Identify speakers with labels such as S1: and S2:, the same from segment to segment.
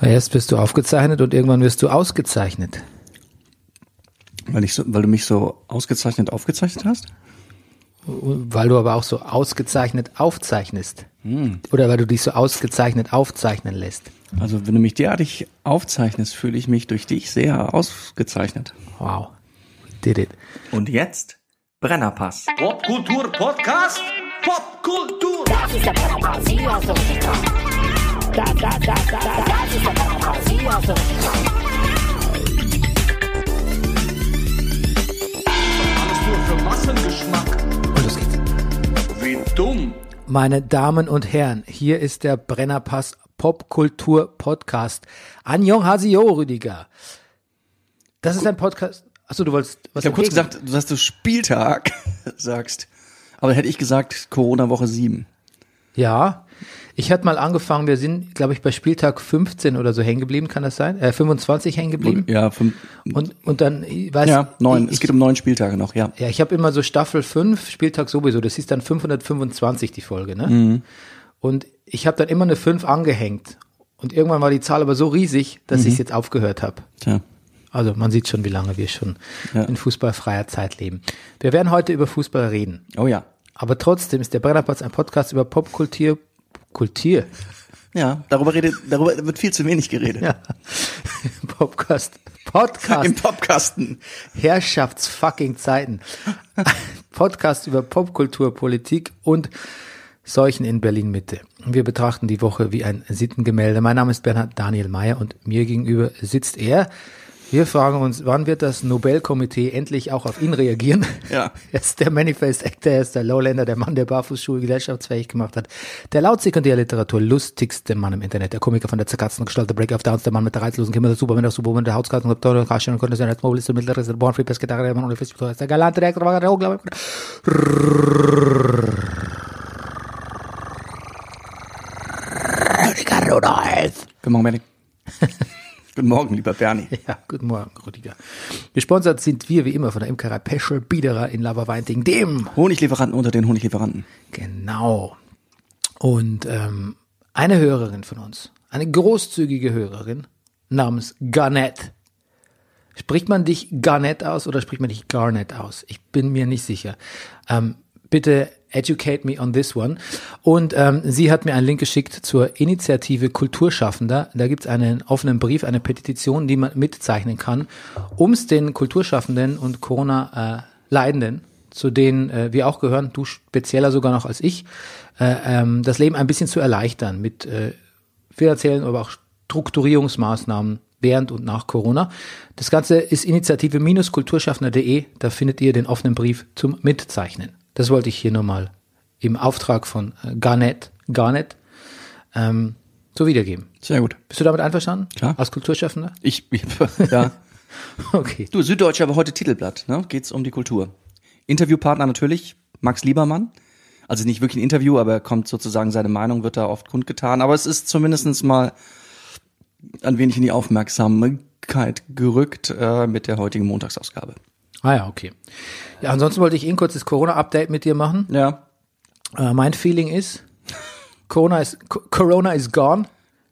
S1: Erst bist du aufgezeichnet und irgendwann wirst du ausgezeichnet.
S2: Weil, ich so, weil du mich so ausgezeichnet aufgezeichnet hast?
S1: Weil du aber auch so ausgezeichnet aufzeichnest.
S2: Hm.
S1: Oder weil du dich so ausgezeichnet aufzeichnen lässt.
S2: Also wenn du mich derartig aufzeichnest, fühle ich mich durch dich sehr ausgezeichnet.
S1: Wow. Did it.
S3: Und jetzt Brennerpass.
S4: Popkultur Podcast. Popkultur. Alles nur für Massengeschmack.
S1: Und los geht's.
S4: Wie dumm.
S1: Meine Damen und Herren, hier ist der Brennerpass Popkultur Podcast. Anjong Hasio, Rüdiger. Das ist ein Podcast. Achso, du wolltest was
S2: Ich habe kurz
S1: entgegen-
S2: gesagt, dass du Spieltag sagst. Aber hätte ich gesagt Corona-Woche 7.
S1: Ja, ich hatte mal angefangen, wir sind, glaube ich, bei Spieltag 15 oder so hängen geblieben, kann das sein? Äh, 25 hängen geblieben.
S2: Ja, fünf,
S1: Und, und dann, ich weiß
S2: ja, neun.
S1: Also Ich,
S2: Es geht um neun Spieltage noch, ja.
S1: ja, ich habe immer so Staffel 5, Spieltag sowieso, das hieß dann 525 die Folge, ne?
S2: Mhm.
S1: Und ich habe dann immer eine 5 angehängt. Und irgendwann war die Zahl aber so riesig, dass
S2: Mhm.
S1: ich jetzt aufgehört habe.
S2: Tja.
S1: Also man sieht schon, wie lange wir schon
S2: Ja.
S1: in fußballfreier Zeit leben. Wir werden heute über Fußball reden.
S2: Oh ja.
S1: Aber trotzdem ist der Brennerplatz ein Podcast über Popkultur, Kultur,
S2: Ja, darüber redet, darüber wird viel zu wenig geredet.
S1: Ja. Podcast. Podcast.
S2: Im Popkasten.
S1: Herrschaftsfucking Zeiten. Podcast über Popkultur, Politik und Seuchen in Berlin-Mitte. Wir betrachten die Woche wie ein Sittengemälde. Mein Name ist Bernhard Daniel Mayer und mir gegenüber sitzt er. Wir fragen uns, wann wird das Nobelkomitee endlich auch auf ihn reagieren?
S2: Ja.
S1: Er ist der Manifest Actor, er ist der Lowlander, der Mann, der Barfußschuhe gesellschaftsfähig gemacht hat, der laut Sekundärliteratur lustigste Mann im Internet, der Komiker von der zerkratzten Gestalt, der Break of Downs, der Mann mit der reizlosen Kimmel, der Superman, der Superman, der Hautskasten, der Tore, der Kaschen, der Kondensation, der Mobilist, der Mittleres, der Born Free Press, Gitarre, der Mann ohne Fist, der Galante, der Extravagante, der Unglaubliche. Rüdiger Rudolf.
S2: Guten Morgen, Bernie. Guten Morgen, lieber Bernie.
S1: Ja, guten Morgen, Rüdiger. Gesponsert sind wir wie immer von der Imkerei Peschel Biederer in Laberweinting, dem
S2: Honiglieferanten unter den Honiglieferanten.
S1: Genau. Und ähm, eine Hörerin von uns, eine großzügige Hörerin namens Garnett. Spricht man dich Garnett aus oder spricht man dich Garnett aus? Ich bin mir nicht sicher. Ähm, bitte educate me on this one. Und ähm, sie hat mir einen Link geschickt zur Initiative Kulturschaffender. Da gibt es einen offenen Brief, eine Petition, die man mitzeichnen kann, um es den Kulturschaffenden und Corona-Leidenden, zu denen äh, wir auch gehören, du spezieller sogar noch als ich, äh, ähm, das Leben ein bisschen zu erleichtern mit äh, finanziellen, aber auch Strukturierungsmaßnahmen während und nach Corona. Das Ganze ist Initiative-Kulturschaffner.de. Da findet ihr den offenen Brief zum Mitzeichnen. Das wollte ich hier nochmal im Auftrag von äh, Garnett, Garnett ähm, so wiedergeben.
S2: Sehr gut.
S1: Bist du damit einverstanden?
S2: Klar.
S1: Als Kulturschaffender?
S2: Ich, ich ja.
S1: Okay.
S2: Du, Süddeutsche, aber heute Titelblatt, ne? Geht's um die Kultur. Interviewpartner natürlich, Max Liebermann. Also nicht wirklich ein Interview, aber er kommt sozusagen, seine Meinung wird da oft kundgetan. Aber es ist zumindestens mal ein wenig in die Aufmerksamkeit gerückt äh, mit der heutigen Montagsausgabe.
S1: Ah ja, okay. Ja, ansonsten wollte ich eh ein kurzes Corona-Update mit dir machen.
S2: Ja.
S1: Äh, mein Feeling ist, Corona is, Co- Corona is gone,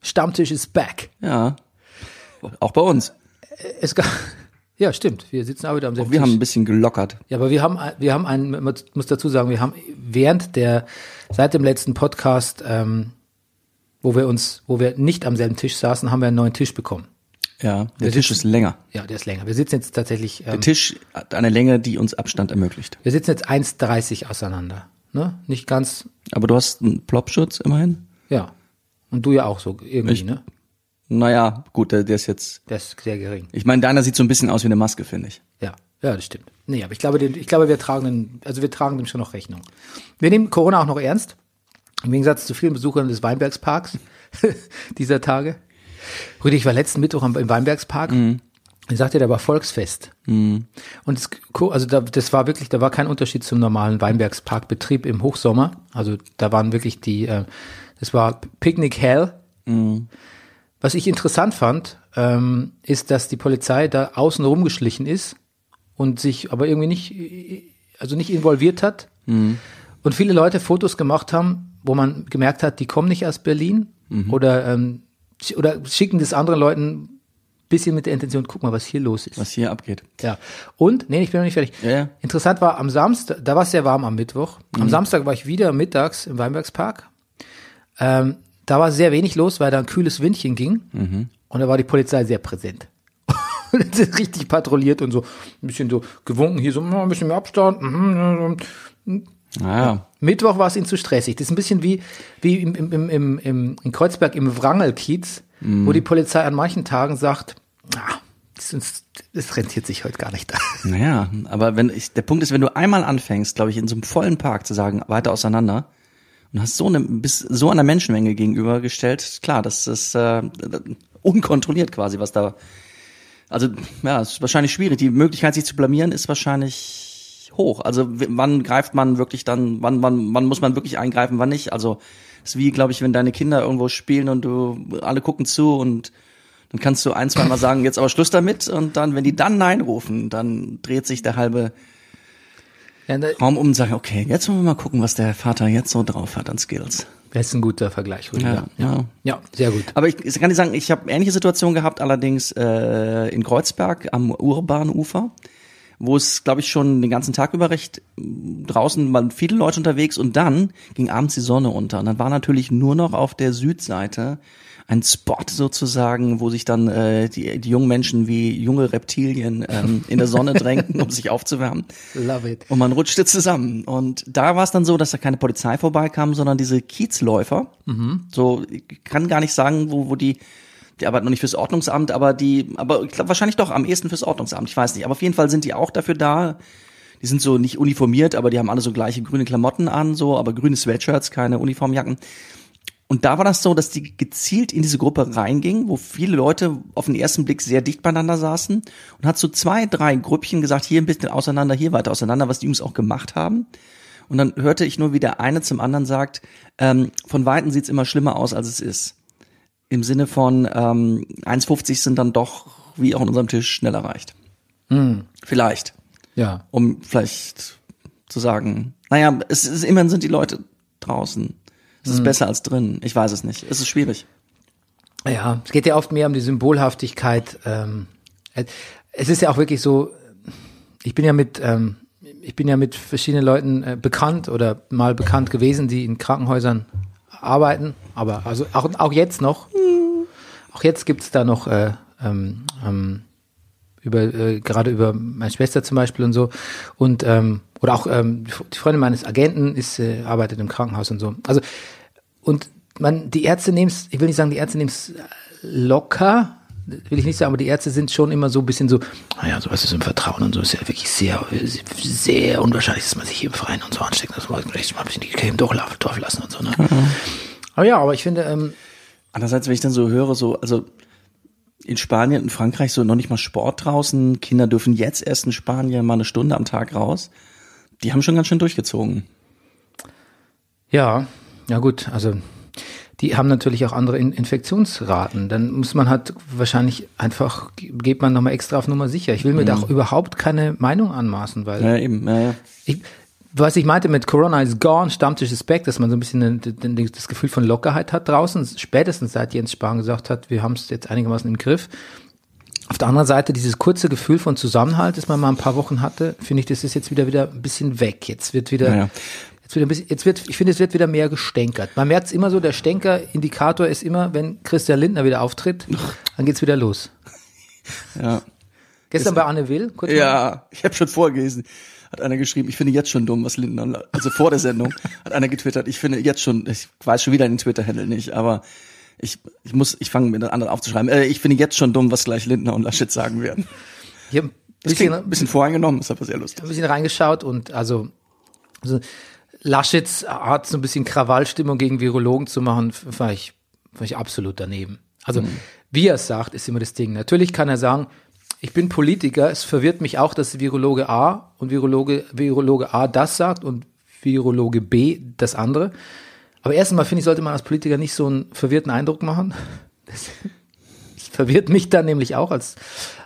S1: Stammtisch is back.
S2: Ja. Auch bei uns.
S1: Es gab, ja, stimmt. Wir sitzen auch wieder am selben
S2: Oh, Wir
S1: Tisch.
S2: haben ein bisschen gelockert.
S1: Ja, aber wir haben, wir haben einen, man muss dazu sagen, wir haben während der, seit dem letzten Podcast, ähm, wo wir uns, wo wir nicht am selben Tisch saßen, haben wir einen neuen Tisch bekommen.
S2: Ja. Der Tisch ist länger.
S1: Ja, der ist länger. Wir sitzen jetzt tatsächlich, ähm,
S2: Der Tisch hat eine Länge, die uns Abstand ermöglicht.
S1: wir sitzen jetzt 1,30 auseinander. Ne? Nicht ganz,
S2: Aber du hast einen Plopschutz immerhin?
S1: ja. Und du ja auch so irgendwie, ne?
S2: Naja, gut, der, der ist jetzt.
S1: Der ist sehr gering.
S2: Ich meine, deiner sieht so ein bisschen aus wie eine Maske, finde ich.
S1: Ja, ja, das stimmt. Nee, aber ich glaube, den, ich glaube, wir tragen den, also wir tragen dem schon noch Rechnung. Wir nehmen Corona auch noch ernst. Im Gegensatz zu vielen Besuchern des Weinbergsparks dieser Tage. Rüdiger, ich war letzten Mittwoch am, im Weinbergspark. Ich sagte, da war Volksfest. Und das, also da, das war wirklich, da war kein Unterschied zum normalen Weinbergsparkbetrieb im Hochsommer. Also da waren wirklich die, äh, das war Picnic Hell. Was ich interessant fand, ähm, ist, dass die Polizei da außen rumgeschlichen ist und sich aber irgendwie nicht, äh, also nicht involviert hat. Und viele Leute Fotos gemacht haben, wo man gemerkt hat, die kommen nicht aus Berlin oder ähm, sch- oder schicken das anderen Leuten bisschen mit der Intention, guck mal, was hier los ist.
S2: was hier abgeht.
S1: Ja. Und, nee, ich bin noch nicht fertig.
S2: Ja, Mhm. ja.
S1: Interessant war am Samstag, da war es sehr warm am Mittwoch. Am Samstag war ich wieder mittags im Weinbergspark. Ähm, da war sehr wenig los, weil da ein kühles Windchen ging.
S2: Mhm.
S1: Und da war die Polizei sehr präsent. Und sie hat richtig patrouilliert und so ein bisschen so gewunken, hier so "Ja, ein bisschen mehr Abstand. mhm, ja, so.
S2: Naja.
S1: Mittwoch war es ihnen zu stressig. Das ist ein bisschen wie, wie im, im, im, im, im, in Kreuzberg im Wrangelkiez,
S2: Mhm.
S1: wo die Polizei an manchen Tagen sagt, ah, das, ist- das rentiert sich heute gar nicht.
S2: Naja, aber wenn ich, der Punkt ist, wenn du einmal anfängst, glaube ich, in so einem vollen Park zu sagen, weiter auseinander, und hast so eine, bist so einer Menschenmenge gegenübergestellt, klar, das ist äh, unkontrolliert quasi, was da. Also, ja, es ist wahrscheinlich schwierig. Die Möglichkeit, sich zu blamieren, ist wahrscheinlich hoch. Also, w- wann greift man wirklich dann, wann, wann, wann muss man wirklich eingreifen, wann nicht? Also, es ist wie, glaube ich, wenn deine Kinder irgendwo spielen und du alle gucken zu und dann kannst du ein, zwei Mal sagen, jetzt aber Schluss damit und dann, wenn die dann Nein rufen, dann dreht sich der halbe
S1: Ja, da-
S2: Raum um und sagt, okay, jetzt wollen wir mal gucken, was der Vater jetzt so drauf hat an Skills.
S1: Das ist ein guter Vergleich, Rüdiger.
S2: Ja, ja.
S1: ja sehr gut.
S2: Aber ich, ich kann dir sagen, ich habe ähnliche Situationen gehabt, allerdings äh, in Kreuzberg am urbanen Ufer, wo es, glaube ich, schon den ganzen Tag über recht mh, draußen waren viele Leute unterwegs und dann ging abends die Sonne unter und dann war natürlich nur noch auf der Südseite ein Spot sozusagen, wo sich dann äh, die, die jungen Menschen wie junge Reptilien ähm, in der Sonne drängten, um sich aufzuwärmen.
S1: Love it.
S2: Und man rutschte zusammen. Und da war es dann so, dass da keine Polizei vorbeikam, sondern diese Kiezläufer. So, ich kann gar nicht sagen, wo, wo die, die arbeiten noch nicht fürs Ordnungsamt, aber die, aber ich glaube wahrscheinlich doch am ehesten fürs Ordnungsamt, ich weiß nicht. Aber auf jeden Fall sind die auch dafür da. Die sind so nicht uniformiert, aber die haben alle so gleiche grüne Klamotten an, so, aber grüne Sweatshirts, keine Uniformjacken. Und da war das so, dass die gezielt in diese Gruppe reingingen, wo viele Leute auf den ersten Blick sehr dicht beieinander saßen und hat so zwei, drei Grüppchen gesagt, hier ein bisschen auseinander, hier weiter auseinander, was die Jungs auch gemacht haben. Und dann hörte ich nur, wie der eine zum anderen sagt, ähm, von Weitem sieht's immer schlimmer aus, als es ist. Im Sinne von ähm, 1,50 sind dann doch, wie auch an unserem Tisch, schnell erreicht. Vielleicht
S1: Ja.
S2: um vielleicht zu sagen, naja, es ist, immerhin sind die Leute draußen. Es ist besser als drin. Ich weiß es nicht. Es ist schwierig.
S1: Ja, es geht ja oft mehr um die Symbolhaftigkeit. Ähm, es ist ja auch wirklich so, ich bin ja mit, ähm, ich bin ja mit verschiedenen Leuten äh, bekannt oder mal bekannt gewesen, die in Krankenhäusern arbeiten, aber also auch, auch jetzt noch, auch jetzt gibt's da noch äh, ähm, ähm, über, äh, gerade über meine Schwester zum Beispiel und so. Und ähm, oder auch ähm, die F- die Freundin meines Agenten ist, äh, arbeitet im Krankenhaus und so. Also und man, die Ärzte nehmen's, ich will nicht sagen, die Ärzte nehmen's locker, will ich nicht sagen, aber die Ärzte sind schon immer so ein bisschen so, naja, sowas ist im Vertrauen und so ist ja wirklich sehr, sehr unwahrscheinlich, dass man sich hier im Verein und so ansteckt, dass man vielleicht mal ein bisschen die Creme doch drauf lassen und so, ne? Aber ja, aber ich finde, ähm,
S2: Andererseits, wenn ich dann so höre, so, also in Spanien und Frankreich so noch nicht mal Sport draußen. Kinder dürfen jetzt erst in Spanien mal eine Stunde am Tag raus. Die haben schon ganz schön durchgezogen.
S1: Ja, ja gut, also die haben natürlich auch andere In Infektionsraten. Dann muss man halt wahrscheinlich einfach, ge- geht man nochmal extra auf Nummer sicher. Ich will mir da auch überhaupt keine Meinung anmaßen, weil
S2: Ja, eben. Ja, ja.
S1: ich, was ich meinte mit Corona is gone, Stammtisch ist back, dass man so ein bisschen den- den- den- das Gefühl von Lockerheit hat draußen, spätestens seit Jens Spahn gesagt hat, wir haben es jetzt einigermaßen im Griff. Auf der anderen Seite, dieses kurze Gefühl von Zusammenhalt, das man mal ein paar Wochen hatte, finde ich, das ist jetzt wieder wieder ein bisschen weg. Jetzt wird wieder,
S2: Naja.
S1: jetzt wird ein bisschen, jetzt wird, ich finde, es wird wieder mehr gestänkert. Man merkt es immer so, der Stänker-Indikator ist immer, wenn Christian Lindner wieder auftritt, dann geht's wieder los.
S2: ja.
S1: Gestern bei Anne Will, kurz mal-
S2: Ja, ich habe schon vorgelesen. Hat einer geschrieben, ich finde jetzt schon dumm, was Lindner, la- also vor der Sendung, hat einer getwittert, ich finde jetzt schon, ich weiß schon wieder den Twitter-Handle nicht, aber ich, ich muss, ich fange mit den anderen aufzuschreiben. Äh, ich finde jetzt schon dumm, was gleich Lindner und Laschet sagen werden.
S1: ich hab ein
S2: Das
S1: bisschen,
S2: klingt ein bisschen voreingenommen, ist aber sehr lustig.
S1: ein bisschen reingeschaut und also, also Laschets Art, so ein bisschen Krawallstimmung gegen Virologen zu machen, f- fand ich, fand ich absolut daneben. Also, wie er es sagt, ist immer das Ding. Natürlich kann er sagen, ich bin Politiker, es verwirrt mich auch, dass Virologe A und Virologe, Virologe A das sagt und Virologe B das andere. Aber erstmal finde ich, sollte man als Politiker nicht so einen verwirrten Eindruck machen. Das, das verwirrt mich dann nämlich auch als,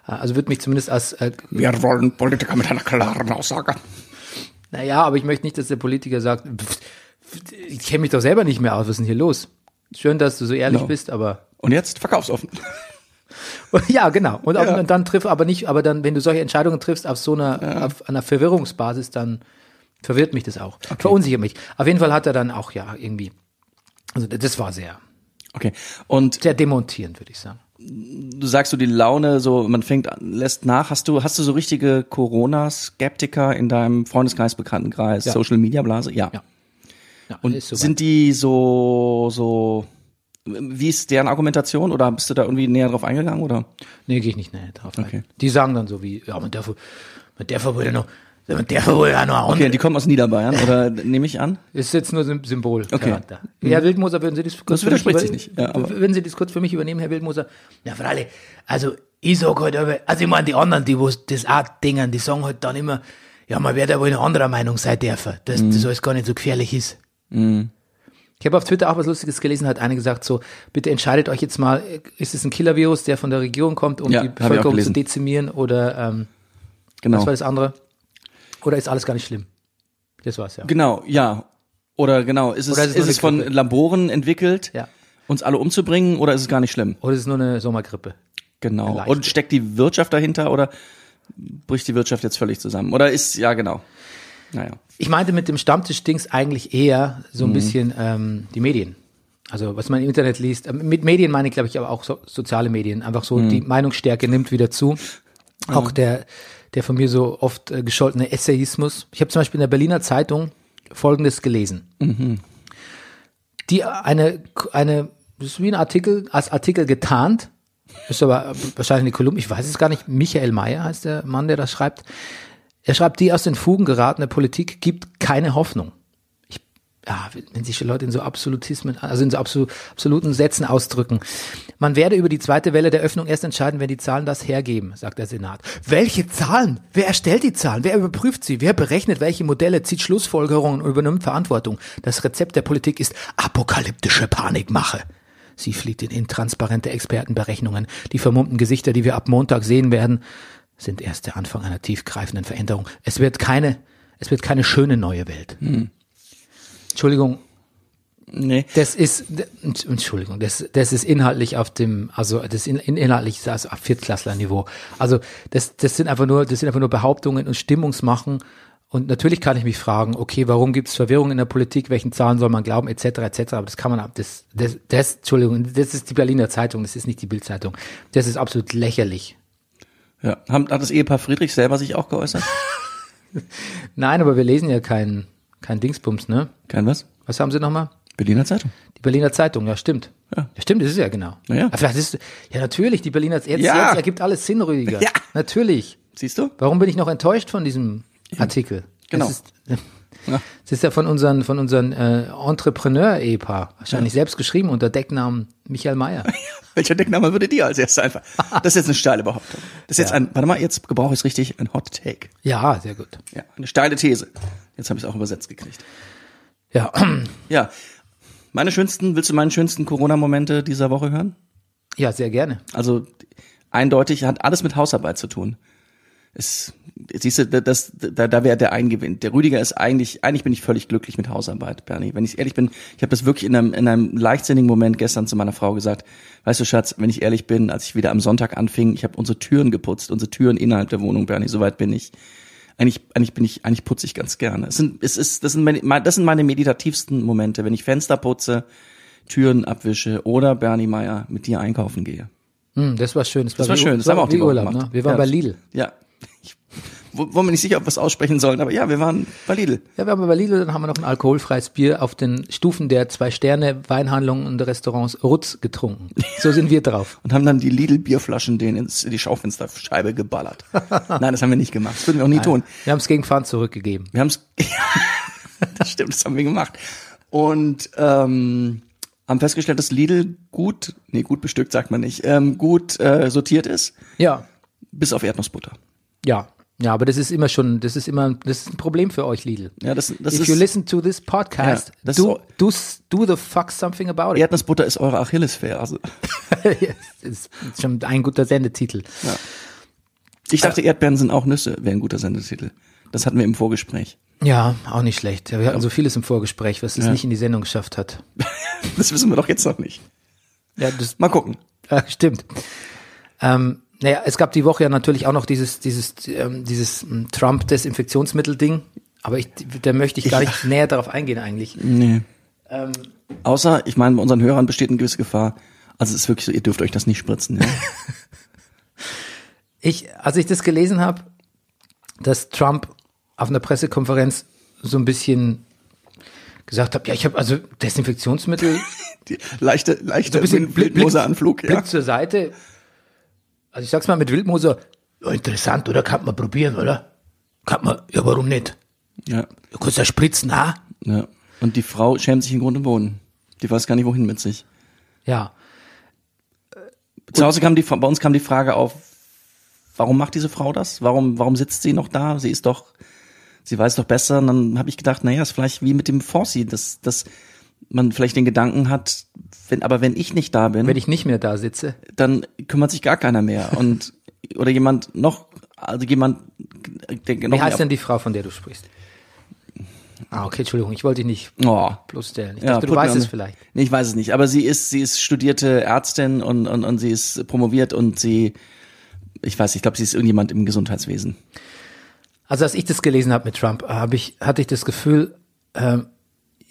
S1: also wird mich zumindest als äh,
S2: Wir wollen Politiker mit einer klaren Aussage.
S1: naja, aber ich möchte nicht, dass der Politiker sagt, pff, pff, ich kenne mich doch selber nicht mehr aus, was ist denn hier los? Schön, dass du so ehrlich
S2: No.
S1: bist, aber
S2: Und jetzt verkaufsoffen.
S1: Ja, genau. Und, auch,
S2: Ja.
S1: und dann triff aber nicht, aber dann, wenn du solche Entscheidungen triffst auf so einer, auf einer Verwirrungsbasis, dann verwirrt mich das auch. Verunsichert mich. Auf jeden Fall hat er dann auch ja irgendwie. Also das war sehr,
S2: Okay. Und
S1: sehr demontierend, würde ich sagen.
S2: du sagst so die Laune, so man fängt an, lässt nach. Hast du, hast du so richtige Corona-Skeptiker in deinem Freundeskreis, Bekanntenkreis,
S1: Ja.
S2: Social Media Blase? Ja.
S1: Ja. Ja,
S2: Und
S1: ist soweit.
S2: sind die so, so, wie ist deren Argumentation oder bist du da irgendwie näher drauf eingegangen oder?
S1: Nee, gehe ich nicht näher drauf.
S2: Okay.
S1: Ein. Die sagen dann so wie, ja, man darf, man darf wohl ja noch, man darf wohl ja noch.
S2: Okay, die kommen aus Niederbayern oder nehme ich an?
S1: Ist jetzt nur Sym- Symbolcharakter. Herr Wildmoser, würden Sie das kurz für mich
S2: Mhm. widerspricht
S1: über-
S2: sich nicht, ja, aber-
S1: würden Sie das kurz für mich übernehmen, Herr Wildmoser? Na, freilich. Also, ich sag halt, aber- also ich meine, die anderen, die wo's das auch dingen, die sagen halt dann immer, ja, man wird ja wohl eine andere Meinung sein dürfen, dass
S2: Mhm.
S1: das alles gar nicht so gefährlich ist. Ich habe auf Twitter auch was Lustiges gelesen, hat einer gesagt so, bitte entscheidet euch jetzt mal, äh, ist es ein Killer-Virus, der von der Regierung kommt, um
S2: Ja,
S1: die
S2: hab ich auch
S1: Bevölkerung zu
S2: gelesen.
S1: dezimieren oder ähm,
S2: Genau.
S1: was war das andere? Oder ist alles gar nicht schlimm? Das war's, ja.
S2: Genau, ja. Oder genau, ist es,
S1: Oder ist es
S2: ist
S1: nur
S2: es,
S1: eine
S2: von
S1: Grippe?
S2: Laboren entwickelt,
S1: Ja.
S2: uns alle umzubringen oder ist es gar nicht schlimm?
S1: Oder ist es nur eine Sommergrippe?
S2: Genau.
S1: Vielleicht.
S2: Und steckt die Wirtschaft dahinter oder bricht die Wirtschaft jetzt völlig zusammen? Oder ist, ja genau. Naja.
S1: Ich meinte mit dem Stammtisch-Dings eigentlich eher so ein bisschen ähm, die Medien. Also was man im Internet liest. Ähm, Mit Medien meine ich, glaube ich, aber auch so, soziale Medien. Einfach so, die Meinungsstärke nimmt wieder zu. Auch der, der von mir so oft äh, gescholtene Essayismus. Ich habe zum Beispiel in der Berliner Zeitung Folgendes gelesen. Die eine, eine, das ist wie ein Artikel, als Artikel getarnt. Ist aber äh, wahrscheinlich eine Kolumne, ich weiß es gar nicht. Michael Mayer heißt der Mann, der das schreibt. Er schreibt, die aus den Fugen geratene Politik gibt keine Hoffnung. Ich, ja, wenn sich die Leute in so Absolutismen, also in so absolu- absoluten Sätzen ausdrücken. Man werde über die zweite Welle der Öffnung erst entscheiden, wenn die Zahlen das hergeben, sagt der Senat. Welche Zahlen? Wer erstellt die Zahlen? Wer überprüft sie? Wer berechnet welche Modelle, zieht Schlussfolgerungen und übernimmt Verantwortung? Das Rezept der Politik ist apokalyptische Panikmache. Sie flieht in intransparente Expertenberechnungen. Die vermummten Gesichter, die wir ab Montag sehen werden, sind erst der Anfang einer tiefgreifenden Veränderung. Es wird keine, es wird keine schöne neue Welt. Entschuldigung,
S2: Nee.
S1: das ist, Entsch- Entschuldigung, das, das ist inhaltlich auf dem, also das ist in, in, inhaltlich ist das auf Viertklässler-Niveau. Also das, das sind einfach nur, das sind einfach nur Behauptungen und Stimmungsmachen. Und natürlich kann ich mich fragen, okay, warum gibt es Verwirrung in der Politik? Welchen Zahlen soll man glauben, etc. etc. Aber das kann man ab, das, das, das, Entschuldigung, das ist die Berliner Zeitung, das ist nicht die Bildzeitung. Das ist absolut lächerlich.
S2: Ja. Haben- Hat das Ehepaar Friedrich selber sich auch geäußert?
S1: Nein, aber wir lesen ja kein, kein Dingsbums, ne?
S2: Kein was?
S1: Was haben Sie nochmal?
S2: Berliner Zeitung.
S1: Die Berliner Zeitung, ja, stimmt. Ja,
S2: Ja.
S1: stimmt, das ist ja genau.
S2: Na ja.
S1: Aber Vielleicht ist, ja, natürlich, die Berliner jetzt,
S2: Ja.
S1: jetzt ergibt alles Sinn, Rüdiger.
S2: Ja.
S1: Natürlich.
S2: Siehst du?
S1: Warum bin ich noch enttäuscht von diesem Artikel?
S2: Genau.
S1: Das ist, das ist ja von unseren, von unseren äh, Entrepreneur-Ehepaar. Wahrscheinlich selbst geschrieben unter Decknamen Michael Mayer.
S2: Welcher Deckname würde dir als erstes einfach? Das ist jetzt eine steile Behauptung. Das ist jetzt ein, warte mal, jetzt gebrauche ich es richtig, ein Hot Take.
S1: ja, sehr gut.
S2: Ja, eine steile These. Jetzt habe ich es auch übersetzt gekriegt.
S1: Ja,
S2: Ja. Meine schönsten, willst du meine schönsten Corona-Momente dieser Woche hören?
S1: ja sehr gerne.
S2: Also eindeutig hat alles mit Hausarbeit zu tun. Es, siehst du, das, da, da wäre der Eingewinn. Der Rüdiger ist eigentlich, eigentlich bin ich völlig glücklich mit Hausarbeit, Bernie. Wenn ich ehrlich bin, ich habe das wirklich in einem, in einem leichtsinnigen Moment gestern zu meiner Frau gesagt. Weißt du, Schatz, wenn ich ehrlich bin, als ich wieder am Sonntag anfing, ich habe unsere Türen geputzt, unsere Türen innerhalb der Wohnung, Bernie, soweit bin ich. Eigentlich, eigentlich bin ich, eigentlich putze ich ganz gerne. Es sind, es ist, das sind meine, mein- das sind meine meditativsten Momente, wenn ich Fenster putze, Türen abwische oder Bernie Meier mit dir einkaufen gehe.
S1: Hm, das war schön.
S2: Das war
S1: wie-
S2: schön, das
S1: war
S2: haben wir auch
S1: wie
S2: die Woche
S1: Urlaub,
S2: gemacht.
S1: ne? Wir waren
S2: ja.
S1: bei Lidl.
S2: Ja. Ich wo- wo mir nicht sicher, ob wir es aussprechen sollen, aber ja, wir waren bei Lidl.
S1: Ja, wir haben bei Lidl, dann haben wir noch ein alkoholfreies Bier auf den Stufen der Zwei-Sterne-Weinhandlungen und Restaurants Rutz getrunken. So sind wir drauf.
S2: Und haben dann die Lidl-Bierflaschen denen ins, in die Schaufensterscheibe geballert. Nein, das haben wir nicht gemacht. Das würden wir auch nie tun.
S1: Wir haben es gegen Pfand zurückgegeben.
S2: Wir haben es. das stimmt, das haben wir gemacht. Und ähm, haben festgestellt, dass Lidl gut, nee, gut bestückt sagt man nicht, ähm, gut äh, sortiert ist,
S1: Ja,
S2: bis auf Erdnussbutter.
S1: ja. Ja, aber das ist immer schon, das ist immer, das ist ein Problem für euch, Lidl.
S2: Ja, das, das
S1: If
S2: ist,
S1: you listen to this podcast,
S2: Ja, das
S1: do,
S2: ist
S1: do, do the fuck something about it.
S2: Erdnussbutter ist eure Achillesferse.
S1: das ist schon ein guter Sendetitel.
S2: Ich dachte, Erdbeeren sind auch Nüsse, wäre ein guter Sendetitel. Das hatten wir im Vorgespräch.
S1: Ja, auch nicht schlecht. Wir hatten so vieles im Vorgespräch, was es nicht in die Sendung geschafft hat.
S2: Das wissen wir doch jetzt noch nicht.
S1: Ja, das
S2: Mal gucken.
S1: Ja, stimmt. Ähm, naja, es gab die Woche ja natürlich auch noch dieses, dieses, ähm, dieses ähm, Trump-Desinfektionsmittel-Ding, aber ich, da möchte ich gar nicht näher darauf eingehen eigentlich.
S2: Nee.
S1: Ähm,
S2: Außer, ich meine, bei unseren Hörern besteht eine gewisse Gefahr. Also es ist wirklich so, ihr dürft euch das nicht spritzen. Ja?
S1: ich, als ich das gelesen habe, dass Trump auf einer Pressekonferenz so ein bisschen gesagt hat, ja, ich habe also Desinfektionsmittel
S2: Die leichte, leichte
S1: so ein bisschen
S2: Wild-
S1: Blick-
S2: wildloser Anflug.
S1: Blick
S2: Ja.
S1: zur Seite. Also ich sag's mal mit Wildmoser, ja, interessant, oder? Kann man probieren, oder? Kann man, ja, warum nicht?
S2: Ja,
S1: Du kannst ja spritzen, ha?
S2: ja. Und die Frau schämt sich in Grund und Boden. Die weiß gar nicht, wohin mit sich.
S1: Ja.
S2: Zu Hause kam die, bei uns kam die Frage auf, warum macht diese Frau das? Warum, warum sitzt sie noch da? Sie ist doch, sie weiß doch besser. Und dann habe ich gedacht, naja, ist vielleicht wie mit dem Forsy, dass, dass man vielleicht den Gedanken hat, wenn, aber wenn ich nicht da bin,
S1: Wenn ich nicht mehr da sitze.
S2: dann kümmert sich gar keiner mehr. Und, oder jemand noch, also jemand, der noch
S1: Wie heißt
S2: mehr-
S1: denn die Frau, von der du sprichst? Ah, okay, Entschuldigung, ich wollte dich nicht
S2: Oh.
S1: bloßstellen. Ich
S2: Ja,
S1: dachte, du
S2: put me
S1: weißt
S2: on
S1: es
S2: the-
S1: vielleicht.
S2: Nee, ich weiß es nicht. Aber sie ist, sie ist studierte Ärztin und, und, und sie ist promoviert und sie, ich weiß, nicht, ich glaube, sie ist irgendjemand im Gesundheitswesen.
S1: Also als ich das gelesen habe mit Trump, äh, hab ich, hatte ich das Gefühl, ähm,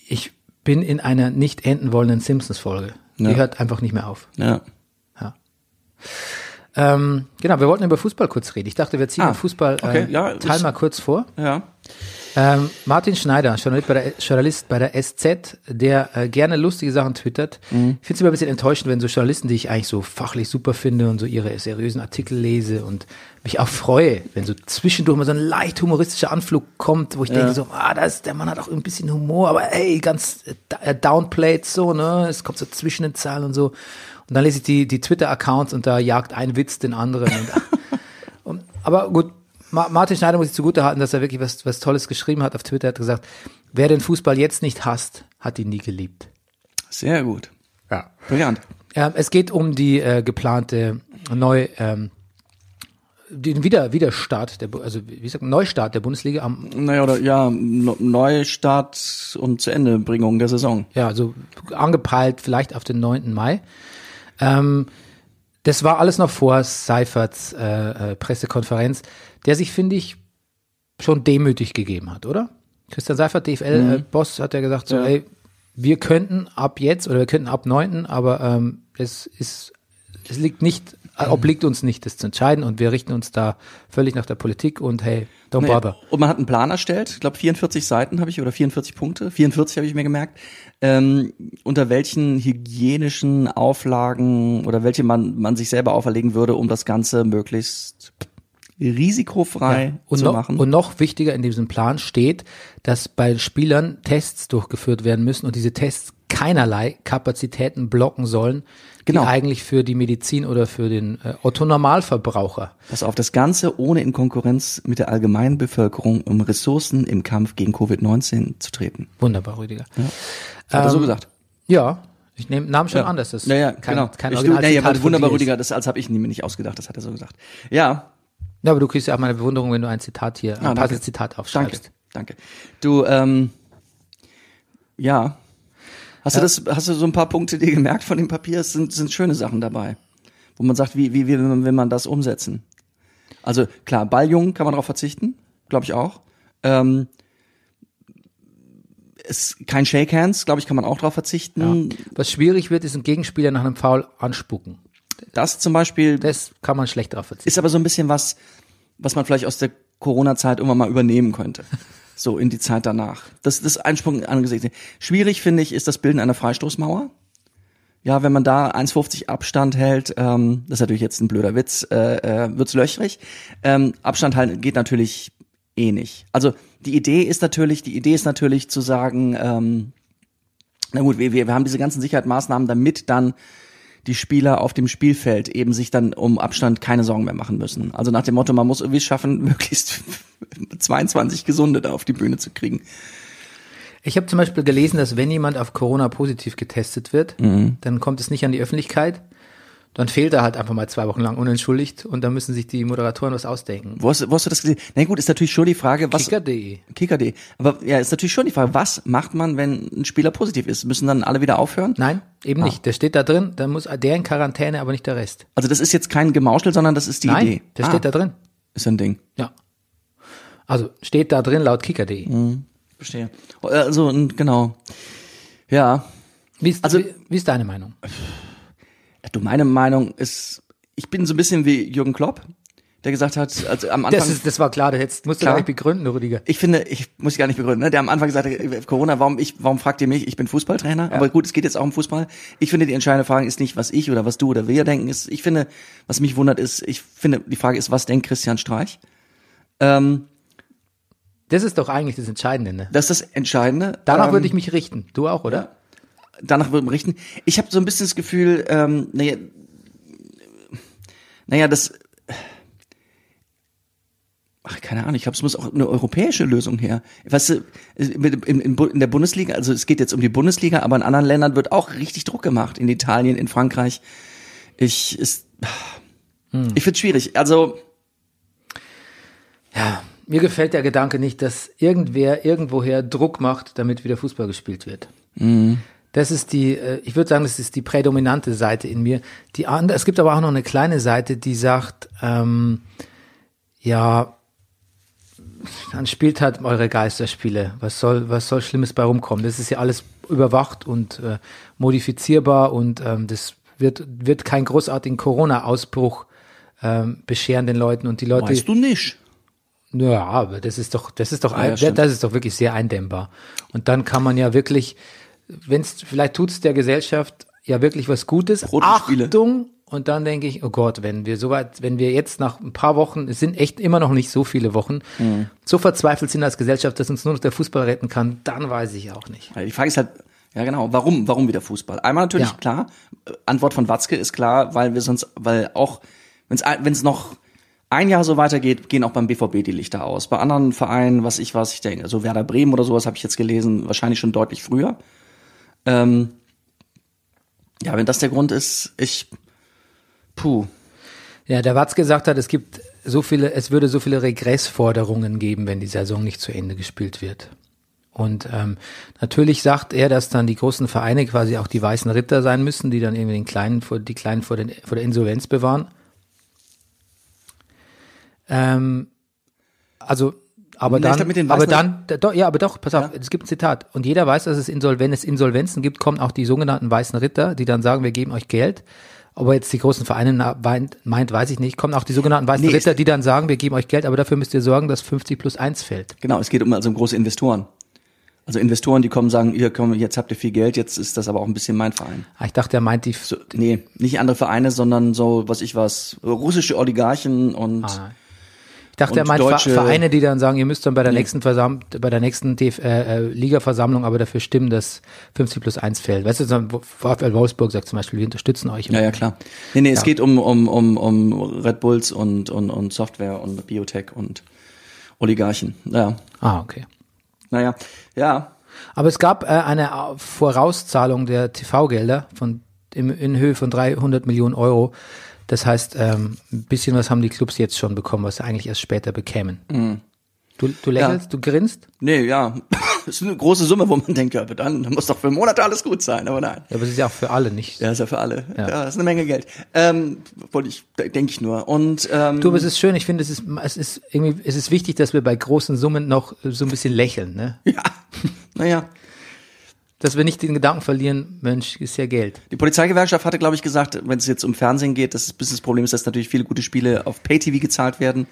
S1: ich bin in einer nicht enden wollenden Simpsons-Folge.
S2: Ja.
S1: Die hört einfach nicht mehr auf.
S2: Ja.
S1: Ja. Ähm, genau, wir wollten über Fußball kurz reden. Ich dachte, wir ziehen
S2: Ah,
S1: den Fußball
S2: okay,
S1: äh,
S2: ja,
S1: Teil
S2: ist-
S1: mal kurz vor.
S2: Ja.
S1: Ähm, Martin Schneider, Journalist bei, der, Journalist bei der SZ, der äh, gerne lustige Sachen twittert. Ich finde es immer ein bisschen enttäuschend, wenn so Journalisten, die ich eigentlich so fachlich super finde und so ihre seriösen Artikel lese und mich auch freue, wenn so zwischendurch mal so ein leicht humoristischer Anflug kommt, wo ich denke so, ah, das, der Mann hat auch ein bisschen Humor, aber ey, ganz äh, da- äh, downplayed so, ne, es kommt so zwischen den Zahlen und so. Und dann lese ich die, die Twitter-Accounts und da jagt ein Witz den anderen und aber gut, Ma Martin Schneider muss ich zugutehalten, dass er wirklich was, was Tolles geschrieben hat auf Twitter. Er hat gesagt, wer den Fußball jetzt nicht hasst, hat ihn nie geliebt.
S2: Sehr gut.
S1: Ja.
S2: Brillant.
S1: Ähm, es geht um die äh, geplante Neu, ähm, den Wieder Wiederstart, der, Bu- also wie gesagt, Neustart der Bundesliga am,
S2: Naja, oder ja, no- Neustart und zu Endebringung der Saison.
S1: ja, so angepeilt vielleicht auf den 9. Mai. Ähm, das war alles noch vor Seiferts äh, äh, Pressekonferenz, der sich, finde ich, schon demütig gegeben hat, oder? Christian Seifert, DFL-Boss, äh, hat ja gesagt, so, ey, wir könnten ab jetzt oder wir könnten ab 9., aber ähm, es ist, es liegt nicht, äh, obliegt uns nicht, das zu entscheiden und wir richten uns da völlig nach der Politik und hey, don't
S2: Nee,
S1: bother.
S2: Und man hat einen Plan erstellt, ich glaube 44 Seiten habe ich oder 44 Punkte, 44 habe ich mir gemerkt, ähm, unter welchen hygienischen Auflagen oder welche man, man sich selber auferlegen würde, um das Ganze möglichst risikofrei
S1: Und,
S2: zu
S1: noch,
S2: machen.
S1: und noch wichtiger in diesem Plan steht, dass bei Spielern Tests durchgeführt werden müssen und diese Tests keinerlei Kapazitäten blocken sollen,
S2: Genau.
S1: die eigentlich für die Medizin oder für den äh, Otto Normalverbraucher.
S2: Pass auf, das Ganze ohne in Konkurrenz mit der allgemeinen Bevölkerung um Ressourcen im Kampf gegen Covid-19 zu treten.
S1: Wunderbar, Rüdiger. Ja,
S2: Hat er so
S1: Ähm,
S2: gesagt.
S1: ich nehm, nahm schon
S2: Ja.
S1: an, dass das
S2: ja, ja,
S1: kein,
S2: genau.
S1: kein
S2: Ich-
S1: Original
S2: ja, ja,
S1: Zitat
S2: aber
S1: von
S2: wunderbar,
S1: dir ist.
S2: Rüdiger, das als habe ich mir nicht ausgedacht, das hat er so gesagt. Ja,
S1: Ja, aber du kriegst ja auch meine Bewunderung, wenn du ein Zitat hier, ein
S2: Ah, danke.
S1: passendes Zitat
S2: danke,
S1: aufschreibst.
S2: danke. Du, ähm, ja. Hast du das, hast du so ein paar Punkte dir gemerkt von dem Papier? Es sind, sind schöne Sachen dabei. Wo man sagt, wie, wie, wie will man das umsetzen? Also klar, Balljungen kann man darauf verzichten, glaube ich auch. Ähm, es, kein Shakehands, glaube ich, kann man auch darauf verzichten.
S1: Was schwierig wird, ist ein Gegenspieler nach einem Foul anspucken.
S2: Das zum Beispiel
S1: Das kann man schlecht drauf verzichten.
S2: ist aber so ein bisschen was, was man vielleicht aus der Corona-Zeit irgendwann mal übernehmen könnte. So in die Zeit danach. Das das ist ein Sprung angesichts. Schwierig finde ich ist das Bilden einer Freistoßmauer. Ja, wenn man da 1,50 Abstand hält, ähm, das ist natürlich jetzt ein blöder Witz, äh, äh, wird's löchrig. Ähm, Abstand halten geht natürlich eh nicht. Also die Idee ist natürlich, die Idee ist natürlich zu sagen, ähm, na gut, wir, wir wir haben diese ganzen Sicherheitsmaßnahmen, damit dann die Spieler auf dem Spielfeld eben sich dann um Abstand keine Sorgen mehr machen müssen. Also nach dem Motto, man muss irgendwie schaffen, möglichst 22 Gesunde da auf die Bühne zu kriegen.
S1: Ich habe zum Beispiel
S2: Mhm.
S1: gelesen, dass wenn jemand auf Corona positiv getestet wird, dann kommt es nicht an die Öffentlichkeit, Dann fehlt er halt einfach mal zwei Wochen lang unentschuldigt und dann müssen sich die Moderatoren was ausdenken.
S2: Wo hast, wo hast du das gesehen? Na gut, ist natürlich schon die Frage, was.
S1: Kicker.de.
S2: Kicker.de. Aber ja, ist natürlich schon die Frage, was macht man, wenn ein Spieler positiv ist? Müssen dann alle wieder aufhören?
S1: Nein, eben
S2: Ah.
S1: nicht. Der steht da drin, dann muss der in Quarantäne, aber nicht der Rest.
S2: Also das ist jetzt kein Gemauschel, sondern das ist die
S1: Nein,
S2: Idee. Ah,
S1: der steht da drin.
S2: Ist ein Ding.
S1: Ja. Also steht da drin laut Kicker.de.
S2: Mhm. Verstehe. Also, n- genau. Ja.
S1: Wie, ist,
S2: Also-
S1: wie, wie ist deine Meinung?
S2: Du, meine Meinung ist, ich bin so ein bisschen wie Jürgen Klopp, der gesagt hat, also am Anfang.
S1: Das, ist, das war klar, das jetzt musst du
S2: Klar.
S1: gar nicht begründen, Rüdiger.
S2: ich finde, ich muss gar nicht begründen, ne? der am Anfang gesagt hat, Corona, warum, ich, warum fragt ihr mich? Ich bin Fußballtrainer, aber gut, es geht jetzt auch um Fußball. Ich finde, die entscheidende Frage ist nicht, was ich oder was du oder wir denken. Ist, ich finde, was mich wundert ist, ich finde, die Frage ist, was denkt Christian Streich? Ähm,
S1: Das ist doch eigentlich das Entscheidende. Ne?
S2: das ist das Entscheidende.
S1: Danach
S2: ähm,
S1: würde ich mich richten. Du auch, oder?
S2: danach wird berichten. Ich habe so ein bisschen das Gefühl, ähm, naja, naja, das, ach, keine Ahnung, ich glaube, es muss auch eine europäische Lösung her. Weißt du, mit- in, in, Bu- in der Bundesliga, also es geht jetzt um die Bundesliga, aber in anderen Ländern wird auch richtig Druck gemacht, in Italien, in Frankreich. Ich, ist, ich finde es schwierig. Also,
S1: Mir gefällt der Gedanke nicht, dass irgendwer irgendwoher Druck macht, damit wieder Fußball gespielt wird. Das ist die, äh, ich würde sagen, das ist die prädominante Seite in mir. Die andere, es gibt aber auch noch eine kleine Seite, die sagt, ähm, ja, dann spielt halt eure Geisterspiele. Was soll, was soll Schlimmes bei rumkommen? Das ist ja alles überwacht und äh, modifizierbar und ähm, das wird, wird keinen großartigen Corona-Ausbruch ähm, bescheren den Leuten und die Leute.
S2: weißt du nicht.
S1: Ja, aber das ist doch, das ist doch, ein,
S2: stimmt.
S1: das ist doch wirklich sehr eindämmbar. Und dann kann man ja wirklich, wenn's, vielleicht tut's der Gesellschaft ja wirklich was Gutes.
S2: Brot und Spiele.
S1: Achtung! Und dann denke ich, oh Gott, wenn wir soweit, wenn wir jetzt nach ein paar Wochen, es sind echt immer noch nicht so viele Wochen, so verzweifelt sind als Gesellschaft, dass uns nur noch der Fußball retten kann, dann weiß ich auch nicht.
S2: Ja, Die Frage ist halt, ja genau, warum, warum wieder Fußball? Einmal natürlich
S1: Ja.
S2: klar, äh, Antwort von Watzke ist klar, weil wir sonst, weil auch, wenn es noch ein Jahr so weitergeht, gehen auch beim BVB die Lichter aus. Bei anderen Vereinen, was ich was ich denke, also Werder Bremen oder sowas habe ich jetzt gelesen, wahrscheinlich schon deutlich früher. Ähm, ja, wenn das der Grund ist, ich, puh,
S1: Ja, der Watz gesagt hat, es gibt so viele, es würde so viele Regressforderungen geben, wenn die Saison nicht zu Ende gespielt wird. Und ähm, natürlich sagt er, dass dann die großen Vereine quasi auch die weißen Ritter sein müssen, die dann irgendwie den Kleinen vor, die Kleinen vor, den, vor der Insolvenz bewahren. Ähm, also, aber
S2: Na,
S1: dann,
S2: ich glaub, mit den
S1: aber
S2: weißen-
S1: dann, da- doch, ja, aber doch, pass auf, es gibt ein Zitat. Und jeder weiß, dass es Insol wenn es Insolvenzen gibt, kommen auch die sogenannten weißen Ritter, die dann sagen, wir geben euch Geld. Ob er jetzt die großen Vereine na- weint- meint, weiß ich nicht. Kommen auch die sogenannten weißen
S2: Nee,
S1: Ritter, die dann sagen, wir geben euch Geld, aber dafür müsst ihr sorgen, dass 50 plus 1 fällt.
S2: genau, es geht um also um große Investoren. Also Investoren, die kommen sagen, hier komm, jetzt habt ihr viel Geld, jetzt ist das aber auch ein bisschen mein Verein.
S1: Ah, Ich dachte, er meint die,
S2: So, nee, nicht andere Vereine, sondern so, was ich was, russische Oligarchen und
S1: ich dachte, er
S2: und
S1: meint Ver-
S2: deutsche-
S1: Vereine, die dann sagen, ihr müsst dann bei der nächsten Versam bei der nächsten DF äh, äh, Ligaversammlung aber dafür stimmen, dass 50 plus 1 fällt. Weißt du, so ein Wo- VfL Wolfsburg sagt zum Beispiel, wir unterstützen euch. im-
S2: ja, ja, klar. Nee, nee, es geht um, um, um, um Red Bulls und, und, und Software und Biotech und Oligarchen. Ja,
S1: Ah, okay.
S2: naja, ja,
S1: Aber es gab äh, eine Vorauszahlung der TV-Gelder von im, in Höhe von 300 Millionen Euro. Das heißt, ähm, ein bisschen was haben die Clubs jetzt schon bekommen, was sie eigentlich erst später bekämen.
S2: Mhm.
S1: Du, du lächelst, du grinst,
S2: nee, ja. ist eine große Summe, wo man denkt, ja, aber dann, dann muss doch für Monate alles gut sein, aber nein.
S1: ja, aber es ist ja auch für alle nicht.
S2: Ja, ist ja für alle. Ja, ist eine Menge Geld. Ähm, wollte ich, denke ich nur. Und, ähm,
S1: Du, aber es ist schön, ich finde, es ist, es ist irgendwie, es ist wichtig, dass wir bei großen Summen noch äh, so ein bisschen lächeln, ne?
S2: ja, naja.
S1: Dass wir nicht den Gedanken verlieren, Mensch, ist ja Geld.
S2: Die Polizeigewerkschaft hatte, glaube ich, gesagt, wenn es jetzt um Fernsehen geht, dass das Businessproblem ist, dass natürlich viele gute Spiele auf Pay-TV gezahlt werden.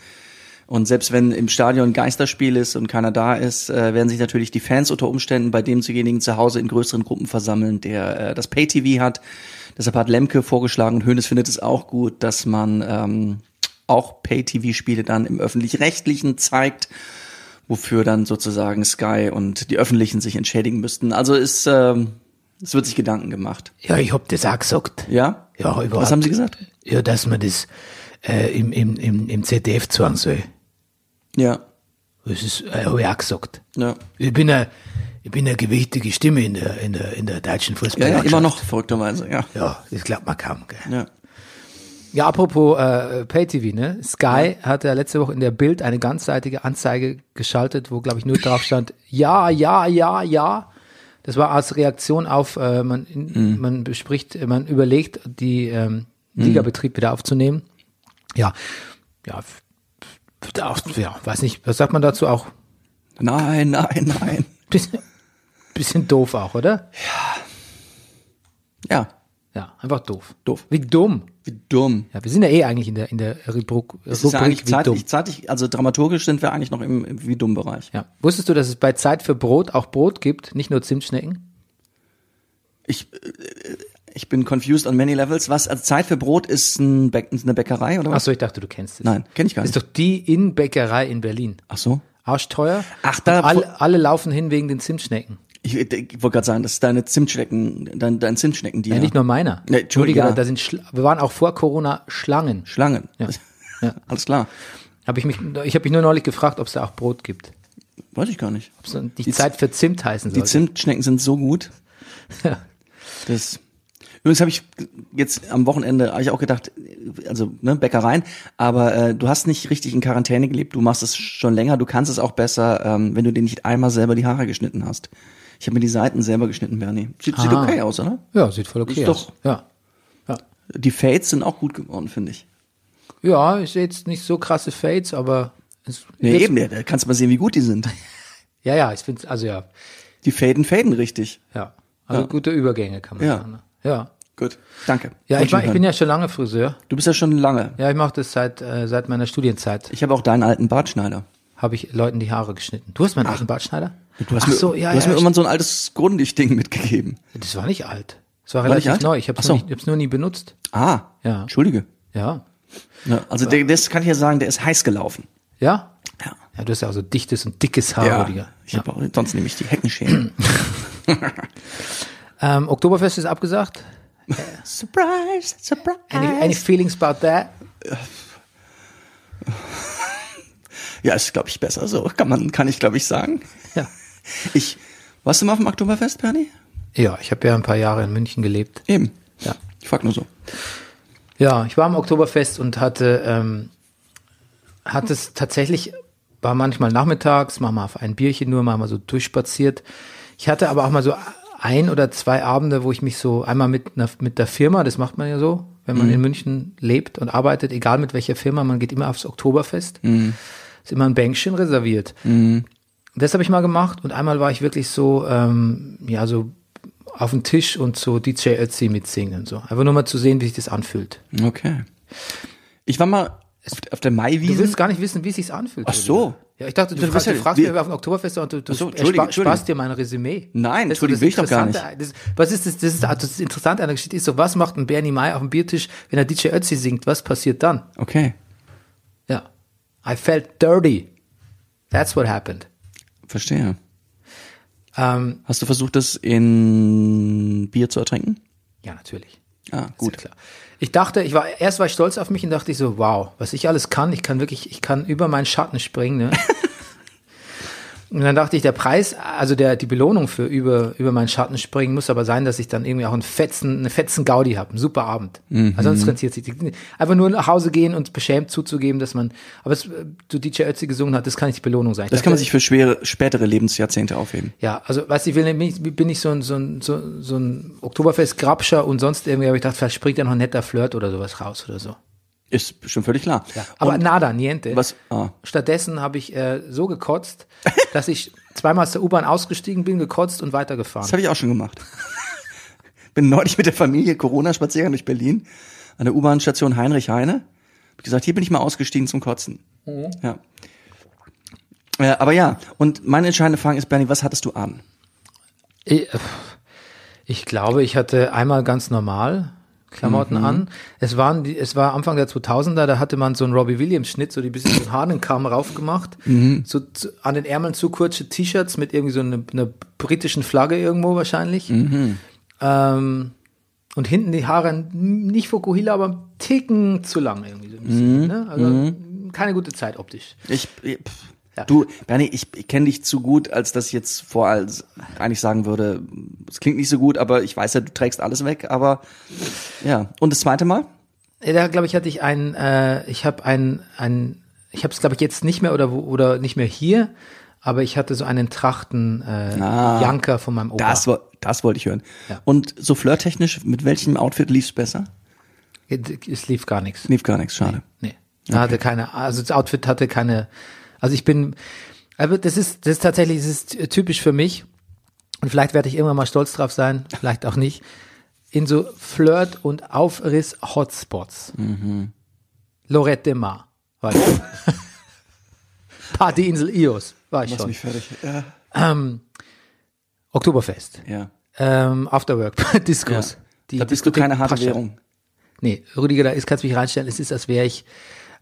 S2: Und selbst wenn im Stadion ein Geisterspiel ist und keiner da ist, äh, werden sich natürlich die Fans unter Umständen bei demjenigen zu Hause in größeren Gruppen versammeln, der äh, das Pay-TV hat. Deshalb hat Lemke vorgeschlagen und Hönes findet es auch gut, dass man ähm, auch Pay-TV-Spiele dann im öffentlich-rechtlichen zeigt, wofür dann sozusagen Sky und die Öffentlichen sich entschädigen müssten. Also ist, ähm, es wird sich Gedanken gemacht.
S1: Ja, ich hab das auch gesagt.
S2: Ja?
S1: Ja, überhaupt.
S2: Was haben Sie gesagt?
S1: Ja, dass man das äh, im, im, im, im ZDF zwang soll.
S2: Ja.
S1: Das ist, äh, habe ich auch gesagt.
S2: Ja.
S1: Ich bin eine, ich bin eine gewichtige Stimme in der, in der, in der deutschen
S2: Ja, ja,
S1: Fußballlandschaft.
S2: immer noch, verrückterweise, ja.
S1: Ja, das glaubt man kaum. Gell?
S2: Ja.
S1: Ja, apropos äh, Pay-TV, ne? Sky hat ja letzte Woche in der Bild eine ganzseitige Anzeige geschaltet, wo, glaube ich, nur drauf stand, ja, ja, ja, ja. Das war als Reaktion auf, äh, man, man bespricht, man überlegt, die ähm, Ligabetrieb wieder aufzunehmen. Ja, ja, f- f- auch, ja, weiß nicht, was sagt man dazu auch?
S2: Nein, nein, nein.
S1: Bisschen, bisschen doof auch, oder?
S2: Ja,
S1: Ja, einfach doof.
S2: Doof.
S1: Wie dumm.
S2: wie dumm.
S1: Ja, wir sind ja eh eigentlich in der, in der Rubrik,
S2: Es ist ja eigentlich
S1: Rubrik wie dumm.
S2: zeitlich, zeitlich, also dramaturgisch sind wir eigentlich noch im, im wie dumm Bereich.
S1: Ja. Wusstest du, dass es bei Zeit für Brot auch Brot gibt, nicht nur Zimtschnecken?
S2: Ich, äh, ich bin confused on many levels. Was, also Zeit für Brot ist ein Bä ist eine Bäckerei oder was?
S1: Achso, ich dachte, du kennst es.
S2: Nein, kenn ich gar
S1: Das ist
S2: nicht.
S1: doch die Innenbäckerei in Berlin.
S2: Ach so.
S1: Arschteuer.
S2: Ach, da-
S1: Und Alle, alle laufen hin wegen den Zimtschnecken.
S2: Ich, äh, ich wollte gerade sagen, das ist deine Zimtschnecken, dein, dein Zimtschnecken, die
S1: Ja. nicht nur meiner.
S2: Nee, Entschuldige, ja.
S1: da- da sind Schla wir waren auch vor Corona Schlangen.
S2: Schlangen.
S1: Ja.
S2: Alles klar.
S1: Hab ich mich, ich habe mich nur neulich gefragt, ob es da auch Brot gibt.
S2: Weiß ich gar nicht.
S1: Ob es dann die
S2: Die
S1: Zeit für Zimt heißen
S2: Die
S1: soll.
S2: Zimtschnecken sind so gut.
S1: Ja.
S2: Das. Übrigens habe ich jetzt am Wochenende hab ich auch gedacht, also ne, Bäckereien, aber äh, du hast nicht richtig in Quarantäne gelebt, du machst es schon länger, du kannst es auch besser, ähm, wenn du dir nicht einmal selber die Haare geschnitten hast. Ich habe mir die Seiten selber geschnitten, Bernie. Sieht, sieht
S1: Ah.
S2: okay aus, oder?
S1: ja, sieht voll okay
S2: Ist
S1: aus.
S2: doch-
S1: Ja. Ja.
S2: Die Fades sind auch gut geworden, finde ich.
S1: ja, ich sehe jetzt nicht so krasse Fades, aber es
S2: Nee,
S1: geht's-
S2: eben, ja, da kannst du mal sehen, wie gut die sind.
S1: Ja, ja, ich finde also ja.
S2: Die Faden faden richtig.
S1: Ja. Also
S2: Ja.
S1: gute Übergänge kann man
S2: Ja.
S1: sagen. Ne? Ja.
S2: Gut, danke.
S1: Ja, ich,
S2: Wollte
S1: mach, ich bin
S2: hören.
S1: ja schon lange Friseur.
S2: Du bist ja schon lange.
S1: Ja, ich mache das seit, äh, seit meiner Studienzeit.
S2: Ich habe auch deinen alten Bartschneider.
S1: Habe ich Leuten die Haare geschnitten. Du hast meinen alten Bartschneider?
S2: Du hast
S1: Ach
S2: mir,
S1: so, ja,
S2: du hast
S1: ja.
S2: mir irgendwann so ein altes Grundig-Ding mitgegeben.
S1: das war nicht alt. Das war,
S2: War nicht
S1: relativ
S2: alt?
S1: neu. Ich habe
S2: Ach
S1: es
S2: so.
S1: nur, so. nur nie benutzt.
S2: Ah,
S1: Ja.
S2: entschuldige.
S1: Ja.
S2: Ja, also der, das kann ich ja sagen, der ist heiß gelaufen.
S1: Ja?
S2: Ja.
S1: Ja, du hast ja auch so dichtes und dickes Haar, Rüdiger.
S2: Ich habe auch sonst nämlich die Heckenschere.
S1: Ähm, Oktoberfest ist abgesagt.
S2: surprise, surprise.
S1: Any, any feelings about that?
S2: Ja, ist glaube ich besser so. Kann man, kann ich glaube ich sagen.
S1: Ja.
S2: Ich, warst du mal auf dem Oktoberfest, Bernie?
S1: Ja, ich habe ja ein paar Jahre in München gelebt.
S2: Eben.
S1: Ja.
S2: Ich frag nur so.
S1: Ja, ich war am Oktoberfest und hatte, ähm, hatte es tatsächlich, war manchmal nachmittags, manchmal auf ein Bierchen nur, manchmal so durchspaziert. Ich hatte aber auch mal so ein oder zwei Abende, wo ich mich so einmal mit, einer, mit der Firma, das macht man ja so, wenn man in München lebt und arbeitet, egal mit welcher Firma, man geht immer aufs Oktoberfest. Ist immer ein Bänkchen reserviert. Das habe ich mal gemacht und einmal war ich wirklich so, ähm, ja, so auf dem Tisch und so DJ Ötzi mitsingen und so. Einfach nur mal zu sehen, wie sich das anfühlt.
S2: Okay. Ich war mal auf, auf der
S1: Du
S2: Maiwiese.
S1: willst gar nicht wissen, wie es sich anfühlt.
S2: Ach so.
S1: Rüdiger. Ja, ich dachte, du,
S2: Du
S1: fragst,
S2: bist ja-
S1: du fragst
S2: wir-
S1: mich, ob wir auf dem Oktoberfest waren und du, du
S2: Ach so,
S1: erspa-
S2: Entschuldigung, Entschuldigung.
S1: sparst dir mein Resümee.
S2: Nein,
S1: Das ist doch das
S2: Entschuldigung, will ich doch gar
S1: Interessante- Das, was ist das, das, ist, das Interessante an der Geschichte ist doch, was macht ein Bernie Mai auf dem Biertisch, wenn er DJ Ötzi singt? Was passiert dann?
S2: Okay.
S1: Ja. I felt dirty. That's what happened.
S2: Verstehe.
S1: Ähm,
S2: Hast du versucht, das in Bier zu ertränken?
S1: ja, natürlich.
S2: Ah,
S1: Ist
S2: gut.
S1: Ja klar. Ich dachte, ich war erst war ich stolz auf mich und dachte ich so, wow, was ich alles kann, ich kann wirklich, ich kann über meinen Schatten springen. Ne? und dann dachte ich, der Preis, also der die Belohnung für über über meinen Schatten springen muss aber sein, dass ich dann irgendwie auch einen fetzen eine fetzen Gaudi habe, einen super Abend.
S2: Mhm.
S1: Also sonst rentiert sich die- einfach nur nach Hause gehen und beschämt zuzugeben, dass man, aber es, äh, du DJ Ötzi gesungen hat, das kann nicht die Belohnung sein. Ich
S2: Das kann man
S1: dachte,
S2: sich für schwere, spätere Lebensjahrzehnte aufheben.
S1: ja, also weißt du, ich will nicht, bin ich so ein, so ein, so, so ein Oktoberfest-Grabscher und sonst irgendwie, aber ich dachte, vielleicht springt ja noch ein netter Flirt oder sowas raus oder so.
S2: Ist schon völlig klar.
S1: Aber nada, niente.
S2: Was- ah.
S1: Stattdessen habe ich äh, so gekotzt, dass ich zweimal aus der U-Bahn ausgestiegen bin, gekotzt und weitergefahren.
S2: Das habe ich auch schon gemacht. Bin neulich mit der Familie Corona-Spaziergang durch Berlin an der U-Bahn-Station Heinrich Heine. Hab gesagt, hier bin ich mal ausgestiegen zum Kotzen.
S1: Mhm.
S2: Ja. Äh, aber ja, und meine entscheidende Frage ist, Bernie, was hattest du an?
S1: Ich, äh, ich glaube, ich hatte einmal ganz normal Klamotten an. Es waren, die, es war Anfang der 2000er, da hatte man so einen Robbie Williams Schnitt, so die bisschen so einen Hahnenkamm raufgemacht, so zu, an den Ärmeln zu kurze T-Shirts mit irgendwie so einer einer britischen Flagge irgendwo wahrscheinlich. Ähm, und hinten die Haare n- nicht Fokuhila, aber einen Ticken zu lang irgendwie so ein bisschen, ne? Also keine gute Zeit optisch.
S2: Ich, ich- pff.
S1: Ja.
S2: Du, Bernie, ich, ich kenne dich zu gut, als dass ich jetzt vor als eigentlich sagen würde, es klingt nicht so gut, aber ich weiß ja, du trägst alles weg, aber ja. Und das zweite Mal?
S1: da glaube ich hatte ich einen, äh, ich habe einen, einen, ich habe es glaube ich jetzt nicht mehr oder wo- oder nicht mehr hier, aber ich hatte so einen Trachten äh,
S2: Ah.
S1: Janker von meinem Opa.
S2: Das, wo- das wollte ich hören.
S1: Ja.
S2: Und so flirttechnisch, mit welchem Outfit lief's besser?
S1: es lief gar nichts.
S2: Lief gar nichts, schade.
S1: Nee. Da hatte keine, also das Outfit hatte keine, also ich bin, aber das ist, das ist tatsächlich, das ist typisch für mich. Und vielleicht werde ich irgendwann mal stolz drauf sein, vielleicht auch nicht. In so Flirt- und Aufriss-Hotspots.
S2: Mhm.
S1: Lorette de Mar. War ich. Partyinsel Ios. War ich
S2: Lass
S1: schon.
S2: mich fertig. Ja.
S1: Oktoberfest.
S2: ja.
S1: Ähm, Afterwork. Discos. Die
S2: da bist du
S1: Diskothek
S2: keine harte
S1: Pascha.
S2: Währung.
S1: Nee, Rüdiger, da ist, kannst du mich reinstellen. Es ist, als wäre ich,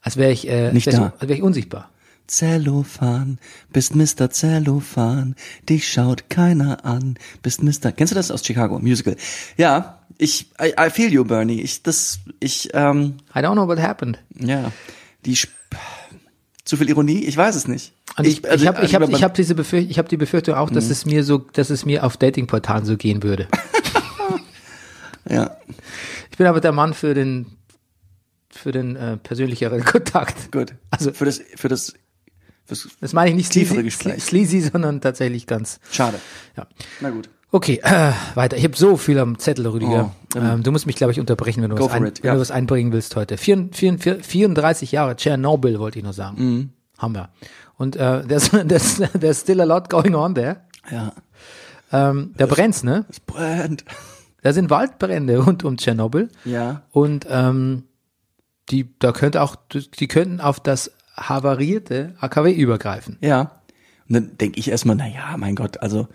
S1: als wäre ich, äh,
S2: Nicht
S1: als
S2: da.
S1: wäre ich, als wäre ich unsichtbar.
S2: Zellophan, bist Mr. Zellophan, dich schaut keiner an, bist Mr. Kennst du das aus Chicago Musical? Ja, ich I, I feel you, Bernie. Ich das ich ähm
S1: I don't know what happened.
S2: ja, die Sp zu viel Ironie, ich weiß es nicht.
S1: Und ich ich,
S2: also, Mhm.
S1: habe ich hab,
S2: lieber
S1: ich hab diese Befürcht ich hab die Befürchtung auch, dass es mir so, dass es mir auf Datingportalen so gehen würde.
S2: ja,
S1: Ich bin aber der Mann für den für den äh, persönlicheren Kontakt.
S2: gut.
S1: Also-
S2: Also für das für das fürs
S1: Das meine ich nicht
S2: Tiefere
S1: sleazy,
S2: Gespräch.
S1: sleazy, sondern tatsächlich ganz.
S2: schade.
S1: Ja.
S2: Na gut.
S1: Okay, äh, weiter. Ich habe so viel am Zettel, Rüdiger.
S2: Oh,
S1: ähm, du musst mich, glaube ich, unterbrechen, wenn du,
S2: Go
S1: was,
S2: for
S1: ein,
S2: it,
S1: wenn
S2: ja.
S1: du was einbringen willst heute. 34, 34, 34 Jahre Tschernobyl, wollte ich nur sagen.
S2: Mhm.
S1: Haben wir. Und äh, there's, there's, there's still a lot going on there.
S2: Ja.
S1: Ähm, da brennt's, ne?
S2: Es brennt.
S1: Da sind Waldbrände rund um Tschernobyl.
S2: Ja.
S1: Und ähm, die, da könnte auch, die könnten auf das havarierte AKW übergreifen.
S2: Ja. Und dann denke ich erstmal, na ja, mein Gott, also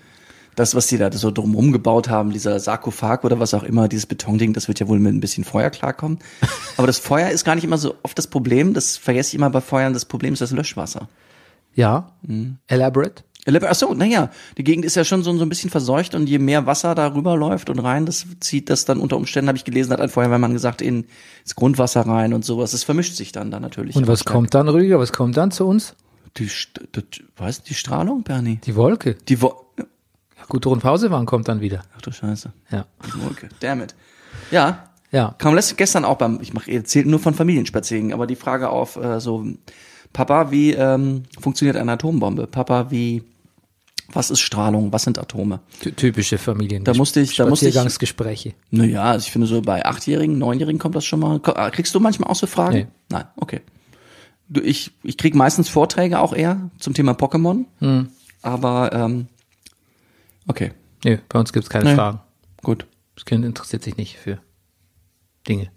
S2: das, was die da so drumherum gebaut haben, dieser Sarkophag oder was auch immer, dieses Betonding, das wird ja wohl mit ein bisschen Feuer klarkommen. Aber das Feuer ist gar nicht immer so oft das Problem, das vergesse ich immer bei Feuern, das Problem ist das Löschwasser. Äh,
S1: Ja.
S2: Mhm.
S1: Elaborate.
S2: Ach so, naja, die Gegend ist ja schon so, so ein bisschen verseucht und je mehr Wasser da rüberläuft und rein, das zieht das dann unter Umständen, habe ich gelesen, hat ein Feuerwehrmann gesagt, in, ins Grundwasser rein und sowas. Es vermischt sich dann da natürlich.
S1: Und was kommt dann, Rüdiger? Was kommt dann zu uns?
S2: Die, St- die, was, die Strahlung, Bernie?
S1: Die Wolke.
S2: Die Wo
S1: Ja, Gudrun Pausewan kommt dann wieder.
S2: Ach du Scheiße.
S1: Ja.
S2: Molke, damn it. Ja.
S1: Ja.
S2: Kam letzt, gestern auch beim, ich mache erzählt nur von Familienspaziergängen, aber die Frage auf äh, so, Papa, wie ähm, funktioniert eine Atombombe? Papa, wie, was ist Strahlung? Was sind Atome?
S1: Ty- Typische Familien.
S2: Da musste ich- da musste ich-
S1: Spaziergangsgespräche.
S2: Naja, also ich finde so bei Achtjährigen, Neunjährigen kommt das schon mal. ko- ah, Kriegst du manchmal auch so Fragen?
S1: Nee.
S2: Nein, okay. Du, ich ich krieg meistens Vorträge auch eher zum Thema Pokémon,
S1: Hm.
S2: aber ähm, okay,
S1: Nö, bei uns gibt's keine
S2: Nee.
S1: Fragen.
S2: gut.
S1: Das Kind interessiert sich nicht für Dinge.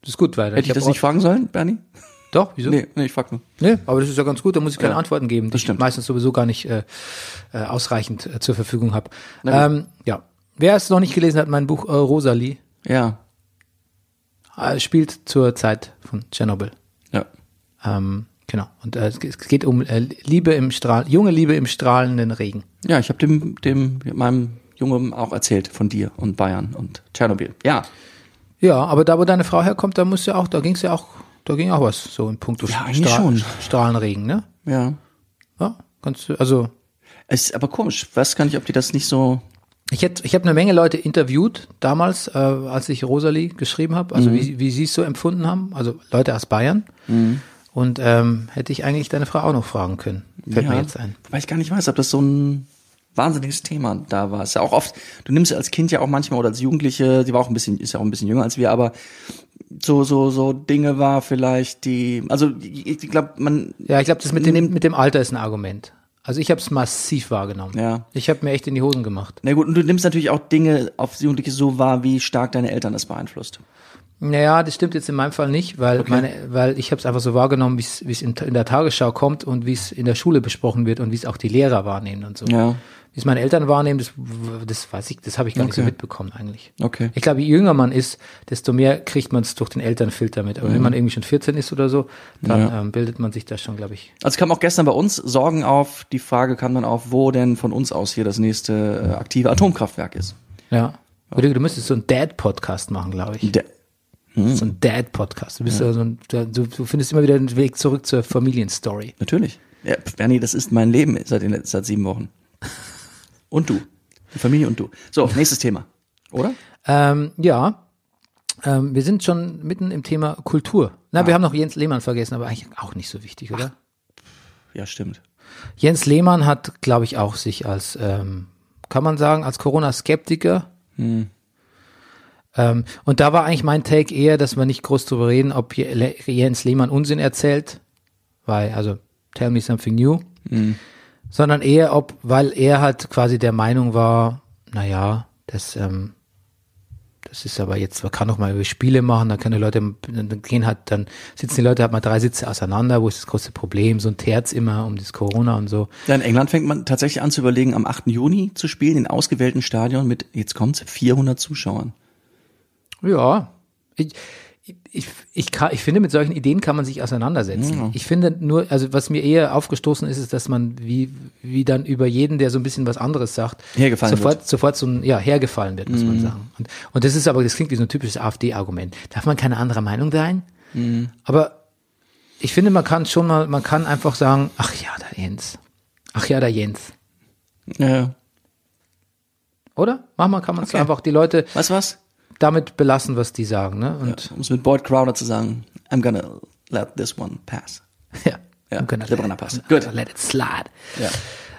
S1: Das ist gut weiter.
S2: Hätte ich,
S1: hab
S2: das
S1: auch-
S2: nicht fragen sollen, Bernie?
S1: Doch, wieso?
S2: Nee, nee, ich frag nur.
S1: Nee, aber das ist Ne? ja ganz gut, da muss ich keine
S2: Ja,
S1: Antworten geben, die
S2: das
S1: ich
S2: stimmt.
S1: meistens sowieso gar nicht äh, äh, ausreichend äh, zur Verfügung habe.
S2: Na
S1: Ähm, ja. Wer es noch nicht gelesen hat, mein Buch äh, Rosalie
S2: Ja,
S1: äh, spielt zur Zeit von Tschernobyl.
S2: ja.
S1: Ähm, genau. Und äh, es, es geht um äh, Liebe im Strahl, junge Liebe im strahlenden Regen.
S2: Ja, ich habe dem, dem meinem Jungen auch erzählt von dir und Bayern und Tschernobyl. Ja,
S1: Ja, aber da, wo deine Frau herkommt, da muss ja auch, da ging's ja auch, da ging auch was so in puncto
S2: Ja, eigentlich schon.
S1: Strahlenregen, ne?
S2: ja.
S1: Ja, kannst du, also
S2: Es ist aber komisch. Weiß gar nicht, ob die das nicht so.
S1: Ich, hätt- ich habe eine Menge Leute interviewt damals, äh, als ich Rosalie geschrieben habe,
S2: Mhm.
S1: also wie, wie sie es so empfunden haben, also Leute aus Bayern.
S2: Mhm.
S1: Und ähm, hätte ich eigentlich deine Frau auch noch fragen können. Fällt
S2: ja,
S1: mir jetzt ein.
S2: Wobei ich gar nicht weiß, ob das so ein wahnsinniges Thema da war. Ist ja auch oft. Du nimmst ja als Kind ja auch manchmal oder als Jugendliche. Die war auch ein bisschen, ist ja auch ein bisschen jünger als wir, aber so so so Dinge war vielleicht die. Also ich, ich glaube, man
S1: Ja, ich glaube, das mit dem, mit dem Alter ist ein Argument. Also ich habe es massiv wahrgenommen.
S2: Ja.
S1: Ich habe mir echt in die Hosen gemacht.
S2: na gut, und du nimmst natürlich auch Dinge auf Jugendliche so wahr, wie stark deine Eltern das beeinflusst.
S1: Naja, das stimmt jetzt in meinem Fall nicht, weil meine, weil ich habe es einfach so wahrgenommen, wie es wie es in, in der Tagesschau kommt und wie es in der Schule besprochen wird und wie es auch die Lehrer wahrnehmen und so.
S2: Ja.
S1: Wie es meine Eltern wahrnehmen, das, das weiß ich, das habe ich gar nicht so
S2: Okay.
S1: mitbekommen eigentlich.
S2: Okay.
S1: Ich glaube, je jünger man ist, desto mehr kriegt man es durch den Elternfilter mit. Aber wenn man irgendwie schon 14 ist oder so, dann
S2: Ja.
S1: ähm, bildet man sich das schon, glaube ich.
S2: Also kam auch gestern bei uns Sorgen auf, die Frage kam dann auf, wo denn von uns aus hier das nächste äh, aktive Atomkraftwerk ist.
S1: Ja. Rüdiger, du müsstest so einen Dad-Podcast machen, glaube ich.
S2: Der,
S1: So einen Dad-Podcast. Du, bist ja. so ein, du, du findest immer wieder den Weg zurück zur Familienstory.
S2: natürlich. Ja, pf, Bernie, das ist mein Leben seit, den, seit sieben Wochen. Und du. Die Familie und du. So, nächstes Thema. Oder?
S1: Ähm, ja. Ähm, wir sind schon mitten im Thema Kultur. Na, wir haben noch Jens Lehmann vergessen, aber eigentlich auch nicht so wichtig, oder?
S2: Ja, stimmt.
S1: Jens Lehmann hat, glaube ich, auch sich als, ähm, kann man sagen, als Corona-Skeptiker. Ähm, und da war eigentlich mein Take eher, dass wir nicht groß drüber reden, ob Je- Le- Jens Lehmann Unsinn erzählt, weil, also, tell me something new, sondern eher, ob, weil er halt quasi der Meinung war, naja, das, ähm, das ist aber jetzt, man kann doch mal über Spiele machen, dann können die Leute, dann gehen halt, dann sitzen die Leute halt mal drei Sitze auseinander, wo ist das große Problem, so ein Terz immer um das Corona und so.
S2: Ja, in England fängt man tatsächlich an zu überlegen, am 8. Juni zu spielen in ausgewählten Stadion mit, jetzt kommt's, 400 Zuschauern.
S1: Ja, ich, ich, ich, kann, ich finde, mit solchen Ideen kann man sich auseinandersetzen. Ich finde nur, also was mir eher aufgestoßen ist, ist, dass man wie, wie dann über jeden, der so ein bisschen was anderes sagt,
S2: Hergefallen
S1: sofort, sofort so ein, ja, hergefallen wird, muss man sagen. Und, und das ist aber, das klingt wie so ein typisches AfD-Argument. Darf man keine andere Meinung sein? Aber ich finde, man kann schon mal, man kann einfach sagen, ach ja, der Jens. Ach ja, der Jens.
S2: Ja.
S1: Oder? Manchmal kann man es einfach die Leute
S2: Weißt du was?
S1: damit belassen, was die sagen, ne? Und
S2: Um es mit Boyd Crowder zu sagen, I'm gonna let this one pass.
S1: Ja,
S2: Ja,
S1: wir können äh,
S2: der Brennerpass. Gut.
S1: Let it slide.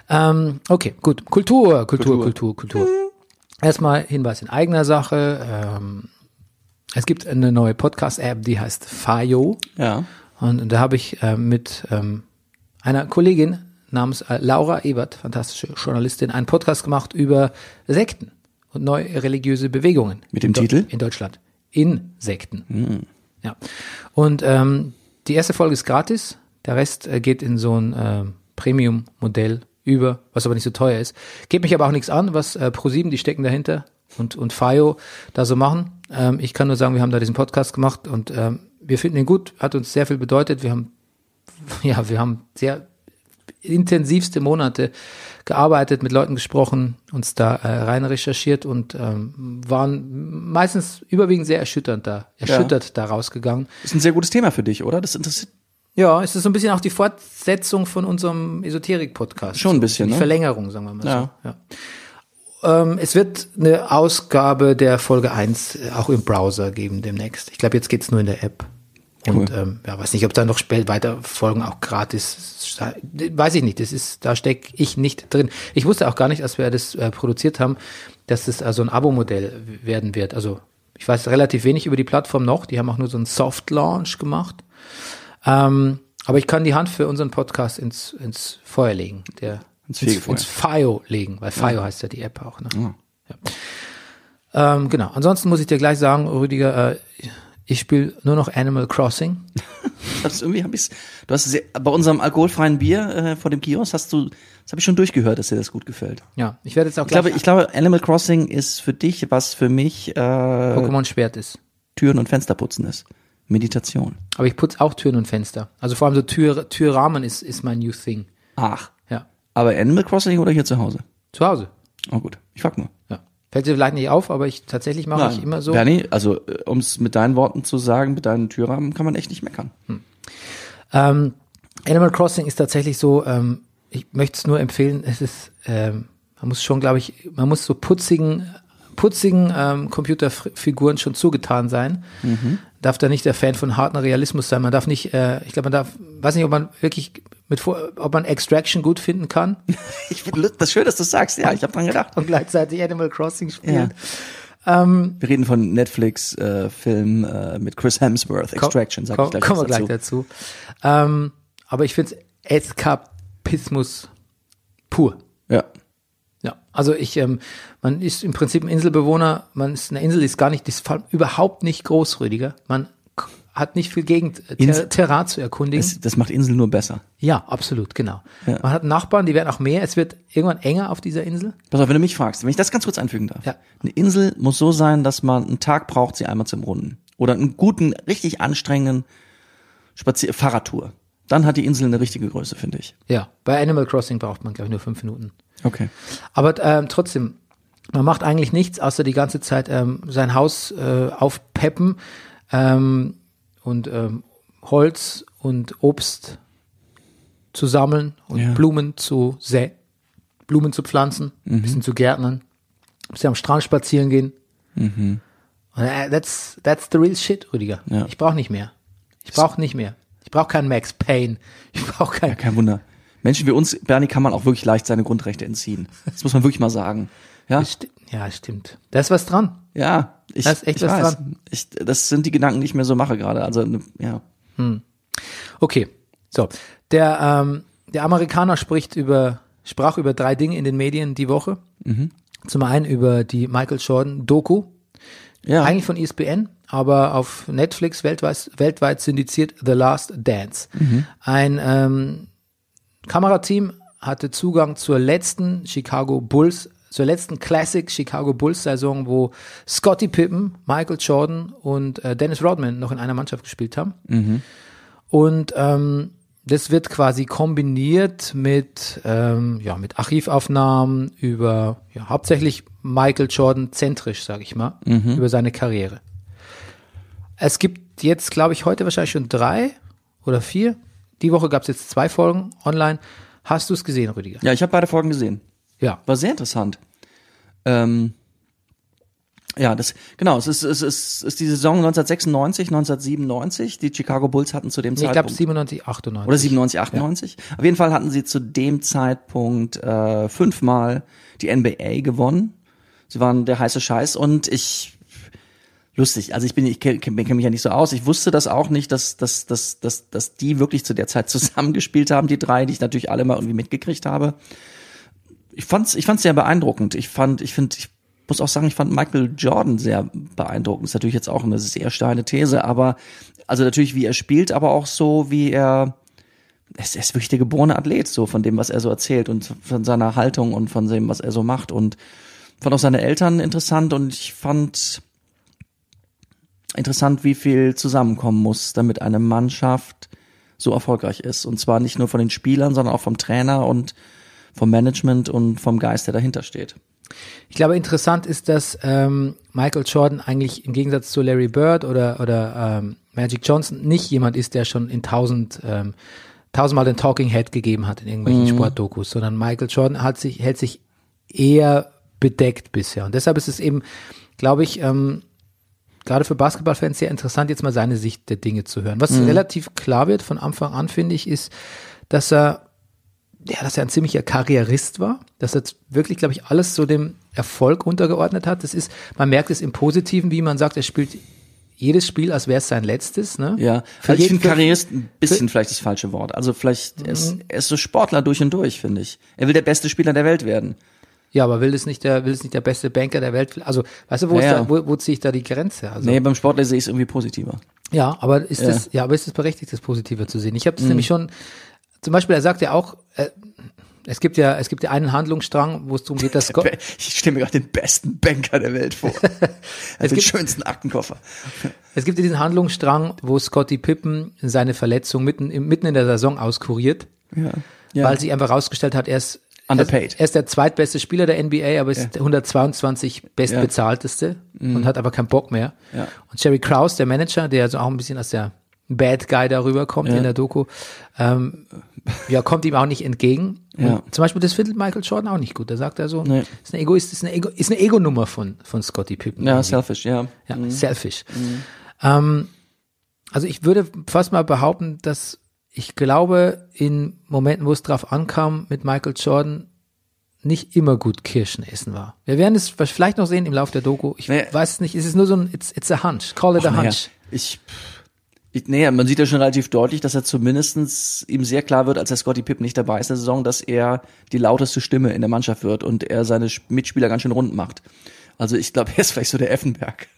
S2: Ja.
S1: Ähm, okay, gut. Kultur, Kultur, Kultur, Kultur. Erstmal Hinweis in eigener Sache. Ähm, es gibt eine neue Podcast-App, die heißt Fayo.
S2: Ja.
S1: Und da habe ich ähm, mit ähm, einer Kollegin namens äh, Laura Ebert, fantastische Journalistin, einen Podcast gemacht über Sekten und neue religiöse Bewegungen.
S2: Mit dem
S1: in Deu-
S2: Titel?
S1: In Deutschland. Insekten. Ja. Und ähm, die erste Folge ist gratis, der Rest äh, geht in so ein ähm, Premium-Modell über, was aber nicht so teuer ist. Geht mich aber auch nichts an, was äh, ProSieben, die stecken dahinter und, und Fayo da so machen. Ähm, ich kann nur sagen, wir haben da diesen Podcast gemacht und ähm, wir finden ihn gut, hat uns sehr viel bedeutet. Wir haben, ja, wir haben sehr intensivste Monate gearbeitet, mit Leuten gesprochen, uns da äh, rein recherchiert und ähm, waren meistens überwiegend sehr erschütternd da, erschüttert da rausgegangen.
S2: Ist ein sehr gutes Thema für dich, oder? Das interessiert
S1: Ja, es ist so ein bisschen auch die Fortsetzung von unserem Esoterik-Podcast.
S2: Schon ein
S1: So
S2: bisschen,
S1: Die
S2: ne?
S1: Verlängerung, sagen wir mal
S2: Ja.
S1: so. Ja. Ähm, es wird eine Ausgabe der Folge 1 auch im Browser geben demnächst. Ich glaube, jetzt geht's nur in der App. Und ähm, ja, weiß nicht, ob da noch spät weiter Folgen auch gratis sei- Weiß ich nicht. Das ist, da stecke ich nicht drin. Ich wusste auch gar nicht, als wir das äh, produziert haben, dass das also ein Abo-Modell werden wird. Also ich weiß relativ wenig über die Plattform noch. Die haben auch nur so einen Soft-Launch gemacht. Ähm, aber ich kann die Hand für unseren Podcast ins, ins Feuer legen. Der,
S2: Ins
S1: ins,
S2: Fegefeuer.
S1: ins Fio legen, weil Fio heißt ja die App auch. Ne? Ja. Ähm, genau. Ansonsten muss ich dir gleich sagen, Rüdiger, äh, ich spiele nur noch Animal Crossing.
S2: Das irgendwie hab ich's, du hast sehr, bei unserem alkoholfreien Bier äh, vor dem Kiosk hast du, das habe ich schon durchgehört, dass dir das gut gefällt.
S1: Ja, ich werde jetzt auch
S2: Ich glaube,
S1: gleich
S2: ich glaube, Animal Crossing ist für dich, was für mich äh,
S1: Pokémon Schwert ist.
S2: Türen und Fenster putzen ist. Meditation.
S1: Aber ich putze auch Türen und Fenster. Also vor allem so Tür, Türrahmen ist, ist mein new thing.
S2: Ach.
S1: Ja.
S2: Aber Animal Crossing oder hier zu Hause?
S1: Zu Hause.
S2: Oh gut, ich frag nur.
S1: Ja. Fällt dir vielleicht nicht auf, aber ich tatsächlich mache ich immer so.
S2: Bernie, also um es mit deinen Worten zu sagen, mit deinen Türrahmen kann man echt nicht meckern.
S1: Ähm, Animal Crossing ist tatsächlich so, ähm, ich möchte es nur empfehlen, es ist, ähm, man muss schon, glaube ich, man muss so putzigen, putzigen ähm, Computerfiguren schon zugetan sein.
S2: Mhm.
S1: Darf da nicht der Fan von harten Realismus sein. Man darf nicht, äh, ich glaube, man darf, weiß nicht, ob man wirklich mit, vor- ob man Extraction gut finden kann
S2: Ich finde das schön, dass du sagst. Ja, ich habe dran gedacht.
S1: und gleichzeitig Animal Crossing spielen.
S2: Wir reden von Netflix äh, Film äh, mit Chris Hemsworth Extraction, sag
S1: komm,
S2: ich gleich
S1: Kommen wir
S2: was
S1: gleich
S2: dazu.
S1: dazu. Ähm, aber ich finde es Eskapismus pur.
S2: Ja.
S1: Ja, also ich, ähm, man ist im Prinzip ein Inselbewohner, man ist eine Insel, die ist gar nicht, die ist vor allem überhaupt nicht groß, Rüdiger. Man k- hat nicht viel Gegend, äh,
S2: Insel-
S1: Ter Terrain zu erkundigen.
S2: Das, das macht Insel nur besser.
S1: ja, absolut, genau. Man hat Nachbarn, die werden auch mehr, es wird irgendwann enger auf dieser Insel.
S2: Pass auf, wenn du mich fragst, wenn ich das ganz kurz einfügen darf.
S1: Ja.
S2: Eine Insel muss so sein, dass man einen Tag braucht, sie einmal zum Runden. Oder einen guten, richtig anstrengenden Spazier Fahrradtour. Dann hat die Insel eine richtige Größe, finde ich.
S1: Ja, bei Animal Crossing braucht man, glaube ich, nur fünf Minuten.
S2: Okay.
S1: Aber ähm, trotzdem, man macht eigentlich nichts, außer die ganze Zeit ähm, sein Haus äh, aufpeppen ähm, und ähm, Holz und Obst zu sammeln und
S2: Ja.
S1: Blumen zu sä
S2: Mhm.
S1: Blumen zu pflanzen, ein bisschen zu gärtnern, ein bisschen am Strand spazieren gehen. Und äh, that's, that's the real shit, Rüdiger.
S2: Mhm. Ja.
S1: Ich brauche nicht mehr. Ich brauche nicht mehr. Ich brauche keinen Max Payne. Ich brauche keinen.
S2: Kein Wunder. Menschen wie uns, Bernie, kann man auch wirklich leicht seine Grundrechte entziehen. Das muss man wirklich mal sagen. Ja,
S1: Sti- Ja, stimmt. Da ist was dran.
S2: ja. Ich,
S1: Da ist echt
S2: ich
S1: was
S2: weiß.
S1: dran.
S2: Ich, das sind die Gedanken, die ich mir so mache gerade. Also, ne, ja.
S1: Okay, so. Der, ähm, der Amerikaner spricht über, sprach über drei Dinge in den Medien die Woche. Zum einen über die Michael Jordan Doku,
S2: Ja.
S1: eigentlich von E ESPN, aber auf Netflix weltweit, weltweit syndiziert The Last Dance. Ein ähm, Kamerateam hatte Zugang zur letzten Chicago Bulls, zur letzten Classic Chicago Bulls Saison, wo Scottie Pippen, Michael Jordan und äh, Dennis Rodman noch in einer Mannschaft gespielt haben. Und ähm, das wird quasi kombiniert mit, ähm, ja, mit Archivaufnahmen über ja, hauptsächlich Michael Jordan zentrisch, sage ich mal, über seine Karriere. Es gibt jetzt, glaube ich, heute wahrscheinlich schon drei oder vier. Die Woche gab es jetzt zwei Folgen online. Hast du es gesehen, Rüdiger?
S2: ja, ich habe beide Folgen gesehen.
S1: Ja.
S2: War sehr interessant. Ähm, ja, das genau, es ist, es ist, es ist die Saison 1996, 1997. Die Chicago Bulls hatten zu dem
S1: Ich glaube
S2: Zeitpunkt
S1: 97, 98.
S2: oder 97, 98. Auf jeden Fall hatten sie zu dem Zeitpunkt äh, fünfmal die NBA gewonnen. Sie waren der heiße Scheiß und ich lustig. Also ich bin, ich kenne kenn, kenn mich ja nicht so aus. Ich wusste das auch nicht, dass, dass, dass, dass, dass die wirklich zu der Zeit zusammengespielt haben, die drei, die ich natürlich alle mal irgendwie mitgekriegt habe. Ich fand's, ich fand's sehr beeindruckend. Ich fand, ich finde, ich muss auch sagen, ich fand Michael Jordan sehr beeindruckend. Ist natürlich jetzt auch eine sehr steile These, aber also natürlich, wie er spielt, aber auch so, wie er es ist wirklich der geborene Athlet, so von dem, was er so erzählt und von seiner Haltung und von dem, was er so macht. Und fand auch seine Eltern interessant und ich fand interessant, wie viel zusammenkommen muss, damit eine Mannschaft so erfolgreich ist. Und zwar nicht nur von den Spielern, sondern auch vom Trainer und vom Management und vom Geist, der dahinter steht.
S1: Ich glaube, interessant ist, dass ähm, Michael Jordan eigentlich im Gegensatz zu Larry Bird oder, oder ähm, Magic Johnson nicht jemand ist, der schon in tausend, ähm, tausendmal den Talking Head gegeben hat in irgendwelchen Sportdokus, sondern Michael Jordan hat sich, hält sich eher bedeckt bisher. Und deshalb ist es eben, glaube ich, ähm, gerade für Basketballfans sehr interessant, jetzt mal seine Sicht der Dinge zu hören.
S2: Mhm.
S1: Was relativ klar wird von Anfang an, finde ich, ist, dass er ja, dass er ein ziemlicher Karrierist war, dass er wirklich, glaube ich, alles so dem Erfolg untergeordnet hat. Das ist, man merkt es im Positiven, wie man sagt, er spielt jedes Spiel, als wäre es sein letztes. Ne?
S2: Ja,
S1: Für
S2: also ich
S1: jeden-
S2: finde Karrierist ein bisschen vielleicht das falsche Wort. Also vielleicht, er, ist, er ist so Sportler durch und durch, finde ich. Er will der beste Spieler der Welt werden.
S1: Ja, aber will es nicht der, will es nicht der beste Banker der Welt? Also, weißt du, wo,
S2: Ja,
S1: ist
S2: ja.
S1: da, wo, wo ziehe ich da die Grenze? Also,
S2: Nee, beim Sportler sehe ich es irgendwie positiver.
S1: Ja, aber ist das, ja, aber ist es berechtigt, das Positive zu sehen? Ich habe das nämlich schon, zum Beispiel, er sagt ja auch, äh, es gibt ja, es gibt ja einen Handlungsstrang, wo es darum geht, dass Scott,
S2: Ich stelle mir gerade den besten Banker der Welt vor. es den
S1: gibt-
S2: schönsten Aktenkoffer.
S1: Es gibt ja diesen Handlungsstrang, wo Scotty Pippen seine Verletzung mitten, im- mitten in der Saison auskuriert,
S2: Ja. ja.
S1: weil sich einfach rausgestellt hat, er ist,
S2: Underpaid.
S1: Er, ist- er ist der zweitbeste Spieler der NBA, aber ist der 122 bestbezahlteste und hat aber keinen Bock mehr.
S2: Mhm. Ja.
S1: Und Jerry Krause, der Manager, der also auch ein bisschen als der Bad Guy darüber kommt in der Doku, ähm, ja, kommt ihm auch nicht entgegen. Und
S2: Ja.
S1: Zum Beispiel, das findet Michael Jordan auch nicht gut. Da sagt er so,
S2: Nee.
S1: ist eine Egoist, ist eine Ego, ist eine Ego-Nummer von, von Scotty Pippen.
S2: ja, selfish, ja.
S1: Ja, selfish.
S2: Mhm.
S1: Ähm, also ich würde fast mal behaupten, dass ich glaube, in Momenten, wo es drauf ankam, mit Michael Jordan nicht immer gut Kirschen essen war. Wir werden es vielleicht noch sehen im Laufe der Doku. Ich
S2: Nee.
S1: weiß es nicht. Es ist nur so ein, it's, it's a hunch. Call it a
S2: Naja,
S1: hunch.
S2: ich, ich, naja, man sieht ja schon relativ deutlich, dass er zumindestens ihm sehr klar wird, als der Scotty Pippen nicht dabei ist in der Saison, dass er die lauteste Stimme in der Mannschaft wird und er seine Sch- Mitspieler ganz schön rund macht. Also ich glaube, er ist vielleicht so der Effenberg.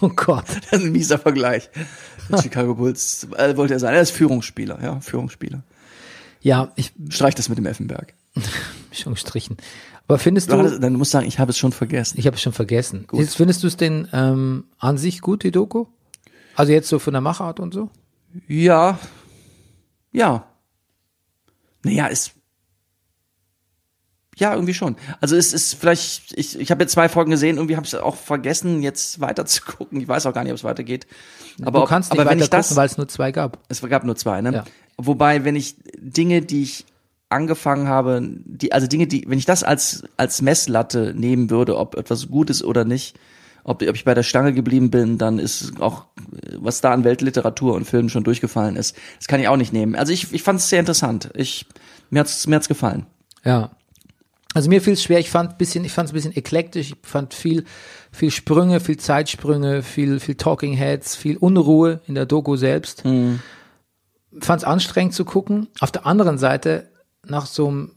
S1: Oh Gott.
S2: Das ist ein mieser Vergleich. Mit Chicago Bulls äh, wollte er sein. Er ist Führungsspieler, ja, Führungsspieler.
S1: Ja, ich
S2: Streich das mit dem Effenberg.
S1: schon gestrichen. Aber findest
S2: Du, hattest-
S1: du,
S2: dann musst du sagen, ich habe es schon vergessen.
S1: ich habe es schon vergessen. Jetzt findest du es denn ähm, an sich gut, die Doku? Also jetzt so von der Machart und so?
S2: Ja. Ja. Naja, ist. Ja, irgendwie schon. Also es ist vielleicht, ich, ich habe jetzt zwei Folgen gesehen, irgendwie habe ich auch vergessen, jetzt weiter zu gucken. Ich weiß auch gar nicht, ob es weitergeht. Aber,
S1: Du
S2: ob-
S1: kannst nicht
S2: aber wenn
S1: weiter
S2: ich das,
S1: gucken, weil es nur zwei gab.
S2: es gab nur zwei, ne?
S1: Ja.
S2: Wobei, wenn ich Dinge, die ich angefangen habe, die, also Dinge, die, wenn ich das als, als Messlatte nehmen würde, ob etwas gut ist oder nicht, ob, ob ich bei der Stange geblieben bin, dann ist auch, äh, was da an Weltliteratur und Filmen schon durchgefallen ist, das kann ich auch nicht nehmen. Also ich, ich fand es sehr interessant. Ich, mir hat's, mir hat's gefallen.
S1: Ja. Also mir fiel es schwer, ich fand bisschen, ich fand es ein bisschen eklektisch, ich fand viel, viel Sprünge, viel Zeitsprünge, viel, viel Talking Heads, viel Unruhe in der Doku selbst. Fand es anstrengend zu gucken. Auf der anderen Seite, nach so einem,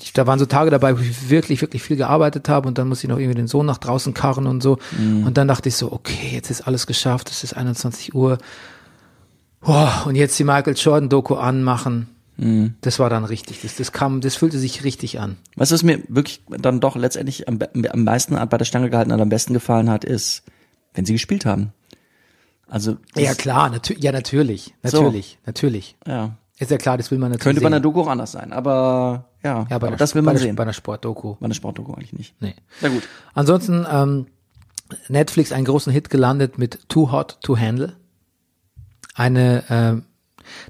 S1: ich- da waren so Tage dabei, wo ich wirklich, wirklich viel gearbeitet habe und dann musste ich noch irgendwie den Sohn nach draußen karren und so. Und dann dachte ich so, okay, jetzt ist alles geschafft, es ist 21 Uhr. Boah, und jetzt die Michael Jordan Doku anmachen.
S2: Mhm.
S1: Das war dann richtig. Das, das kam, das fühlte sich richtig an.
S2: Was es mir wirklich dann doch letztendlich am, be- am meisten an- bei der Stange gehalten hat, am besten gefallen hat, ist, wenn sie gespielt haben. Also
S1: Ja
S2: das-
S1: klar, natü- ja natürlich,
S2: So.
S1: natürlich, natürlich.
S2: ja.
S1: Ist ja klar, das will man natürlich
S2: könnte bei einer
S1: sehen.
S2: Doku auch anders sein, aber ja,
S1: ja, bei
S2: aber
S1: einer,
S2: das will
S1: bei
S2: man
S1: einer,
S2: sehen.
S1: Bei
S2: Bei
S1: einer Sportdoku.
S2: einer Sportdoku eigentlich nicht.
S1: Nee.
S2: Na gut.
S1: Ansonsten ähm, Netflix einen großen Hit gelandet mit Too Hot to Handle. Eine ähm,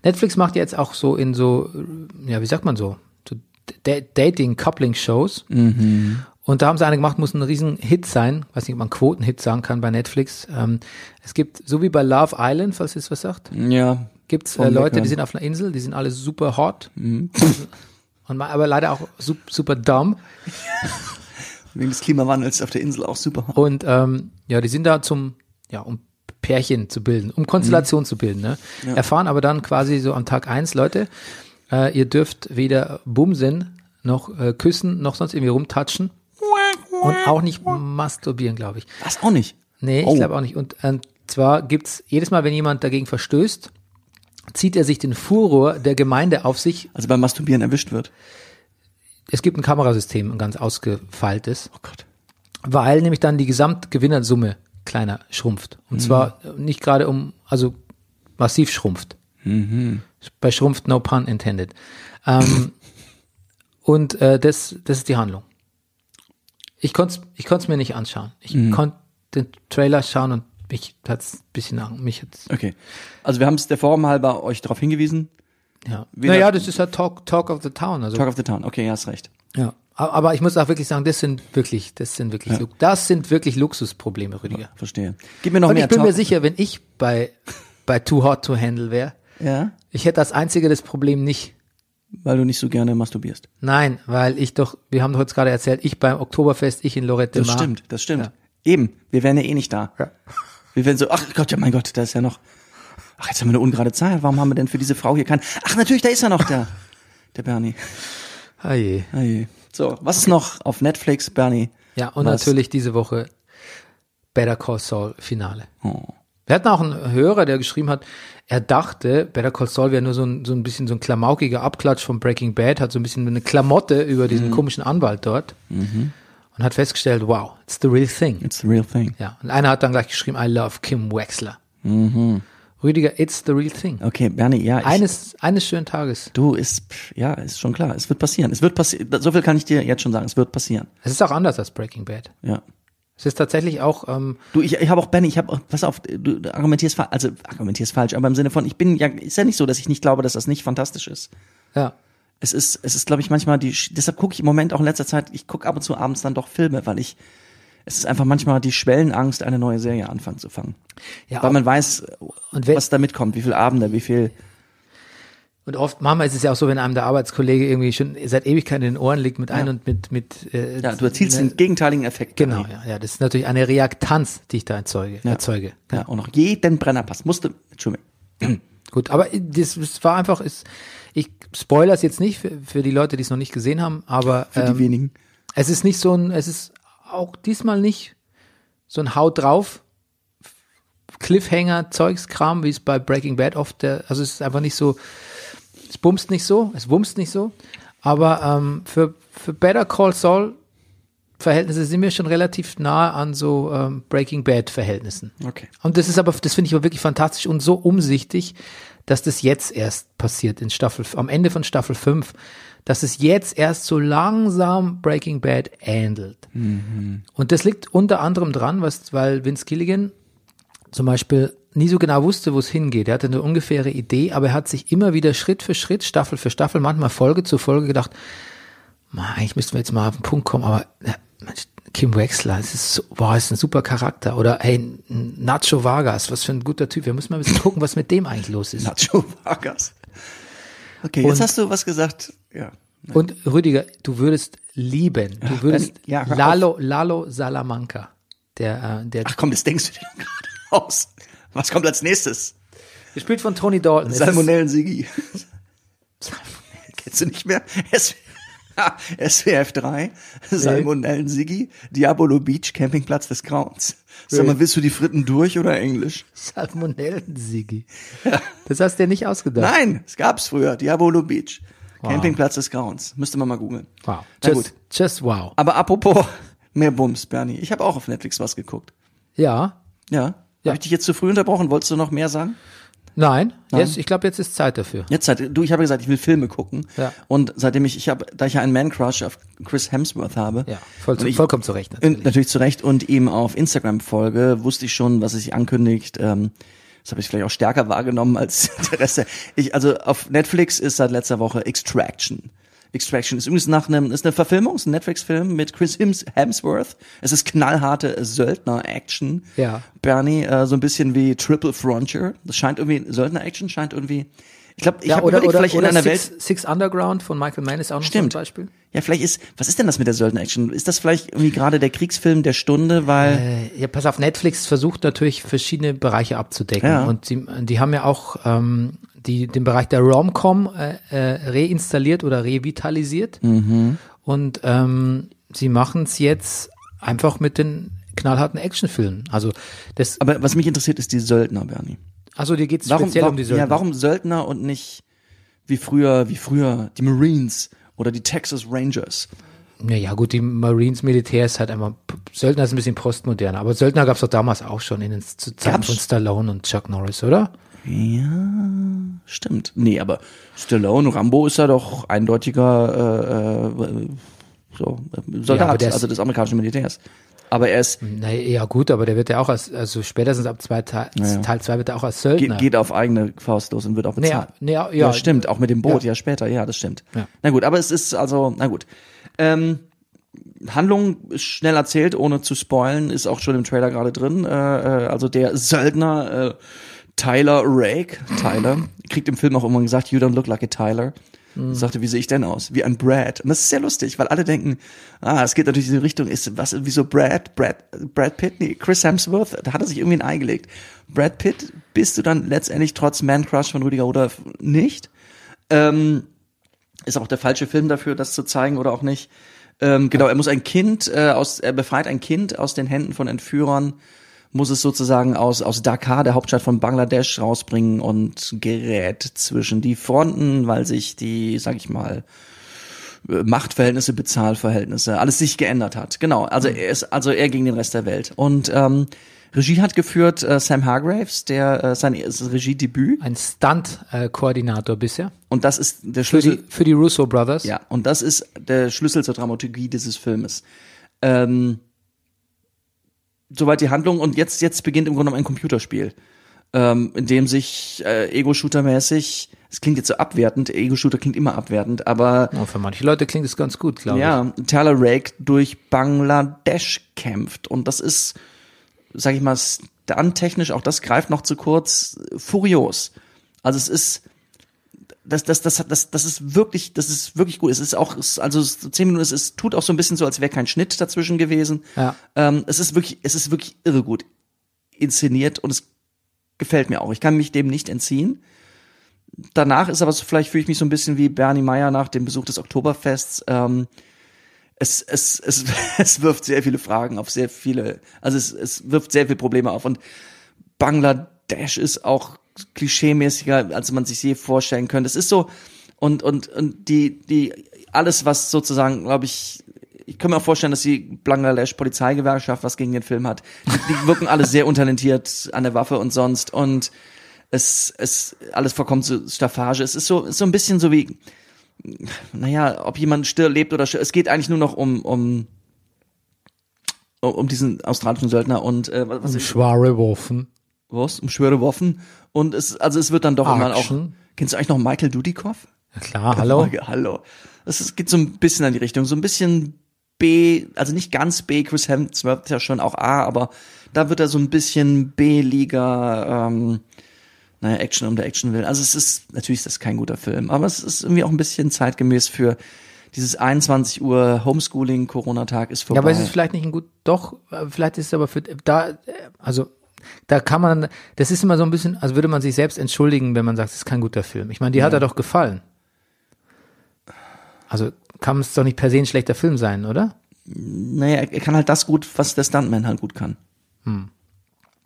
S1: Netflix macht jetzt auch so in so, äh, ja, wie sagt man so, so Da- Dating Coupling Shows. Und da haben sie eine gemacht, muss ein riesen Hit sein. Weiß nicht, ob man Quotenhit sagen kann bei Netflix. Ähm, es gibt, so wie bei Love Island, falls ihr es was sagt,
S2: Ja.
S1: gibt es äh,
S2: Vom
S1: Leute, die
S2: Weghören.
S1: sind auf einer Insel, die sind alle super hot. Und ma- aber leider auch su super dumm.
S2: Wegen des Klimawandels auf der Insel auch super.
S1: Und ähm, ja, die sind da zum, ja, um Pärchen zu bilden, um Konstellation zu bilden. Ne? Erfahren aber dann quasi so am Tag eins, Leute, äh, ihr dürft weder bumsen, noch äh, küssen, noch sonst irgendwie rumtatschen. Und auch nicht masturbieren, glaube ich.
S2: Was auch nicht.
S1: Nee, ich
S2: Oh.
S1: glaube auch nicht. Und, ähm, zwar gibt's jedes Mal, wenn jemand dagegen verstößt, zieht er sich den Furor der Gemeinde auf sich.
S2: Also beim Masturbieren erwischt wird.
S1: Es gibt ein Kamerasystem, ein ganz ausgefeiltes.
S2: Oh Gott.
S1: weil nämlich dann die Gesamtgewinnersumme kleiner schrumpft.
S2: Mhm.
S1: Und zwar nicht gerade um, also massiv schrumpft.
S2: Mhm.
S1: Bei schrumpft no pun intended. Ähm, und äh, das, das ist die Handlung. Ich konnte es ich konnt's mir nicht anschauen. Ich
S2: Mhm.
S1: konnte den Trailer schauen und mich hat's ein bisschen an, mich hat's,
S2: Okay. Also wir haben es der Form halber euch darauf hingewiesen.
S1: ja.
S2: Weder-
S1: Naja, das ist ja Talk, Talk of the Town. Also,
S2: Talk of the Town. Okay, hast recht.
S1: ja. A- Aber ich muss auch wirklich sagen, das sind wirklich, das sind wirklich, Lu- das sind wirklich Luxusprobleme, Rüdiger.
S2: Verstehe. Gib mir noch
S1: Und
S2: mehr
S1: ich bin
S2: Talk-
S1: mir sicher, wenn ich bei, bei Too Hot to Handle wäre,
S2: Ja.
S1: ich hätte als einzige das Problem nicht.
S2: Weil du nicht so gerne masturbierst.
S1: Nein, weil ich doch, wir haben doch jetzt gerade erzählt, ich beim Oktoberfest, ich in Lorette de
S2: Das
S1: Mar.
S2: stimmt, das stimmt. Eben, wir wären ja eh nicht da.
S1: Ja.
S2: Wir wären so, ach Gott, ja mein Gott, da ist ja noch. Ach, jetzt haben wir eine ungerade Zahl. Warum haben wir denn für diese Frau hier keinen? Ach, natürlich, da ist ja noch der, der Bernie.
S1: Ah je.
S2: Ah je. So, was ist noch auf Netflix, Bernie?
S1: Ja, und
S2: Was?
S1: natürlich diese Woche Better Call Saul Finale.
S2: Oh.
S1: Wir hatten auch einen Hörer, der geschrieben hat, er dachte, Better Call Saul wäre nur so ein, so ein bisschen so ein klamaukiger Abklatsch von Breaking Bad, hat so ein bisschen eine Klamotte über
S2: Mhm.
S1: diesen komischen Anwalt dort und hat festgestellt, wow, it's the real thing.
S2: It's the real thing.
S1: Ja, und einer hat dann gleich geschrieben, I love Kim Wexler. Rüdiger, it's the real thing.
S2: Okay, Bernie, Mhm. ja. Ich,
S1: Eines, eines schönen Tages.
S2: du ist, pff, ja, ist schon klar. Es wird passieren. Es wird passieren. So viel kann ich dir jetzt schon sagen. Es wird passieren.
S1: Es ist auch anders als Breaking Bad.
S2: Ja.
S1: Es ist tatsächlich auch, ähm,
S2: Du, ich, ich habe auch Benny, ich habe, pass auf, du du argumentierst falsch, also argumentierst falsch, aber im Sinne von, ich bin ja, ist ja nicht so, dass ich nicht glaube, dass das nicht fantastisch ist.
S1: ja,
S2: es ist, es ist, glaube ich, manchmal die. Sch- Deshalb gucke ich im Moment auch in letzter Zeit, ich gucke ab und zu abends dann doch Filme, weil ich. Es ist einfach manchmal die Schwellenangst, eine neue Serie anfangen zu fangen.
S1: ja
S2: weil man weiß,
S1: Und wenn-
S2: was damit kommt, wie viel Abende, wie viel.
S1: Und oft, manchmal ist es ja auch so, wenn einem der Arbeitskollege irgendwie schon seit Ewigkeit in den Ohren liegt mit ein und mit, mit, äh,
S2: Ja, du erzielst
S1: ne,
S2: den gegenteiligen Effekt.
S1: Genau, ja, ja, das ist natürlich eine Reaktanz, die ich da erzeuge, erzeuge.
S2: Ja, und noch jeden Brennerpass musste. Entschuldigung.
S1: Gut, aber das, das war einfach, ist, ich spoilere es jetzt nicht für, für die Leute, die es noch nicht gesehen haben, aber ähm,
S2: Für die wenigen.
S1: Es ist nicht so ein, es ist auch diesmal nicht so ein Haut drauf, Cliffhanger, Zeugskram, wie es bei Breaking Bad oft, der, also es ist einfach nicht so, es bumst nicht so, es wumst nicht so, aber ähm, für, für Better Call Saul Verhältnisse sind mir schon relativ nahe an so ähm, Breaking Bad Verhältnissen.
S2: Okay.
S1: Und das ist aber, das finde ich aber wirklich fantastisch und so umsichtig, dass das jetzt erst passiert in Staffel, am Ende von Staffel 5, dass es jetzt erst so langsam Breaking Bad ähnelt. Und das liegt unter anderem dran, was, weil Vince Gilligan zum Beispiel nie so genau wusste, wo es hingeht. Er hatte eine ungefähre Idee, aber er hat sich immer wieder Schritt für Schritt, Staffel für Staffel, manchmal Folge zu Folge gedacht, "Ma, eigentlich müssten wir jetzt mal auf den Punkt kommen, aber ja, Mensch, Kim Wexler, es ist, so, boah, ist ein super Charakter. Oder hey, N- N- Nacho Vargas, was für ein guter Typ. Wir müssen mal ein bisschen gucken, was mit dem eigentlich los ist.
S2: Nacho Vargas. Okay, jetzt
S1: Und-
S2: hast du was gesagt. Ja.
S1: Und Rüdiger, du würdest lieben, du würdest
S2: Ben, ja, hör auf.
S1: Lalo, Lalo Salamanca, der, äh, der
S2: Ach komm, das denkst du dir gerade aus. Was kommt als nächstes?
S1: gespielt von Tony Dalton. Es ist-
S2: Salmonellen-Sigi. Kennst du nicht mehr? Ah, S SWF 3, Salmonellen-Sigi, Diabolo Beach, Campingplatz des Grauens. Sag mal, willst du die Fritten durch oder Englisch?
S1: Salmonellen-Sigi. Das hast du dir nicht ausgedacht.
S2: Nein, es gab's früher, Diabolo Beach, Campingplatz des Grauens. Müsste man mal googeln.
S1: Wow.
S2: Na
S1: Just,
S2: gut.
S1: just wow.
S2: Aber apropos mehr Bums, Bernie. Ich habe auch auf Netflix was geguckt.
S1: Ja.
S2: Ja.
S1: Ja.
S2: Hab ich dich jetzt zu früh unterbrochen? Wolltest du noch mehr sagen?
S1: Nein. Jetzt, ich glaube, jetzt ist Zeit dafür.
S2: Jetzt halt, du, ich habe gesagt, ich will Filme gucken.
S1: Ja.
S2: Und seitdem ich, ich habe, da ich ja einen Man-Crush auf Chris Hemsworth habe.
S1: Ja, voll,
S2: und ich,
S1: vollkommen zu Recht.
S2: Und natürlich zu Recht und ihm auf Instagram folge, wusste ich schon, was er sich ankündigt. Ähm, das habe ich vielleicht auch stärker wahrgenommen als Interesse. Ich, also auf Netflix ist seit letzter Woche Extraction. Extraction ist übrigens nach einem, ist eine Verfilmung, ist ein Netflix-Film mit Chris Hems- Hemsworth. Es ist knallharte Söldner-Action.
S1: Ja.
S2: Bernie, äh, so ein bisschen wie Triple Frontier. Das scheint irgendwie, Söldner-Action scheint irgendwie, ich glaube, ich
S1: ja,
S2: habe
S1: oder,
S2: überlegt,
S1: oder,
S2: vielleicht
S1: oder
S2: in einer
S1: Six,
S2: Welt,
S1: Six Underground von Michael Mann ist auch noch so ein
S2: Stimmt.
S1: Beispiel.
S2: ja, vielleicht ist, was ist denn das mit der Söldner-Action? Ist das vielleicht irgendwie gerade der Kriegsfilm der Stunde, weil,
S1: Äh, Ja, pass auf, Netflix versucht natürlich verschiedene Bereiche abzudecken.
S2: Ja.
S1: Und sie, die haben ja auch ähm, die, den Bereich der Rom-Com äh, äh, reinstalliert oder revitalisiert. Mhm. Und ähm, sie machen es jetzt einfach mit den knallharten Actionfilmen. Also das,
S2: Aber was mich interessiert, ist die Söldner, Bernie.
S1: also dir geht es
S2: Warum,
S1: speziell
S2: warum,
S1: um die Söldner.
S2: Ja, warum Söldner und nicht wie früher, wie früher die Marines oder die Texas Rangers?
S1: Naja, gut, die Marines Militär ist halt einmal, Söldner ist ein bisschen postmoderner, aber Söldner gab es doch damals auch schon in den Z- zu Zeiten
S2: Gab's?
S1: von Stallone und Chuck Norris, oder?
S2: Stimmt. Nee, aber Stallone, Rambo ist ja doch eindeutiger äh, äh, so,
S1: Ja,
S2: äh,
S1: aber
S2: Soldat,
S1: der ist- Mhm.
S2: also des amerikanischen Militärs. Aber er ist,
S1: Naja, ja gut, aber der wird ja auch als, also spätestens ab zwei, Teil- Teil zwei wird er auch als
S2: ge
S1: Söldner.
S2: geht auf eigene Faust los und wird auch bezahlt.
S1: naja, ja.
S2: stimmt, auch mit dem Boot,
S1: Ja.
S2: ja, später, ja, das stimmt.
S1: Ja.
S2: Na gut, aber es ist also, na gut. Ähm, Handlung ist schnell erzählt, ohne zu spoilen, ist auch schon im Trailer gerade drin. Äh, äh, also der Söldner äh, Tyler Rake, Tyler, kriegt im Film auch irgendwann gesagt, you don't look like a Tyler. Und sagte, wie sehe ich denn aus? Wie ein Brad. Und das ist sehr lustig, weil alle denken, ah, es geht natürlich in die Richtung, ist, was, wieso Brad, Brad, Brad Pitt, nee, Chris Hemsworth, da hat er sich irgendwie ein Ei gelegt. Brad Pitt bist du dann letztendlich trotz Man Crush von Rüdiger Rudolph nicht. Ähm, ist auch der falsche Film dafür, das zu zeigen oder auch nicht. Ähm, genau, er muss ein Kind äh, aus, er befreit ein Kind aus den Händen von Entführern, muss es sozusagen aus aus Dakar, der Hauptstadt von Bangladesch, rausbringen und gerät zwischen die Fronten, weil sich die, sag ich mal, äh, Machtverhältnisse, Bezahlverhältnisse, alles sich geändert hat. Genau, also er ist also er gegen den Rest der Welt. Und ähm, Regie hat geführt äh, Sam Hargraves, der äh, sein erstes Regiedebüt
S1: Ein Stunt-Koordinator bisher
S2: und das ist der
S1: für
S2: Schlüssel
S1: die, für die Russo Brothers.
S2: ja, und das ist der Schlüssel zur Dramaturgie dieses Filmes. Ähm, soweit die Handlung und jetzt, jetzt beginnt im Grunde genommen ein Computerspiel, ähm, in dem sich äh, Ego-Shooter-mäßig, es klingt jetzt so abwertend, Ego-Shooter klingt immer abwertend, aber
S1: Und für manche Leute klingt es ganz gut, glaube ich.
S2: ja, Tyler Rake durch Bangladesch kämpft. Und das ist, sag ich mal, technisch auch das greift noch zu kurz, furios. Also es ist, das, das, das, hat- das, das ist wirklich, das ist wirklich gut. Es ist auch, es, also es- zehn Minuten, es ist, tut auch so ein bisschen so, als wäre kein Schnitt dazwischen gewesen.
S1: Ja.
S2: Ähm, es ist wirklich, es ist wirklich irre gut inszeniert und es gefällt mir auch. Ich kann mich dem nicht entziehen. Danach ist aber so, vielleicht fühle ich mich so ein bisschen wie Bernie Meyer nach dem Besuch des Oktoberfests. Ähm, es, es, es, es wirft sehr viele Fragen auf sehr viele, also es, es wirft sehr viele Probleme auf. Und Bangladesch ist auch klischeemäßiger, als man sich je vorstellen könnte. Es ist so, und, und, und die, die, alles, was sozusagen, glaube ich, ich kann mir auch vorstellen, dass die Bangladesch Polizeigewerkschaft was gegen den Film hat. Die, die wirken alle sehr untalentiert an der Waffe und sonst und es, es, alles vollkommen zu Staffage. Es ist so, ist so ein bisschen so wie, naja, ob jemand stirbt, lebt oder stirbt. Es geht eigentlich nur noch um, um, um diesen australischen Söldner und, äh, was, was
S1: Um
S2: ist-
S1: Schwere Waffen.
S2: was? Um schwere Waffen. Und es, also es wird dann doch immer auch.
S1: Action.
S2: Kennst du eigentlich noch Michael Dudikoff?
S1: Ja, klar, hallo.
S2: Frage, hallo. Es ist- geht so ein bisschen an die Richtung, so ein bisschen B, also nicht ganz B, Chris Hemsworth ist ja schon auch A, aber da wird er so ein bisschen B-Liga, ähm, naja, Action um der Action willen. Also es ist, natürlich ist das kein guter Film, aber es ist irgendwie auch ein bisschen zeitgemäß für dieses 21 Uhr Homeschooling, Corona-Tag ist vorbei.
S1: Ja, aber es ist vielleicht nicht ein gut, doch, äh, vielleicht ist es aber für, da, äh, also, da kann man, das ist immer so ein bisschen, als würde man sich selbst entschuldigen, wenn man sagt, es ist kein guter Film. Ich meine, dir hat er doch gefallen. Also, kann es doch nicht per se ein schlechter Film sein, oder?
S2: naja, er kann halt das gut, was der Stuntman halt gut kann.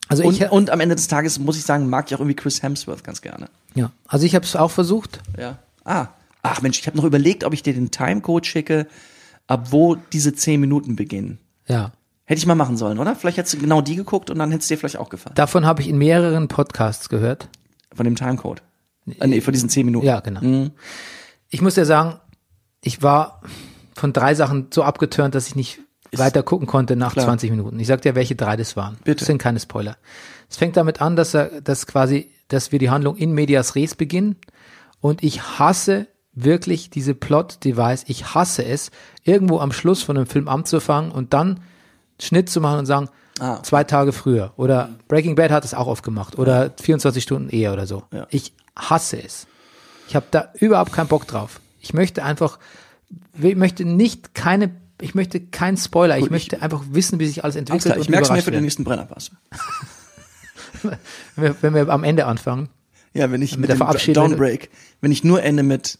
S1: Also,
S2: Und,
S1: ich,
S2: und am Ende des Tages, muss ich sagen, mag ich auch irgendwie Chris Hemsworth ganz gerne.
S1: ja, also ich habe es auch versucht.
S2: Ja. Ah. Ach Mensch, ich habe noch überlegt, ob ich dir den Timecode schicke, ab wo diese 10 Minuten beginnen.
S1: Ja.
S2: Hätte ich mal machen sollen, oder? Vielleicht hättest du genau die geguckt und dann hätte es dir vielleicht auch gefallen.
S1: Davon habe ich in mehreren Podcasts gehört.
S2: Von dem Timecode. Äh, nee, von diesen 10 Minuten.
S1: Ja, genau.
S2: Mhm.
S1: Ich muss ja sagen, ich war von drei Sachen so abgeturnt, dass ich nicht weiter gucken konnte nach 20 Minuten. Ich sag dir, welche drei das waren.
S2: Bitte.
S1: Das sind keine Spoiler. Es fängt damit an, dass er, dass quasi, dass wir die Handlung in medias res beginnen. Und ich hasse wirklich diese Plot-Device. Ich hasse es, irgendwo am Schluss von einem Film anzufangen und dann Schnitt zu machen und sagen,
S2: Ah.
S1: zwei Tage früher. Oder Breaking Bad hat es auch oft gemacht. Oder 24 Stunden eher oder so.
S2: Ja.
S1: Ich hasse es. Ich habe da überhaupt keinen Bock drauf. Ich möchte einfach, ich möchte nicht keine, ich möchte keinen Spoiler. Ich möchte einfach wissen, wie sich alles
S2: Alles
S1: entwickelt.
S2: klar, ich
S1: und
S2: merke es mir
S1: überrascht
S2: für den
S1: werden.
S2: nächsten Brennerpass.
S1: Wenn wir, wenn wir am Ende anfangen.
S2: Ja, wenn ich mit,
S1: der
S2: dem
S1: Verabschiedung-
S2: Downbreak, wenn ich nur ende mit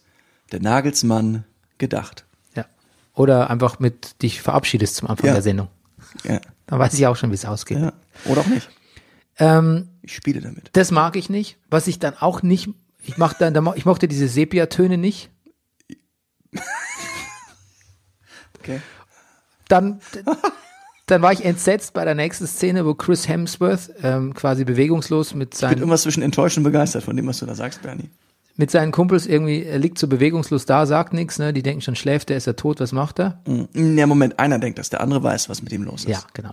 S2: der Nagelsmann gedacht.
S1: Ja. Oder einfach mit dich verabschiedest zum Anfang
S2: Ja.
S1: der Sendung.
S2: Ja.
S1: Dann weiß ich auch schon, wie es ausgeht.
S2: ja. Oder auch nicht.
S1: Ähm,
S2: Ich spiele damit.
S1: das mag ich nicht. Was ich dann auch nicht, ich mach dann, da mo- ich mochte diese Sepia-Töne nicht.
S2: Okay.
S1: dann, dann war ich entsetzt bei der nächsten Szene, wo Chris Hemsworth ähm, quasi bewegungslos mit
S2: Ich bin
S1: seinen,
S2: irgendwas zwischen enttäuscht und begeistert von dem, was du da sagst, Bernie.
S1: mit seinen Kumpels irgendwie, er liegt so bewegungslos da, sagt nichts, ne? die denken schon, schläft er, ist er tot, was macht er?
S2: Mhm. Ja, Moment, einer denkt das, der andere weiß, was mit ihm los ist.
S1: Ja, genau.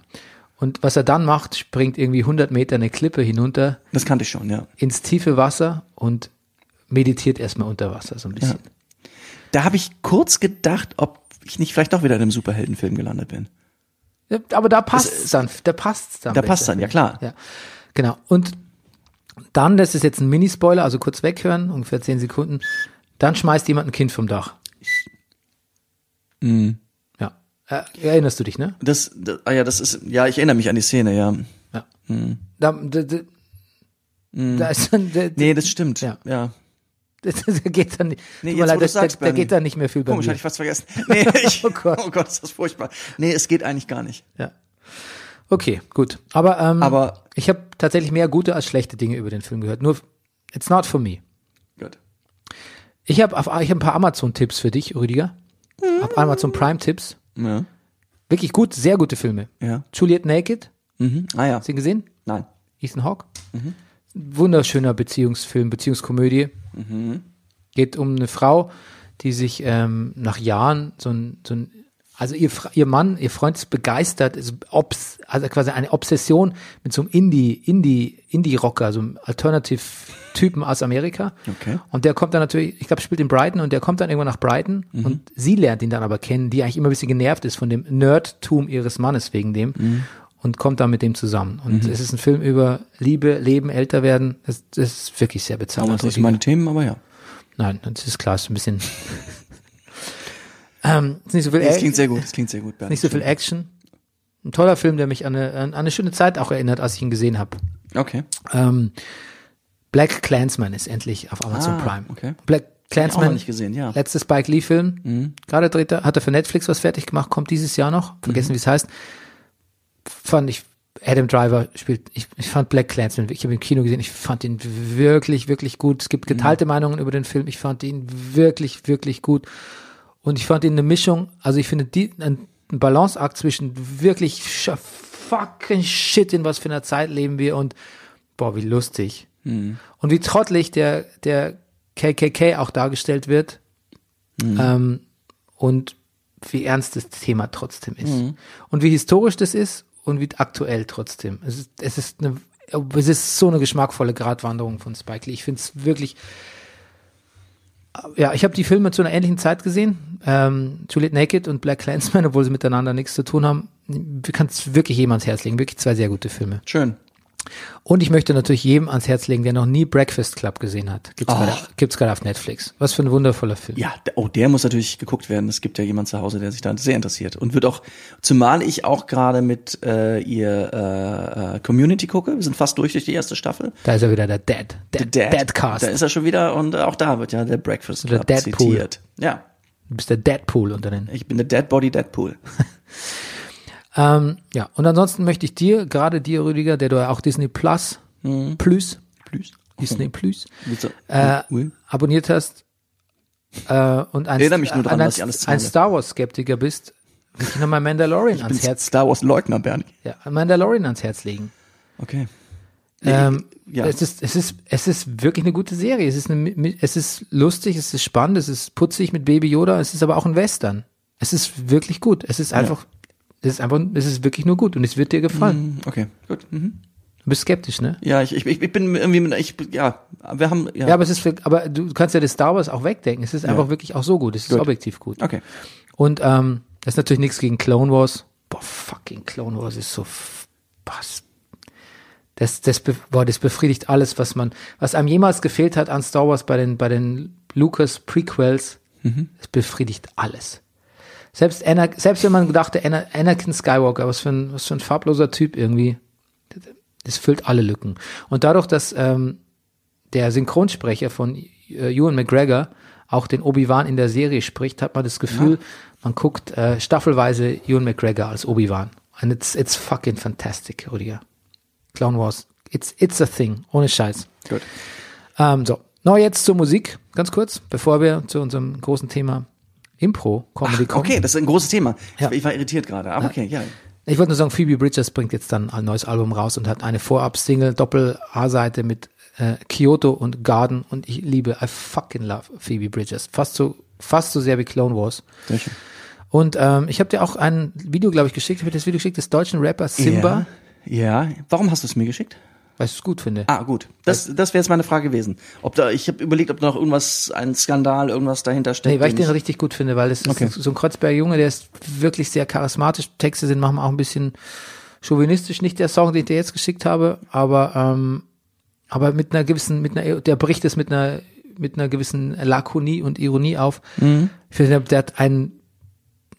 S1: Und was er dann macht, springt irgendwie 100 Meter eine Klippe hinunter
S2: Das kannte ich schon, ja.
S1: ins tiefe Wasser und meditiert erstmal unter Wasser so ein bisschen.
S2: Da habe ich kurz gedacht, ob ich nicht vielleicht doch wieder in einem Superheldenfilm gelandet bin.
S1: Ja, aber da passt es dann, da passt es dann.
S2: Da
S1: besser.
S2: passt dann, ja klar.
S1: Ja, genau. Und dann, das ist jetzt ein Minispoiler, also kurz weghören, ungefähr 10 Sekunden, dann schmeißt jemand ein Kind vom Dach.
S2: Mm.
S1: Ja. Äh, erinnerst du dich, ne?
S2: Das, das, ah ja, das ist, ja, ich erinnere mich an die Szene, ja.
S1: Ja.
S2: Hm.
S1: Da, da, da, da ist dann, da,
S2: Nee, das stimmt.
S1: Ja.
S2: ja.
S1: das, das geht dann nicht,
S2: Nee,
S1: tut
S2: jetzt,
S1: mir
S2: wo
S1: leid,
S2: du
S1: das, da,
S2: sagst,
S1: da
S2: Bernie.
S1: geht dann nicht mehr viel bei
S2: Komisch, halt.
S1: mir.
S2: hatte ich fast vergessen. Nee, ich,
S1: Oh
S2: oh,
S1: Gott.
S2: Gott. oh Gott, ist das furchtbar. Nee, es geht eigentlich gar nicht.
S1: Ja. Okay, gut. Aber, ähm,
S2: Aber-
S1: ich habe tatsächlich mehr gute als schlechte Dinge über den Film gehört. Nur, it's not for me.
S2: Gut.
S1: Ich habe ich hab ein paar Amazon-Tipps für dich, Rüdiger. Hab
S2: Mhm.
S1: Amazon Prime-Tipps.
S2: Ja.
S1: Wirklich gut, sehr gute Filme.
S2: Ja.
S1: Juliet Naked,
S2: Mhm. Ah ja.
S1: hast du ihn gesehen?
S2: Nein.
S1: Ethan Hawke.
S2: Mhm.
S1: Wunderschöner Beziehungsfilm, Beziehungskomödie. Geht um eine Frau, die sich ähm, nach Jahren so ein, so ein also ihr, Fra- ihr Mann, ihr Freund ist begeistert, ist obs, also quasi eine Obsession mit so einem Indie, Indie, Indie-Rocker, so einem Alternative-Typen aus Amerika.
S2: Okay.
S1: Und der kommt dann natürlich, ich glaube, spielt in Brighton und der kommt dann irgendwann nach Brighton und sie lernt ihn dann aber kennen, die eigentlich immer ein bisschen genervt ist von dem Nerdtum ihres Mannes wegen dem und kommt dann mit dem zusammen. Und es ist ein Film über Liebe, Leben, älter werden. Das, das ist wirklich sehr
S2: Aber
S1: bezaubernd.
S2: das ist nicht meine Themen, aber ja.
S1: Nein, das ist klar, ist ein bisschen. ähm, ist nicht so viel,
S2: Das
S1: Ac-
S2: klingt sehr gut, das klingt sehr gut, Bernd.
S1: nicht so viel Action. Ein toller Film, der mich an eine, an eine schöne Zeit auch erinnert, als ich ihn gesehen habe.
S2: Okay.
S1: Ähm, Black Clansman ist endlich auf Amazon
S2: Ah,
S1: Prime.
S2: okay.
S1: Black
S2: Ich auch noch
S1: Clansman,
S2: nicht gesehen, ja.
S1: letzter Spike Lee Film. Gerade dreht er, hat er für Netflix was fertig gemacht, kommt dieses Jahr noch. Vergessen, wie es heißt. Fand ich, Adam Driver spielt, ich, ich fand Black Clansman, ich habe ihn im Kino gesehen, ich fand ihn wirklich, wirklich gut. Es gibt geteilte Meinungen über den Film, ich fand ihn wirklich, wirklich gut. Und ich fand ihn eine Mischung, also ich finde die, ein, ein Balanceakt zwischen wirklich sch- fucking shit, in was für einer Zeit leben wir und boah, wie lustig. Und wie trottelig der, der KKK auch dargestellt wird. Ähm, und wie ernst das Thema trotzdem ist. Und wie historisch das ist und wie aktuell trotzdem. Es ist, es ist eine, es ist so eine geschmackvolle Gratwanderung von Spike Lee. Ich finde es wirklich, ja, ich habe die Filme zu einer ähnlichen Zeit gesehen. Ähm, Juliet Naked und Black Clansman, obwohl sie miteinander nichts zu tun haben. Kann es wirklich jedem ans Herz legen. Wirklich zwei sehr gute Filme.
S2: Schön.
S1: Und ich möchte natürlich jedem ans Herz legen, der noch nie Breakfast Club gesehen hat. Gibt's,
S2: Oh.
S1: gerade, gibt's gerade auf Netflix. Was für ein wundervoller Film.
S2: Ja, der- oh, der muss natürlich geguckt werden. Es gibt ja jemand zu Hause, der sich da sehr interessiert und wird auch, zumal ich auch gerade mit äh, ihr äh, äh, Community gucke. Wir sind fast durch durch die erste Staffel.
S1: Da ist er wieder, der Dad. Der
S2: Dad,
S1: Dadcast.
S2: Da ist er schon wieder und auch da wird ja der Breakfast
S1: Oder
S2: Club
S1: Deadpool.
S2: zitiert. Ja,
S1: Du bist der Deadpool unter den.
S2: ich bin der Dead Body Deadpool.
S1: Ähm, ja, und ansonsten möchte ich dir, gerade dir, Rüdiger, der du ja auch Disney Plus, Plus,
S2: Mhm. Plus.
S1: Disney Plus,
S2: Mit so- hm,
S1: äh,
S2: Ui.
S1: abonniert hast äh, und ein,
S2: Erinnere mich nur dran,
S1: ein,
S2: was ich alles zahle.
S1: ein Star Wars Skeptiker bist, will ich nochmal Mandalorian
S2: Ich bin
S1: ans Herz,
S2: Star Wars Leugner, Bernie.
S1: ja, Mandalorian ans Herz legen.
S2: Okay.
S1: Ähm,
S2: Äh, ja.
S1: es, ist, es, ist, es ist wirklich eine gute Serie. Es ist, eine, Mi- Mi- es ist lustig, es ist spannend, es ist putzig mit Baby Yoda, es ist aber auch ein Western. Es ist wirklich gut. Es ist einfach, es ist einfach, es ist wirklich nur gut und es wird dir gefallen.
S2: Hm, Okay, gut. Mhm.
S1: Du bist skeptisch, ne?
S2: Ja, ich, ich, ich bin irgendwie mit, ich, ja, wir haben, ja.
S1: Ja, aber es ist, viel- aber du kannst ja das Star Wars auch wegdenken. Es ist einfach wirklich auch so gut. Es ist objektiv gut.
S2: okay.
S1: Und ähm, das ist natürlich nichts gegen Clone Wars. Boah, fucking Clone Wars ist so f- was. Das, das, be- boah, das befriedigt alles, was man, was einem jemals gefehlt hat an Star Wars bei den, bei den Lucas Prequels. Es befriedigt alles. Selbst, Ana, selbst wenn man dachte, Ana, Anakin Skywalker, was für, ein, was für ein farbloser Typ irgendwie. Das füllt alle Lücken. Und dadurch, dass ähm, der Synchronsprecher von äh, Ewan McGregor auch den Obi-Wan in der Serie spricht, hat man das Gefühl, man guckt äh, staffelweise Ewan McGregor als Obi-Wan. And it's, it's fucking fantastic, Rüdiger. Clown Wars. It's, it's a thing. Ohne Scheiß.
S2: Gut.
S1: Ähm, so. Noch jetzt zur Musik, ganz kurz, bevor wir zu unserem großen Thema Impro Comedy kommen.
S2: Okay, das ist ein großes Thema.
S1: Ja.
S2: Ich, ich war irritiert gerade, aber okay, ja.
S1: Ich wollte nur sagen, Phoebe Bridgers bringt jetzt dann ein neues Album raus und hat eine Vorab-Single, Doppel-A-Seite mit äh, Kyoto und Garden und ich liebe, I fucking love Phoebe Bridgers. Fast so, fast so sehr wie Clone Wars.
S2: Sehr schön.
S1: Und ähm, ich habe dir auch ein Video, glaube ich, geschickt. Ich habe dir das Video geschickt des deutschen Rappers Simba,
S2: Ja. ja. Warum hast du es mir geschickt?
S1: weil ich es gut finde.
S2: Ah, gut. Das, das wäre jetzt meine Frage gewesen. Ob da, ich habe überlegt, ob da noch irgendwas, ein Skandal, irgendwas dahinter steckt.
S1: Nee, weil ich den
S2: ich-
S1: richtig gut finde, weil das ist
S2: Okay.
S1: so ein Kreuzberger Junge, der ist wirklich sehr charismatisch. Texte sind manchmal auch ein bisschen chauvinistisch, nicht der Song, den ich dir jetzt geschickt habe, aber ähm, aber mit einer gewissen, mit einer, der bricht es mit einer mit einer gewissen Lakonie und Ironie auf.
S2: Mhm.
S1: Ich finde, der hat einen,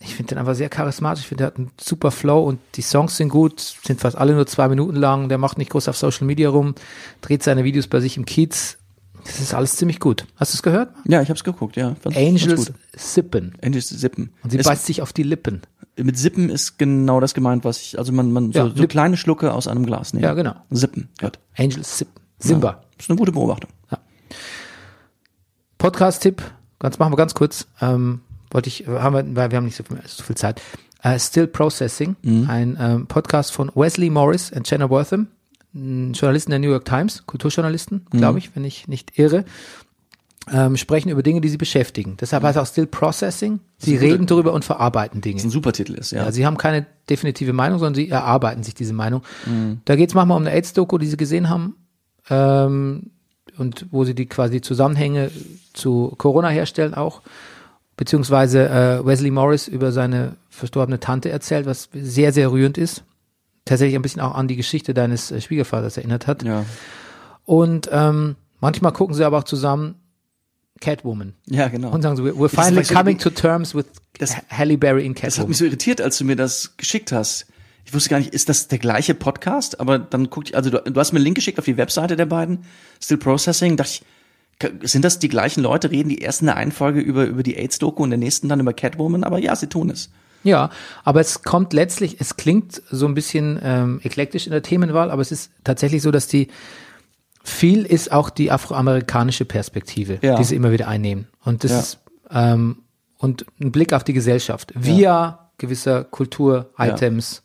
S1: ich finde den einfach sehr charismatisch. Ich finde, der hat einen super Flow und die Songs sind gut, sind fast alle nur zwei Minuten lang. Der macht nicht groß auf Social Media rum, dreht seine Videos bei sich im Kiez. Das ist alles ziemlich gut. Hast du es gehört?
S2: Ja, ich habe es geguckt, ja. Fand's- fand's
S1: Angels
S2: gut.
S1: sippen.
S2: Angels Sippen.
S1: Und sie
S2: Es-
S1: beißt sich auf die Lippen.
S2: mit Sippen ist genau das gemeint, was ich, also man, man, so,
S1: Ja,
S2: so
S1: Lip-
S2: kleine Schlucke aus einem Glas nehmen.
S1: Ja, genau.
S2: Sippen, gut.
S1: Angels sippen. Simba.
S2: Ist eine gute Beobachtung.
S1: Podcast-Tipp, ganz machen wir ganz kurz. Ähm, wollte ich, haben wir, weil wir haben nicht so viel, so viel Zeit. Äh, Still Processing,
S2: Mhm.
S1: ein ähm, Podcast von Wesley Morris und Jenna Wortham, ein Journalisten der New York Times, Kulturjournalisten,
S2: Mhm.
S1: glaube ich, wenn ich nicht irre, ähm, sprechen über Dinge, die sie beschäftigen.
S2: Mhm.
S1: Deshalb heißt auch Still Processing. Sie reden darüber und verarbeiten Dinge.
S2: Was ein super Titel ist, ja.
S1: Ja, Also sie haben keine definitive Meinung, sondern sie erarbeiten sich diese Meinung.
S2: Mhm.
S1: Da geht es manchmal um eine AIDS-Doku, die sie gesehen haben. Ähm, und wo sie die quasi Zusammenhänge zu Corona herstellen auch. Beziehungsweise äh, Wesley Morris über seine verstorbene Tante erzählt, was sehr, sehr rührend ist. Tatsächlich ein bisschen auch an die Geschichte deines äh, Schwiegervaters erinnert hat.
S2: ja.
S1: Und ähm, manchmal gucken sie aber auch zusammen Catwoman
S2: Ja, genau.
S1: und sagen so, we're
S2: ist
S1: finally
S2: vielleicht so-
S1: coming to terms with
S2: Das-
S1: Halle Berry in
S2: Das hat
S1: Catwoman.
S2: mich so irritiert, als du mir das geschickt hast. Ich wusste gar nicht, ist das der gleiche Podcast? Aber dann guckte ich, also du, du hast mir einen Link geschickt auf die Webseite der beiden, Still Processing, dachte ich, ka- sind das die gleichen Leute, reden die erst in der einen Folge über, über die AIDS-Doku und der nächsten dann über Catwoman? Aber ja, sie tun es.
S1: Ja, aber es kommt letztlich, es klingt so ein bisschen ähm, eklektisch in der Themenwahl, aber es ist tatsächlich so, dass die viel ist auch die afroamerikanische Perspektive,
S2: Ja.
S1: die sie immer wieder einnehmen. Und das
S2: Ja.
S1: ist, ähm, und ein Blick auf die Gesellschaft via gewisser Kultur-Items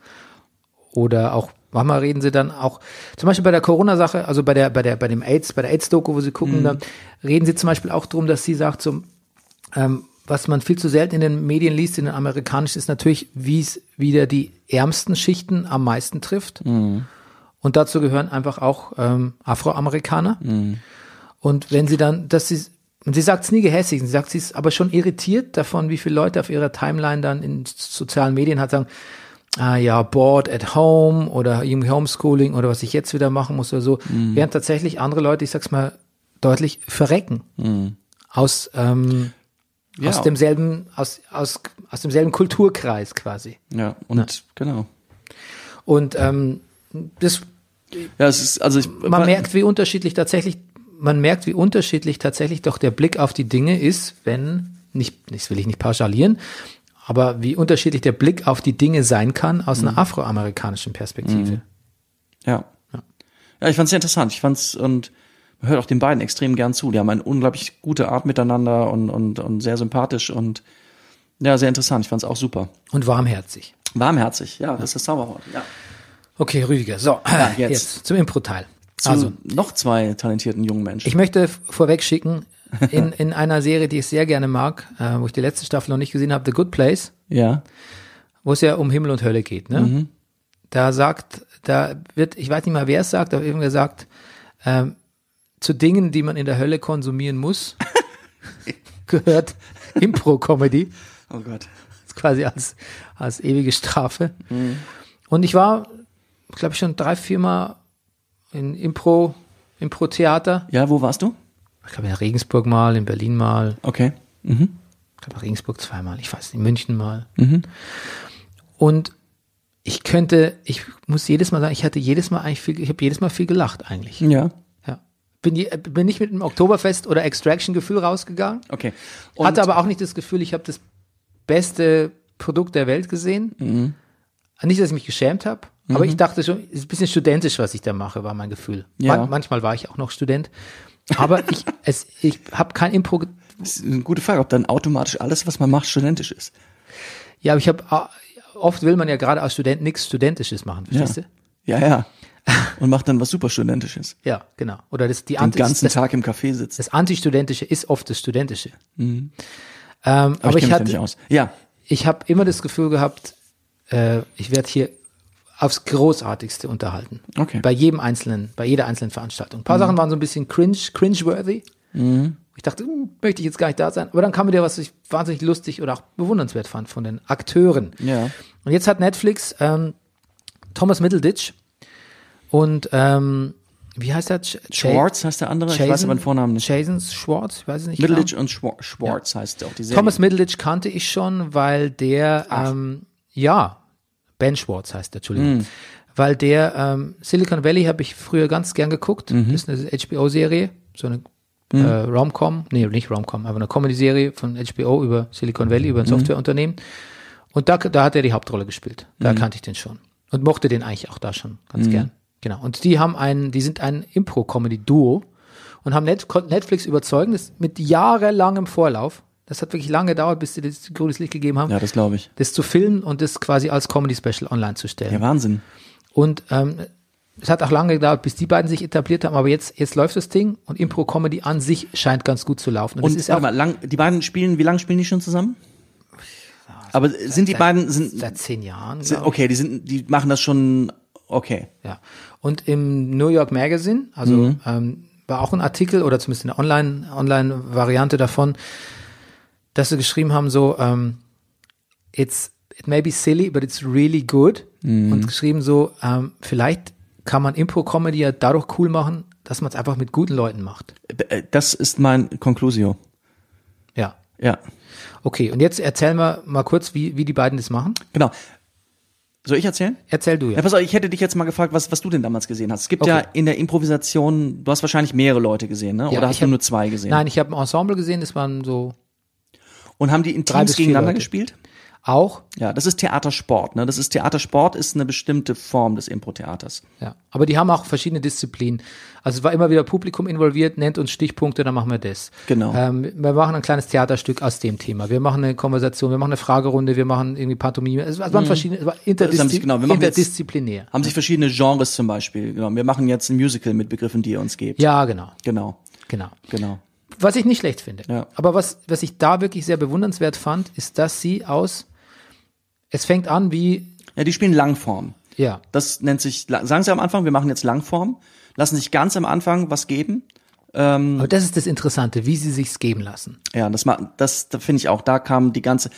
S1: oder auch manchmal reden sie dann auch zum Beispiel bei der Corona-Sache, also bei der bei der bei dem AIDS, bei der AIDS-Doku, wo sie gucken, dann reden sie zum Beispiel auch drum, dass sie sagt, so ähm, was man viel zu selten in den Medien liest, in den amerikanischen, ist natürlich, wie es wieder die ärmsten Schichten am meisten trifft. Und dazu gehören einfach auch ähm, Afroamerikaner. Und wenn sie dann, dass sie Und sie sagt es nie gehässig, sie sagt, sie ist aber schon irritiert davon, wie viele Leute auf ihrer Timeline dann in sozialen Medien hat sagen, ah ja, bored at home oder irgendwie Homeschooling oder was ich jetzt wieder machen muss oder so. Während tatsächlich andere Leute, ich sag's mal deutlich, verrecken. Aus, ähm,
S2: Ja.
S1: aus demselben, aus, aus, aus demselben Kulturkreis quasi.
S2: Ja, und genau.
S1: Und ähm, das
S2: Ja, es ist, also ich,
S1: man merkt, wie unterschiedlich tatsächlich, man merkt, wie unterschiedlich tatsächlich doch der Blick auf die Dinge ist, wenn, nicht, das will ich nicht pauschalieren, aber wie unterschiedlich der Blick auf die Dinge sein kann aus einer afroamerikanischen Perspektive.
S2: Ja. Ja, ich fand's sehr interessant. Ich fand's und man hört auch den beiden extrem gern zu. Die haben eine unglaublich gute Art miteinander und, und, und sehr sympathisch und ja, sehr interessant. Ich fand's auch super.
S1: Und warmherzig.
S2: Warmherzig, ja, das ist das Zauberwort. Ja.
S1: Okay, Rüdiger, so,
S2: jetzt.
S1: jetzt. zum Impro-Teil.
S2: Zu
S1: Also,
S2: also noch zwei talentierten jungen Menschen.
S1: ich möchte f- vorweg schicken, in, in einer Serie, die ich sehr gerne mag, äh, wo ich die letzte Staffel noch nicht gesehen habe, The Good Place,
S2: ja.
S1: wo es ja um Himmel und Hölle geht, ne? Da sagt, da wird, ich weiß nicht mal, wer es sagt, aber irgendwer sagt, ähm, zu Dingen, die man in der Hölle konsumieren muss, gehört Impro-Comedy,
S2: Oh Gott.
S1: Das quasi als, als ewige Strafe. Und ich war, glaube ich, schon drei, viermal in Impro, Impro-Theater.
S2: Ja, wo warst du?
S1: Ich glaube, in Regensburg mal, in Berlin mal,
S2: Okay. Mhm.
S1: ich glaube Regensburg zweimal, ich weiß nicht, München mal. Und ich könnte, ich muss jedes Mal sagen, ich hatte jedes Mal eigentlich viel, ich habe jedes Mal viel gelacht eigentlich.
S2: Ja.
S1: Ja. Bin, je- bin nicht mit einem Oktoberfest oder Extraction-Gefühl rausgegangen,
S2: Okay.
S1: hatte aber auch nicht das Gefühl, ich habe das beste Produkt der Welt gesehen. Nicht, dass ich mich geschämt habe, aber ich dachte schon, es ist ein bisschen studentisch, was ich da mache, war mein Gefühl.
S2: Ja.
S1: Man, manchmal war ich auch noch Student, aber ich, es, ich habe kein Impro
S2: Das ist eine gute Frage, ob dann automatisch alles, was man macht, studentisch ist.
S1: Ja, aber ich habe oft will man ja gerade als Student nichts Studentisches machen, verstehst du?
S2: Ja, ja. Und macht dann was super studentisches.
S1: Ja, genau. Oder das die
S2: Den
S1: Anti
S2: ganzen
S1: das,
S2: Tag im Café sitzen.
S1: das Antistudentische ist oft das Studentische. Ähm, aber,
S2: Mhm. kenn
S1: ich,
S2: mich da nicht
S1: hatte,
S2: aus. Ja.
S1: ich habe immer das Gefühl gehabt, äh, ich werde hier aufs Großartigste unterhalten.
S2: Okay. Mhm.
S1: Bei jedem einzelnen, bei jeder einzelnen Veranstaltung. Ein paar Sachen waren so ein bisschen cringe, cringeworthy. Ich dachte, hm, möchte ich jetzt gar nicht da sein. Aber dann kam wieder was, was ich wahnsinnig lustig oder auch bewundernswert fand von den Akteuren.
S2: Ja.
S1: Und jetzt hat Netflix ähm, Thomas Middleditch und ähm, wie heißt er? Ch-
S2: Schwartz heißt der andere. ich weiß aber den Vornamen nicht.
S1: Jason Schwartz, ich weiß nicht. genau.
S2: Middleditch und Schwar Schwartz heißt auch die Serie.
S1: Thomas Middleditch kannte ich schon, weil der, ähm, ja, Ben Schwartz heißt der, Entschuldigung.
S2: Hm.
S1: Weil der, ähm, Silicon Valley habe ich früher ganz gern geguckt.
S2: Mhm.
S1: Das ist eine HBO-Serie, so eine äh, Rom-Com, nee, nicht Rom-Com, aber eine Comedy-Serie von HBO über Silicon Valley, über ein Softwareunternehmen. Und da, da hat er die Hauptrolle gespielt. Da kannte ich den schon. Und mochte den eigentlich auch da schon ganz gern. Genau. Und die haben einen, die sind ein Impro-Comedy-Duo und haben Net konnten Netflix überzeugen, das mit jahrelangem Vorlauf, das hat wirklich lange gedauert, bis sie das grünes Licht gegeben haben,
S2: ja, das glaube ich.
S1: das zu filmen und das quasi als Comedy-Special online zu stellen.
S2: Ja, Wahnsinn.
S1: Und ähm, es hat auch lange gedauert, bis die beiden sich etabliert haben, aber jetzt, jetzt läuft das Ding und Impro-Comedy an sich scheint ganz gut zu laufen.
S2: Und
S1: es ist
S2: warte
S1: auch
S2: mal, lang, die beiden spielen, wie lange spielen die schon zusammen? Aber sind die beiden, sind,
S1: seit zehn Jahren.
S2: sind
S1: glaub ich.
S2: okay, die sind, die machen das schon, okay.
S1: Ja. Und im New York Magazine, also
S2: Mhm.
S1: ähm, war auch ein Artikel oder zumindest eine Online- Online-Variante davon, dass sie geschrieben haben, so, ähm, it's, it may be silly, but it's really good.
S2: Mhm.
S1: Und geschrieben so, ähm, vielleicht kann man Impro-Comedy ja dadurch cool machen, dass man es einfach mit guten Leuten macht.
S2: Äh, Das ist mein Conclusio.
S1: Ja.
S2: Ja,
S1: Okay, und jetzt erzähl mal, mal kurz, wie, wie die beiden das machen.
S2: genau. Soll ich erzählen?
S1: Erzähl du
S2: Ja,
S1: ja.
S2: pass auf, ich hätte dich jetzt mal gefragt, was, was du denn damals gesehen hast. Es gibt
S1: Okay.
S2: ja in der Improvisation, du hast wahrscheinlich mehrere Leute gesehen, ne?
S1: Ja,
S2: Oder hast
S1: ich
S2: du
S1: hab-
S2: nur zwei gesehen?
S1: Nein, ich habe ein Ensemble gesehen, das waren so
S2: Und haben die in
S1: Drei
S2: Teams
S1: bis vier
S2: gegeneinander
S1: Leute.
S2: gespielt?
S1: auch.
S2: Ja, das ist Theatersport, ne? Das ist Theatersport, ist eine bestimmte Form des Impro-Theaters.
S1: Ja, aber die haben auch verschiedene Disziplinen. Also es war immer wieder Publikum involviert, nennt uns Stichpunkte, dann machen wir das.
S2: Genau.
S1: Ähm, wir machen ein kleines Theaterstück aus dem Thema. Wir machen eine Konversation, wir machen eine Fragerunde, wir machen irgendwie Pantomime. Es waren verschiedene, es war
S2: Mhm. Das haben
S1: interdiszi
S2: sie- genau, wir machen jetzt-
S1: interdisziplinär.
S2: Haben sich verschiedene Genres zum Beispiel genommen. Wir machen jetzt ein Musical mit Begriffen, die ihr uns gebt.
S1: Ja, genau,
S2: Genau,
S1: genau.
S2: genau.
S1: Was ich nicht schlecht finde.
S2: Ja.
S1: Aber was, was ich da wirklich sehr bewundernswert fand, ist, dass sie aus, es fängt an wie,
S2: Ja, die spielen Langform.
S1: ja,
S2: Das nennt sich, sagen sie am Anfang, wir machen jetzt Langform, lassen sich ganz am Anfang was geben,
S1: Aber das ist das Interessante, wie sie sich's geben lassen.
S2: Ja, das, ma- das, das finde ich auch. Da kam die ganze,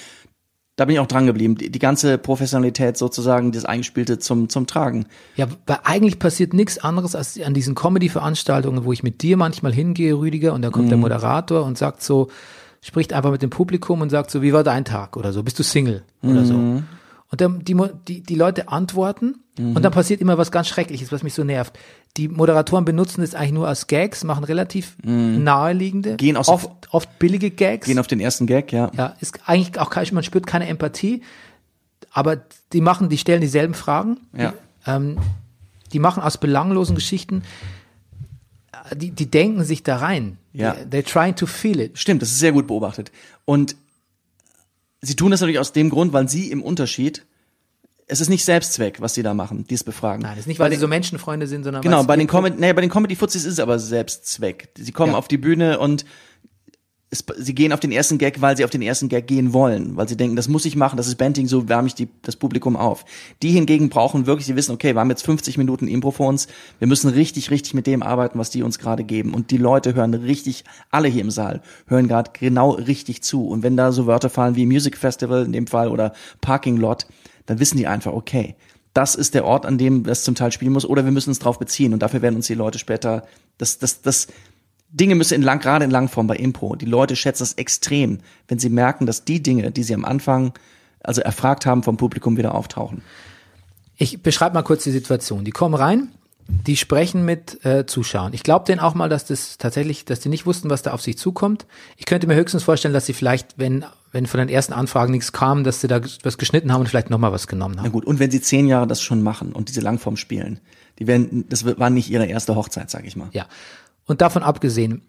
S2: da bin ich auch dran geblieben. Die, die ganze Professionalität sozusagen, das Eingespielte zum, zum Tragen.
S1: Ja, weil eigentlich passiert nichts anderes als an diesen Comedy-Veranstaltungen, wo ich mit dir manchmal hingehe, Rüdiger, und dann kommt
S2: Mhm.
S1: der Moderator und sagt so, spricht einfach mit dem Publikum und sagt so, wie war dein Tag oder so, bist du Single oder so.
S2: Mhm.
S1: Und dann die, Mo- die, die Leute antworten und
S2: Mhm.
S1: dann passiert immer was ganz Schreckliches, was mich so nervt. Die Moderatoren benutzen das eigentlich nur als Gags, machen relativ naheliegende,
S2: Mhm. Gehen aus- Genau,
S1: oft, oft billige Gags.
S2: Gehen auf den ersten Gag, ja.
S1: Ja, ist eigentlich auch kein, man spürt keine Empathie, aber die machen, die stellen dieselben Fragen.
S2: Ja.
S1: Ähm, die machen aus belanglosen Geschichten, äh, die, die denken sich da rein.
S2: Ja.
S1: They, they're trying to feel it.
S2: Stimmt, das ist sehr gut beobachtet. Und sie tun das natürlich aus dem Grund, weil sie im Unterschied, es ist nicht Selbstzweck, was sie da machen, dies befragen.
S1: Nein, das ist nicht, weil sie so Menschenfreunde sind, sondern
S2: Genau,
S1: weil's-
S2: bei den, Comedy, nee, bei den Comedy-Fuzis ist es aber Selbstzweck. Sie kommen
S1: Ja.
S2: auf die Bühne und es, sie gehen auf den ersten Gag, weil sie auf den ersten Gag gehen wollen, weil sie denken, das muss ich machen, das ist Banting, so wärme ich die, das Publikum auf. Die hingegen brauchen wirklich, sie wissen, okay, wir haben jetzt 50 Minuten Impro vor uns, wir müssen richtig, richtig mit dem arbeiten, was die uns gerade geben. Und die Leute hören richtig, alle hier im Saal hören gerade genau richtig zu. Und wenn da so Wörter fallen wie Music Festival in dem Fall oder Parking Lot, dann wissen die einfach, okay, das ist der Ort, an dem das zum Teil spielen muss, oder wir müssen uns drauf beziehen und dafür werden uns die Leute später, das, das, das, Dinge müssen in lang, gerade in Langform bei Impro. Die Leute schätzen das extrem, wenn sie merken, dass die Dinge, die sie am Anfang, also erfragt haben, vom Publikum wieder auftauchen.
S1: Ich beschreibe mal kurz die Situation. Die kommen rein, die sprechen mit äh, Zuschauern. Ich glaube denen auch mal, dass das tatsächlich, dass die nicht wussten, was da auf sich zukommt. Ich könnte mir höchstens vorstellen, dass sie vielleicht, wenn, wenn von den ersten Anfragen nichts kam, dass sie da ges- was geschnitten haben und vielleicht nochmal was genommen
S2: Na
S1: haben.
S2: gut, und wenn sie zehn Jahre das schon machen und diese Langform spielen, die werden, das war nicht ihre erste Hochzeit, sag ich mal.
S1: Ja. Und davon abgesehen,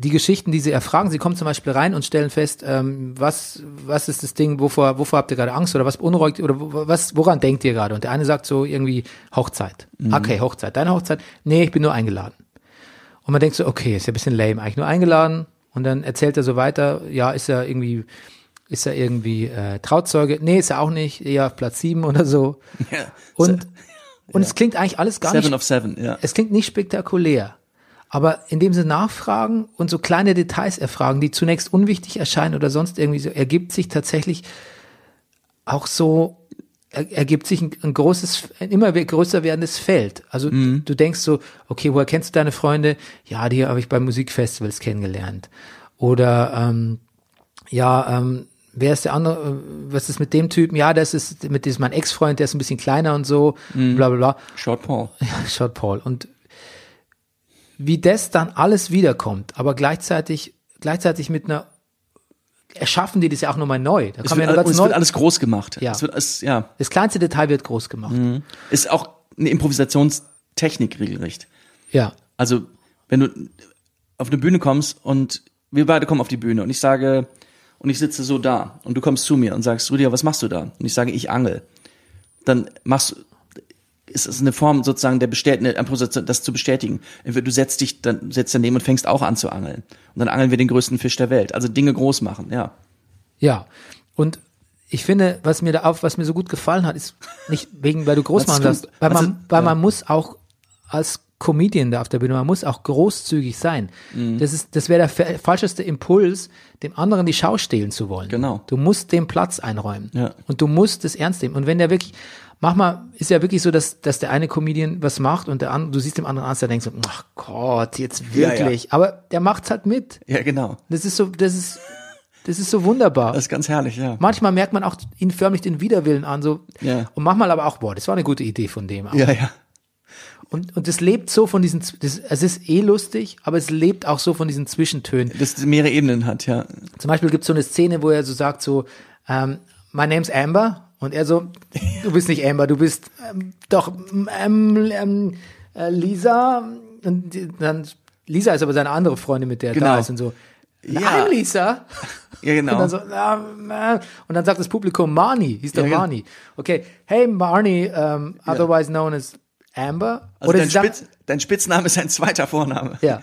S1: die Geschichten, die sie erfragen, sie kommen zum Beispiel rein und stellen fest, ähm, was, was ist das Ding, wovor, wovor habt ihr gerade Angst oder was beunruhigt oder wo- was, woran denkt ihr gerade? Und der eine sagt so irgendwie Hochzeit. Okay, Hochzeit. Deine Hochzeit? Nee, ich bin nur eingeladen. Und man denkt so, okay, ist ja ein bisschen lame, eigentlich nur eingeladen. Und dann erzählt er so weiter, ja, ist er irgendwie, ist er irgendwie äh, Trauzeuge? Nee, ist er auch nicht, eher auf Platz sieben oder so. Und, und es klingt eigentlich alles gar
S2: Seven
S1: nicht
S2: of Seven, ja.
S1: es klingt nicht spektakulär, aber indem sie nachfragen und so kleine Details erfragen, die zunächst unwichtig erscheinen oder sonst irgendwie so, ergibt sich tatsächlich auch so, er, ergibt sich ein, ein großes, ein immer we- größer werdendes Feld. Also du denkst so, okay, woher kennst du deine Freunde? Ja, die habe ich bei Musikfestivals kennengelernt. Oder ähm, ja, ähm, wer ist der andere, äh, was ist mit dem Typen? Ja, das ist mit diesem mein Ex-Freund, der ist ein bisschen kleiner und so, bla bla bla.
S2: Short Paul.
S1: Shot Paul. Und wie das dann alles wiederkommt, aber gleichzeitig, gleichzeitig mit einer, erschaffen die das ja auch nochmal neu. Da
S2: Es
S1: kann man
S2: wird,
S1: ja
S2: all-
S1: ganz
S2: es wird
S1: neu.
S2: alles groß gemacht.
S1: Ja.
S2: Es wird, es, ja.
S1: Das kleinste Detail wird groß gemacht.
S2: Mhm. Ist auch eine Improvisationstechnik regelrecht.
S1: Ja.
S2: Also, wenn du auf eine Bühne kommst und wir beide kommen auf die Bühne und ich sage, und ich sitze so da und du kommst zu mir und sagst, Rüdiger, was machst du da? Und ich sage, ich angel. Dann machst ist es eine Form sozusagen der Bestät eine Improvisation, das zu bestätigen. Entweder du setzt dich dann, setzt daneben und fängst auch an zu angeln. Und dann angeln wir den größten Fisch der Welt. Also Dinge groß machen, ja.
S1: Ja. Und ich finde, was mir da auf, was mir so gut gefallen hat, ist nicht wegen, weil du groß
S2: Was also
S1: machen
S2: ist
S1: sagst,
S2: gut?
S1: weil
S2: Was
S1: man,
S2: ist-
S1: weil man muss auch als Comedian da auf der Bühne, man muss auch großzügig sein.
S2: Mhm.
S1: Das ist, das wäre der fa- falscheste Impuls, dem anderen die Schau stehlen zu wollen.
S2: Genau.
S1: Du musst dem Platz einräumen.
S2: Ja.
S1: Und du musst es ernst nehmen. Und wenn der wirklich, mach mal, ist ja wirklich so, dass, dass der eine Comedian was macht und der andere, du siehst dem anderen an, der denkt so, ach Gott, jetzt
S2: Ja, ja.
S1: wirklich. Aber der macht's halt mit.
S2: Ja, genau.
S1: Das ist so, das ist, das ist so wunderbar.
S2: Das ist ganz herrlich, ja.
S1: Manchmal merkt man auch ihn förmlich den Widerwillen an, so.
S2: Ja.
S1: Und manchmal aber auch, boah, das war eine gute Idee von dem. auch.
S2: Ja, ja.
S1: Und, und es lebt so von diesen, Z- das, es ist eh lustig, aber es lebt auch so von diesen Zwischentönen.
S2: Das mehrere Ebenen hat, ja.
S1: Zum Beispiel gibt es so eine Szene, wo er so sagt, so, ähm, my name's Amber. Und er so, du bist nicht Amber, du bist ähm, doch ähm, ähm, äh, Lisa. Und die- dann, Lisa ist aber seine andere Freundin, mit der er da
S2: Genau.
S1: ist und so.
S2: Ja.
S1: Nein, Lisa.
S2: Ja, genau.
S1: Und dann, so, na, äh, und dann sagt das Publikum Marnie, hieß doch
S2: Ja, genau.
S1: Marnie. Okay, hey Marnie, ähm, otherwise known as Amber.
S2: Also
S1: oder
S2: dein,
S1: sie sagt,
S2: Spitz, dein Spitzname ist ein zweiter Vorname.
S1: ja.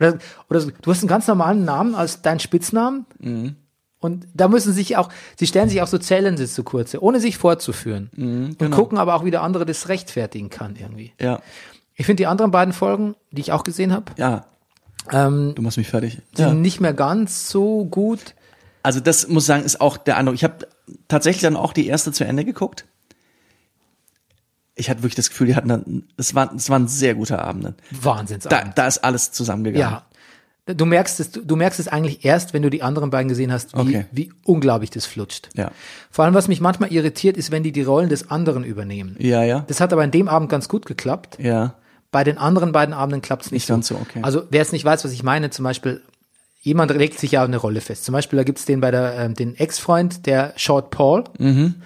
S1: Oder, oder so, du hast einen ganz normalen Namen als deinen Spitznamen.
S2: Mhm.
S1: Und da müssen sich auch, sie stellen sich auch so Challenges zu kurze, ohne sich vorzuführen.
S2: Mhm,
S1: Und
S2: genau.
S1: gucken aber auch, wie der andere das rechtfertigen kann irgendwie.
S2: Ja.
S1: Ich finde die anderen beiden Folgen, die ich auch gesehen habe,
S2: Ja.
S1: Ähm,
S2: Du machst mich fertig.
S1: sind nicht mehr ganz so gut.
S2: Also das muss sagen, ist auch der Eindruck. Ich habe tatsächlich dann auch die erste zu Ende geguckt. Ich hatte wirklich das Gefühl, die hatten dann, es war, es war ein sehr guter Abend.
S1: Wahnsinns.
S2: Da, da ist alles zusammengegangen.
S1: Ja. Du merkst es, du merkst es eigentlich erst, wenn du die anderen beiden gesehen hast, wie,
S2: Okay.
S1: wie unglaublich das flutscht.
S2: Ja.
S1: Vor allem, was mich manchmal irritiert, ist, wenn die die Rollen des anderen übernehmen.
S2: Ja, ja.
S1: Das hat aber an dem Abend ganz gut geklappt.
S2: Ja.
S1: Bei den anderen beiden Abenden klappt es nicht,
S2: Nicht ganz so, okay.
S1: Also wer es nicht weiß, was ich meine, zum Beispiel, jemand legt sich ja eine Rolle fest. Zum Beispiel, da gibt's den bei der, ähm, den Ex-Freund, der Short Paul,
S2: Mhm.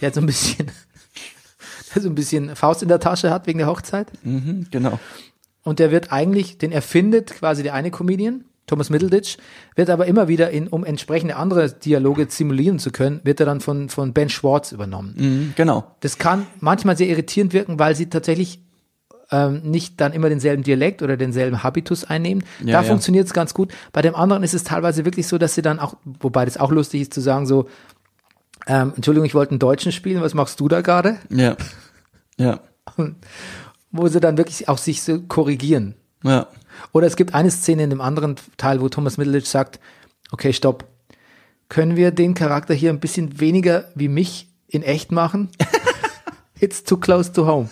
S1: der hat so ein bisschen, der so ein bisschen Faust in der Tasche hat wegen der Hochzeit.
S2: Mhm, genau.
S1: Und der wird eigentlich, den erfindet quasi der eine Comedian, Thomas Middleditch, wird aber immer wieder, in, um entsprechende andere Dialoge simulieren zu können, wird er dann von, von Ben Schwartz übernommen.
S2: Mhm, genau.
S1: Das kann manchmal sehr irritierend wirken, weil sie tatsächlich ähm, nicht dann immer denselben Dialekt oder denselben Habitus einnehmen. da
S2: ja.
S1: funktioniert es ganz gut. Bei dem anderen ist es teilweise wirklich so, dass sie dann auch, wobei das auch lustig ist zu sagen, so, ähm, Entschuldigung, ich wollte einen Deutschen spielen, was machst du da gerade?
S2: Ja. Ja.
S1: Wo sie dann wirklich auch sich so korrigieren.
S2: Ja.
S1: Oder es gibt eine Szene in dem anderen Teil, wo Thomas Middleditch sagt, okay, stopp, können wir den Charakter hier ein bisschen weniger wie mich in echt machen? It's too close to home.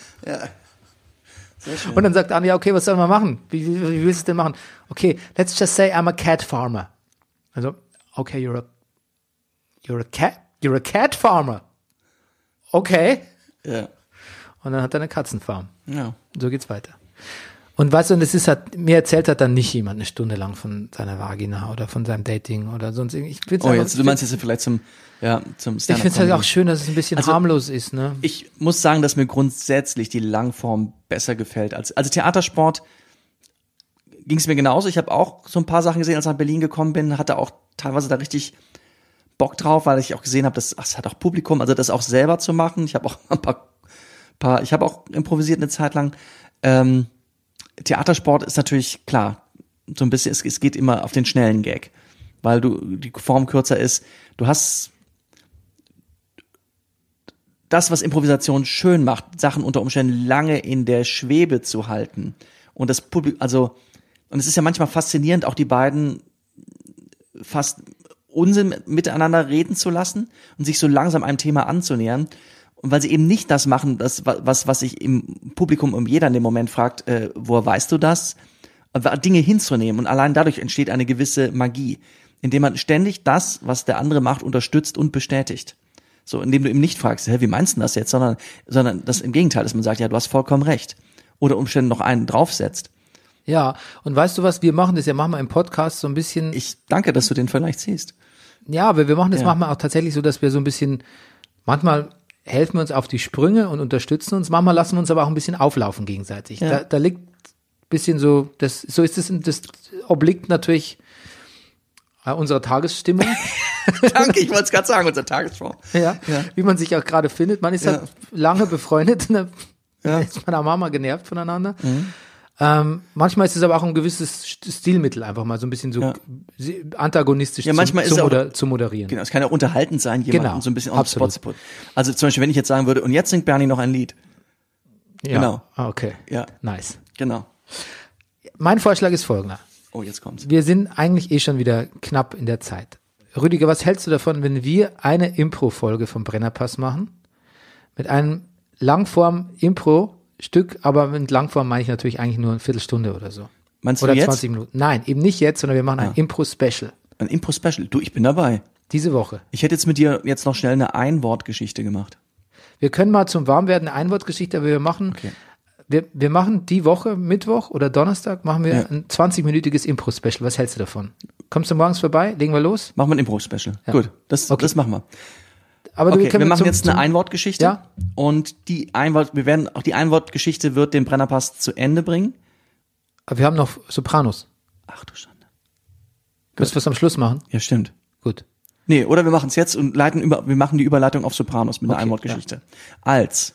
S1: Und dann sagt Anja, okay, was sollen wir machen? Wie, wie, wie willst du es denn machen? Okay, let's just say I'm a cat farmer. Also, okay, you're a, you're a cat, you're a cat farmer. Okay.
S2: Ja.
S1: Und dann hat er eine Katzenfarm.
S2: Ja.
S1: So geht's weiter. Und weißt du, und es ist halt, mir erzählt hat dann nicht jemand eine Stunde lang von seiner Vagina oder von seinem Dating oder sonst irgendwie. Ich find's
S2: Oh,
S1: einfach-
S2: jetzt, du meinst jetzt vielleicht zum, ja, zum
S1: ich finde es halt
S2: Stand-up-Comedy.
S1: auch schön, dass es ein bisschen
S2: Also-
S1: harmlos ist, ne?
S2: ich muss sagen, dass mir grundsätzlich die Langform besser gefällt. Als, also Theatersport ging es mir genauso. Ich habe auch so ein paar Sachen gesehen, als ich nach Berlin gekommen bin, hatte auch teilweise da richtig Bock drauf, weil ich auch gesehen habe, dass ach, es hat auch Publikum, also das auch selber zu machen. Ich habe auch ein paar, paar ich habe auch improvisiert eine Zeit lang. Ähm, Theatersport ist natürlich klar, so ein bisschen, es, es geht immer auf den schnellen Gag, weil du die Form kürzer ist. Du hast das, was Improvisation schön macht, Sachen unter Umständen lange in der Schwebe zu halten. Und das Publikum, also, und es ist ja manchmal faszinierend, auch die beiden fast Unsinn miteinander reden zu lassen und sich so langsam einem Thema anzunähern. Und weil sie eben nicht das machen, das, wa- was, was sich im Publikum um jeder in dem Moment fragt, äh, woher weißt du das? Aber Dinge hinzunehmen und allein dadurch entsteht eine gewisse Magie, indem man ständig das, was der andere macht, unterstützt und bestätigt. So, indem du ihm nicht fragst, hä, wie meinst du das jetzt, sondern, sondern das im Gegenteil ist, man sagt, ja, du hast vollkommen recht. Oder Umständen noch einen draufsetzt.
S1: Ja. Und weißt du was? Wir machen das ja manchmal im Podcast so ein bisschen.
S2: Ich danke, dass du den Vergleich ziehst.
S1: Ja, aber wir machen das
S2: Ja.
S1: manchmal auch tatsächlich so, dass wir so ein bisschen, manchmal helfen wir uns auf die Sprünge und unterstützen uns, manchmal lassen wir uns aber auch ein bisschen auflaufen gegenseitig. Da, da liegt ein bisschen so, das, so ist es, das obliegt natürlich äh, unserer Tagesstimmung,
S2: danke, ich wollte es gerade sagen, unser Tagesform.
S1: ja, wie man sich auch gerade findet. Man ist halt lange befreundet ne? und dann ist man auch manchmal genervt voneinander.
S2: Mhm.
S1: Ähm, manchmal ist es aber auch ein gewisses Stilmittel, einfach mal so ein bisschen so
S2: Ja.
S1: antagonistisch
S2: Ja, manchmal
S1: zu, zu,
S2: ist es auch-
S1: moder zu moderieren.
S2: Genau, es kann ja unterhaltend sein, jemanden
S1: Genau,
S2: so ein bisschen auf
S1: absolut.
S2: Spot zu putzen. Also zum Beispiel, wenn ich jetzt sagen würde, und jetzt singt Bernie noch ein Lied.
S1: Ja.
S2: Genau.
S1: Ah, Okay.
S2: Ja.
S1: Nice.
S2: Genau.
S1: Mein Vorschlag ist folgender.
S2: Oh, jetzt kommt's.
S1: Wir sind eigentlich eh schon wieder knapp in der Zeit. Rüdiger, was hältst du davon, wenn wir eine Impro-Folge vom Brennerpass machen? Mit einem Langform-Impro-Stück, aber mit Langform meine ich natürlich eigentlich nur eine Viertelstunde oder so.
S2: Meinst du
S1: Oder
S2: jetzt Ah.
S1: 20 Minuten. Nein, eben nicht jetzt, sondern wir machen ein Impro-Special.
S2: ein Impro-Special? Du, ich bin dabei.
S1: Diese Woche.
S2: Ich hätte jetzt mit dir jetzt noch schnell eine Einwortgeschichte gemacht.
S1: Wir können mal zum Warmwerden eine Einwortgeschichte, aber wir machen, wir, wir machen die Woche, Mittwoch oder Donnerstag, machen wir
S2: Ja.
S1: ein 20-minütiges Impro-Special. Was hältst du davon? Kommst du morgens vorbei? Legen wir los?
S2: Machen wir ein Impro-Special. Gut, das, das machen wir.
S1: Aber
S2: Okay, wir
S1: können
S2: machen
S1: zum-
S2: jetzt eine
S1: zum-
S2: Einwortgeschichte.
S1: Ja.
S2: Und die Einwort, wir werden, auch die Einwortgeschichte wird den Brennerpass zu Ende bringen.
S1: Aber wir haben noch Sopranos.
S2: Ach du Schande.
S1: Müssen wir es am Schluss machen?
S2: Ja, stimmt.
S1: Gut.
S2: Nee, oder wir machen es jetzt und leiten über, wir machen die Überleitung auf Sopranos mit einer
S1: Okay,
S2: Einwortgeschichte. Als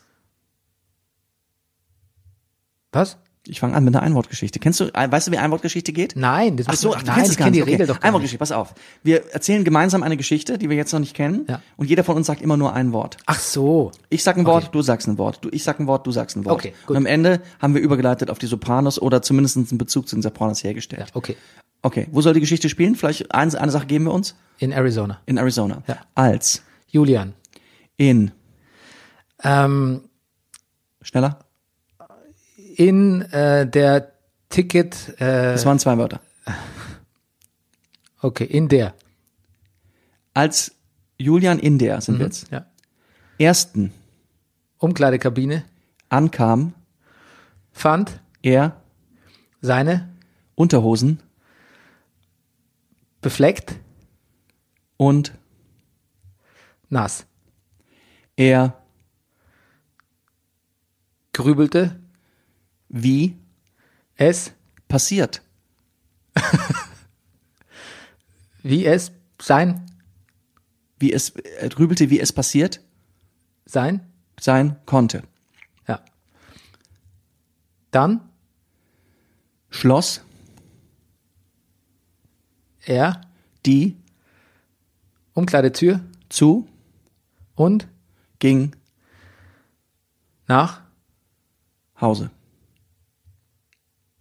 S1: Was?
S2: Ich fange an mit einer Einwortgeschichte. Kennst du, äh, weißt du, wie Einwortgeschichte geht?
S1: Nein, das
S2: Ach
S1: muss-
S2: so, ach, du
S1: nein,
S2: kennst
S1: ich
S2: es gar
S1: kenn
S2: nicht.
S1: die Regel doch gar
S2: Einwortgeschichte, pass auf. Wir erzählen gemeinsam eine Geschichte, die wir jetzt noch nicht kennen.
S1: Ja.
S2: Und jeder von uns sagt immer nur ein Wort.
S1: Ach so.
S2: Ich sag ein Wort, du sagst ein Wort. Du, ich sag ein Wort, du sagst ein Wort.
S1: Okay, gut.
S2: und am Ende haben wir übergeleitet auf die Sopranos oder zumindest einen Bezug zu den Sopranos hergestellt.
S1: Ja, okay.
S2: Okay, wo soll die Geschichte spielen? Vielleicht eine, eine Sache geben wir uns.
S1: In Arizona.
S2: In Arizona.
S1: Ja.
S2: Als,
S1: Julian.
S2: in,
S1: Ähm,
S2: schneller.
S1: in äh, der Ticket, äh,
S2: Das waren zwei Wörter.
S1: okay, in der.
S2: Als Julian in der, sind wir jetzt.
S1: Ja.
S2: Ersten
S1: Umkleidekabine
S2: ankam,
S1: fand
S2: er
S1: seine
S2: Unterhosen
S1: befleckt
S2: und
S1: nass.
S2: er
S1: Grübelte
S2: wie
S1: es,
S2: passiert.
S1: wie es sein,
S2: Wie es, er grübelte, wie es passiert
S1: sein,
S2: sein konnte.
S1: ja. Dann
S2: Schloss
S1: er
S2: die
S1: Umkleidetür
S2: zu,
S1: und
S2: ging
S1: nach
S2: Hause.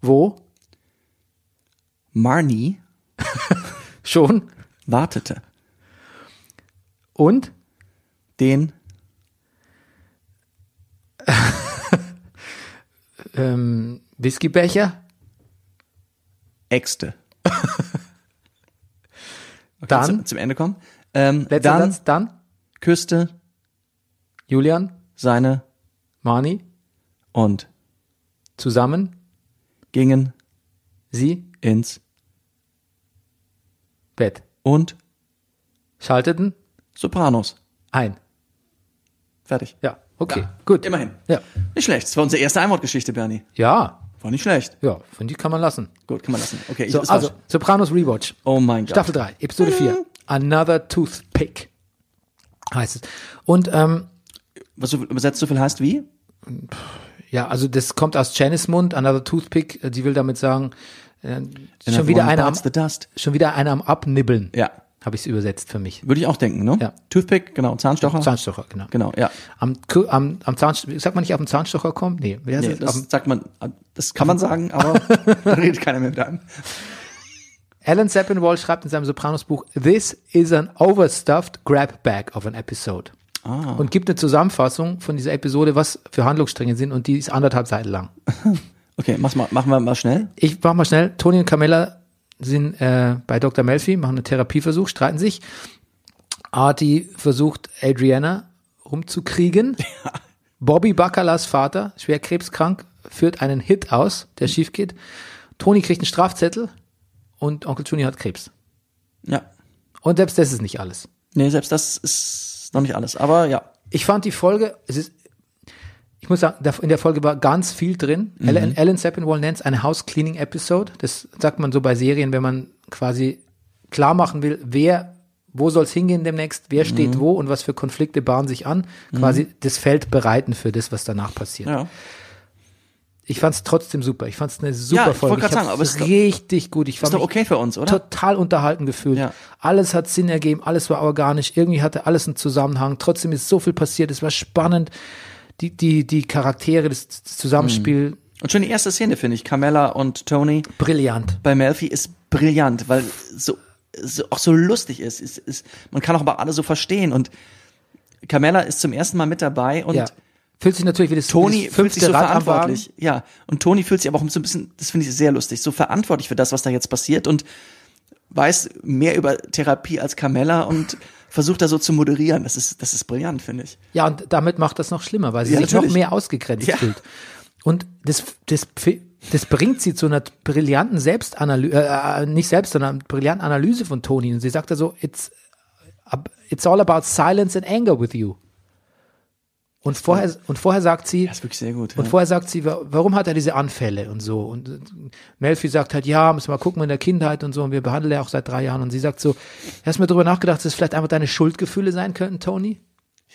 S1: wo
S2: Marnie
S1: schon
S2: wartete
S1: und
S2: den
S1: ähm, Whiskybecher,
S2: Äxte. Okay,
S1: Dann-
S2: Zum, zum Ende kommen. Ähm,
S1: letzter
S2: dann
S1: Satz, dann
S2: küsste
S1: Julian,
S2: seine
S1: Mani,
S2: und
S1: zusammen,
S2: gingen
S1: sie,
S2: ins
S1: Bett,
S2: und
S1: schalteten
S2: Sopranos.
S1: ein.
S2: Fertig.
S1: Ja, okay, gut.
S2: Immerhin.
S1: Ja,
S2: Nicht schlecht. Das war unsere erste Einwortgeschichte, Bernie.
S1: ja,
S2: War nicht schlecht.
S1: ja, finde ich, kann man lassen.
S2: Gut, kann man lassen. Okay, ich,
S1: So,
S2: es war-
S1: also, Sopranos Rewatch.
S2: Oh mein Gott.
S1: Staffel 3, Episode 4. Another Toothpick heißt es. Und ähm,
S2: Was du übersetzt so viel heißt wie?
S1: ja, also das kommt aus Janice Mund, Another Toothpick. äh, Die will damit sagen, äh, schon,
S2: Another
S1: wieder
S2: one
S1: einer am,
S2: bites the dust.
S1: schon wieder einer am Abnibbeln.
S2: Ja.
S1: Habe ich es übersetzt für mich.
S2: Würde ich auch denken, ne?
S1: Ja.
S2: Toothpick, genau, Zahnstocher.
S1: Zahnstocher, genau.
S2: Genau, ja.
S1: Am, Ku- am, am Zahnstocher, sagt man nicht, auf dem Zahnstocher kommt? Nee, wer ist
S2: Nee,
S1: es? Am-
S2: Also das sagt man, das kann man sagen, aber da redet keiner mehr mit einem.
S1: Alan Sepinwall schreibt in seinem Sopranos-Buch, This is an overstuffed grab bag of an episode. Und gibt eine Zusammenfassung von dieser Episode, was für Handlungsstränge sind und die ist anderthalb Seiten lang.
S2: Okay, mach's mal, machen wir mal schnell.
S1: Ich mach mal schnell. Toni und Camilla sind äh, bei Dr. Melfi, machen einen Therapieversuch, streiten sich. Artie versucht, Adriana rumzukriegen. Bobby Baccalas Vater, schwer krebskrank, führt einen Hit aus, der schief geht. Toni kriegt einen Strafzettel und Onkel Juni hat Krebs.
S2: Ja.
S1: Und selbst das ist nicht alles.
S2: Nee, selbst das ist noch nicht alles, aber ja.
S1: Ich fand die Folge, es ist, ich muss sagen, da- in der Folge war ganz viel drin.
S2: Mhm.
S1: Alan, Alan Sepinwall nennt es eine House Cleaning Episode. Das sagt man so bei Serien, wenn man quasi klar machen will, wer, wo soll es hingehen demnächst,
S2: Mhm.
S1: wer steht wo und was für Konflikte bahnen sich an. Quasi das Feld bereiten für das, was danach passiert.
S2: Ja.
S1: Ich fand es trotzdem super. Ich fand es eine super
S2: Ja, ich
S1: Folge.
S2: wollte grad
S1: hab's
S2: sagen, aber ist doch-
S1: richtig gut. Ich
S2: Ist
S1: fand
S2: doch
S1: mich
S2: okay für uns, oder?
S1: total unterhalten gefühlt.
S2: Ja.
S1: Alles hat Sinn ergeben, alles war organisch, irgendwie hatte alles einen Zusammenhang. Trotzdem ist so viel passiert, es war spannend. Die, die, die Charaktere, das das Zusammenspiel,
S2: Und schon die erste Szene, finde ich, Carmella und Tony
S1: brillant.
S2: bei Melfi ist brillant, weil so, so auch so lustig ist. Ist, ist. Man kann auch aber alle so verstehen und Carmella ist zum ersten Mal mit dabei und
S1: ja. Fühlt sich natürlich wie das, wie
S2: Toni
S1: das
S2: fühlt sich
S1: fünfte
S2: so
S1: Rad am Wagen.
S2: verantwortlich. Ja, und Toni fühlt sich aber auch so ein bisschen, das finde ich sehr lustig, so verantwortlich für das, was da jetzt passiert und weiß mehr über Therapie als Carmella und versucht da so zu moderieren. Das ist, das ist brillant, finde ich.
S1: Ja, und damit macht das noch schlimmer, weil sie
S2: Ja,
S1: sich
S2: natürlich.
S1: noch mehr ausgegrenzt
S2: Ja.
S1: fühlt. Und das, das, das bringt sie zu einer brillanten Selbstanalyse, äh, nicht selbst, sondern brillanten Analyse von Toni. Und sie sagt da so, it's, ab- it's all about silence and anger with you. Und vorher, und vorher sagt sie,
S2: Das ist wirklich sehr gut.
S1: und vorher sagt sie, wa- warum hat er diese Anfälle und so. Und äh, Melfi sagt halt, ja, müssen wir mal gucken in der Kindheit und so. Und wir behandeln ja auch seit drei Jahren. Und sie sagt so, hast du mir drüber nachgedacht, dass es vielleicht einfach deine Schuldgefühle sein könnten, Toni?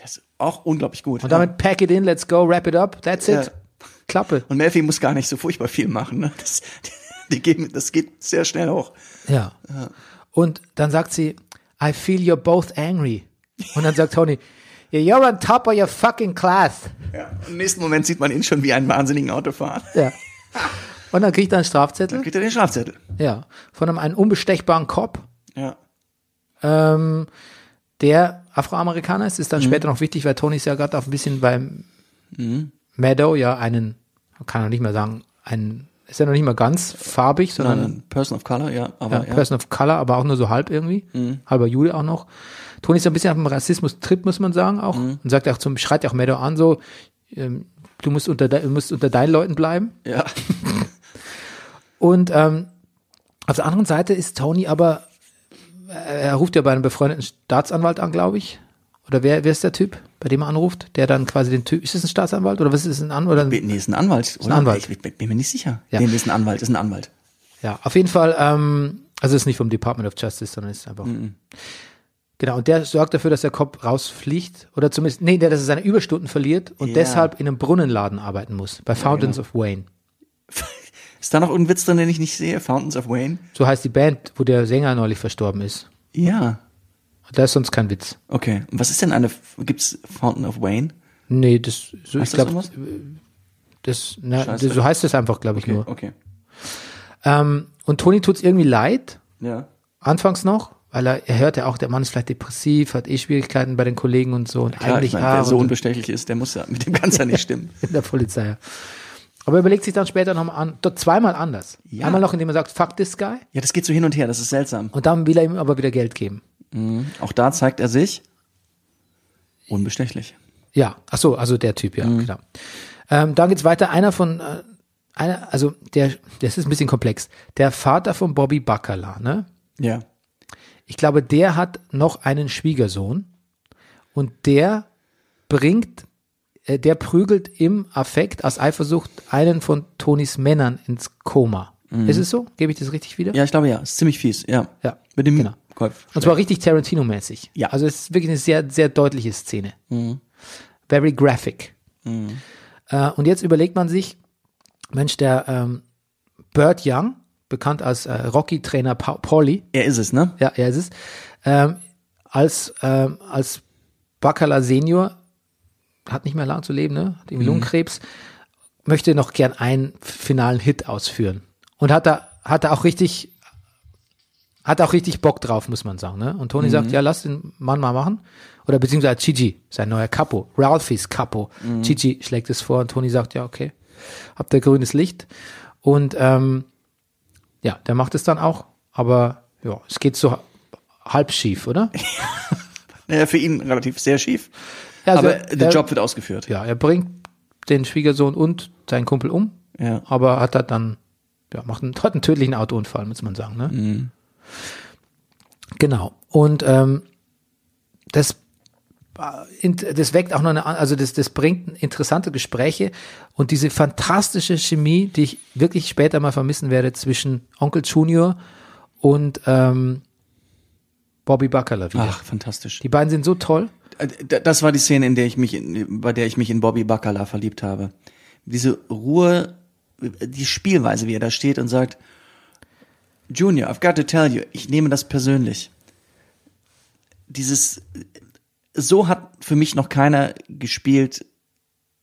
S2: Das ist auch unglaublich gut.
S1: Und damit pack it in, let's go, wrap it up, that's
S2: ja.
S1: it. Klappe.
S2: Und Melfi muss gar nicht so furchtbar viel machen. Ne? Das, die geben, das geht sehr schnell hoch.
S1: Ja. Und dann sagt sie, I feel you're both angry. Und dann sagt Tony, "Yeah, you're on top of your fucking class.
S2: Ja. Im nächsten Moment sieht man ihn schon wie einen wahnsinnigen Autofahrer.
S1: Ja. Und dann kriegt er einen
S2: Dann
S1: Strafzettel.
S2: kriegt er den Strafzettel.
S1: Ja. Von einem, einem unbestechbaren Cop,
S2: Ja.
S1: ähm, der Afroamerikaner ist. Ist dann später noch wichtig, weil Tony ist ja gerade auf ein bisschen beim Meadow ja einen, man kann er nicht mehr sagen, einen, ist ja noch nicht mal ganz farbig, sondern
S2: Dann Person of Color, ja.
S1: Ja,
S2: Aber ja,
S1: Person of Color, aber auch nur so halb irgendwie. Halber Jude auch noch. Toni ist ja ein bisschen auf dem Rassismus-Trip, muss man sagen, auch. Und sagt auch zum, schreit ja auch Meadow an, so, ähm, du musst unter, de, musst unter deinen Leuten bleiben.
S2: ja.
S1: Und ähm, auf der anderen Seite ist Tony aber, äh, er ruft ja bei einem befreundeten Staatsanwalt an, glaube ich. Oder wer, wer ist der Typ, bei dem er anruft, der dann quasi den Typ, ist das ein Staatsanwalt oder was ist das, ein Anwalt? Oder ein,
S2: Nee, ist ein Anwalt. Ist
S1: ein Anwalt.
S2: Ich, ich bin mir nicht sicher.
S1: Ja.
S2: Nee, ist ein Anwalt, ist ein Anwalt.
S1: Ja, auf jeden Fall, ähm, also ist nicht vom Department of Justice, sondern ist einfach.
S2: Mhm.
S1: Genau, und der sorgt dafür, dass der Cop rausfliegt oder zumindest, nee, der, dass er seine Überstunden verliert und
S2: Ja. genau.
S1: deshalb in einem Brunnenladen arbeiten muss, bei Fountains of Wayne.
S2: Ist da noch ein Witz drin, den ich nicht sehe? Fountains of Wayne?
S1: So heißt die Band, wo der Sänger neulich verstorben ist.
S2: Ja.
S1: Da ist sonst kein Witz.
S2: Okay. Und was ist denn eine, gibt's Fountain of Wayne?
S1: Nee, das, so, ich
S2: Heißt das
S1: glaube,
S2: irgendwas?
S1: das, na,
S2: Scheiße.
S1: so heißt das einfach, glaube ich,
S2: Okay.
S1: nur.
S2: okay.
S1: Ähm, und Toni tut's irgendwie leid,
S2: Ja.
S1: anfangs noch, weil er, er hört ja auch, der Mann ist vielleicht depressiv, hat eh Schwierigkeiten bei den Kollegen und so. Und
S2: Klar, ich
S1: eigentlich,
S2: meine,
S1: ah,
S2: wer so
S1: und-
S2: unbestechlich ist, der muss ja mit dem Ganzen ja nicht stimmen.
S1: in der Polizei. ja. Aber er überlegt sich dann später nochmal an, dort zweimal anders.
S2: Ja.
S1: Einmal noch, indem er sagt, fuck this guy.
S2: Ja, das geht so hin und her, das ist seltsam.
S1: Und dann will er ihm aber wieder Geld geben.
S2: Auch da zeigt er sich unbestechlich.
S1: Ja, ach so, also der Typ, ja, genau. Ähm, dann geht's weiter. Einer von, äh, einer, also der, das ist ein bisschen komplex. Der Vater von Bobby Bacala, ne?
S2: Ja.
S1: Ich glaube, der hat noch einen Schwiegersohn und der bringt, äh, der prügelt im Affekt aus Eifersucht einen von Tonis Männern ins Koma. Ist es so? Gebe ich das richtig wieder?
S2: Ja, ich glaube ja. Ist ziemlich fies, ja.
S1: Ja,
S2: Mit dem
S1: genau.
S2: Kopf.
S1: Und zwar richtig Tarantino-mäßig.
S2: Ja.
S1: Also es ist wirklich eine sehr, sehr deutliche Szene. Very graphic. Äh, und jetzt überlegt man sich, Mensch, der ähm, Burt Young, bekannt als äh, Rocky-Trainer pa Pauli,
S2: Er ist es, ne?
S1: ja, er ist es, ähm, als, ähm, als Bacala Senior, hat nicht mehr lange zu leben, ne? hat irgendwie Lungenkrebs, möchte noch gern einen finalen Hit ausführen. Und hat da, hat da auch richtig, hat auch richtig Bock drauf, muss man sagen. Ne? Und Tony sagt, ja, lass den Mann mal machen. Oder beziehungsweise Gigi, sein neuer Capo, Ralphies Capo. Gigi schlägt es vor und Tony sagt, ja, okay, habt ihr grünes Licht. Und ähm, ja, der macht es dann auch, aber ja, es geht so halb schief, oder?
S2: Naja, für ihn relativ sehr schief.
S1: Ja, also,
S2: aber der
S1: er-
S2: Job wird ausgeführt.
S1: Ja, er bringt den Schwiegersohn und seinen Kumpel um,
S2: Ja.
S1: aber hat er dann, ja, macht einen, hat einen tödlichen Autounfall, muss man sagen, ne?
S2: Mhm.
S1: Genau. Und ähm, das, äh, int- das weckt auch noch eine, an- also das, das bringt interessante Gespräche und diese fantastische Chemie, die ich wirklich später mal vermissen werde zwischen Onkel Junior und ähm, Bobby Bacala wieder.
S2: Ach, fantastisch.
S1: Die beiden sind so toll.
S2: Äh, d- Das war die Szene, in der ich mich, in, bei der ich mich in Bobby Bacala verliebt habe. Diese Ruhe, die Spielweise, wie er da steht und sagt, Junior, I've got to tell you, ich nehme das persönlich. Dieses, so hat für mich noch keiner gespielt,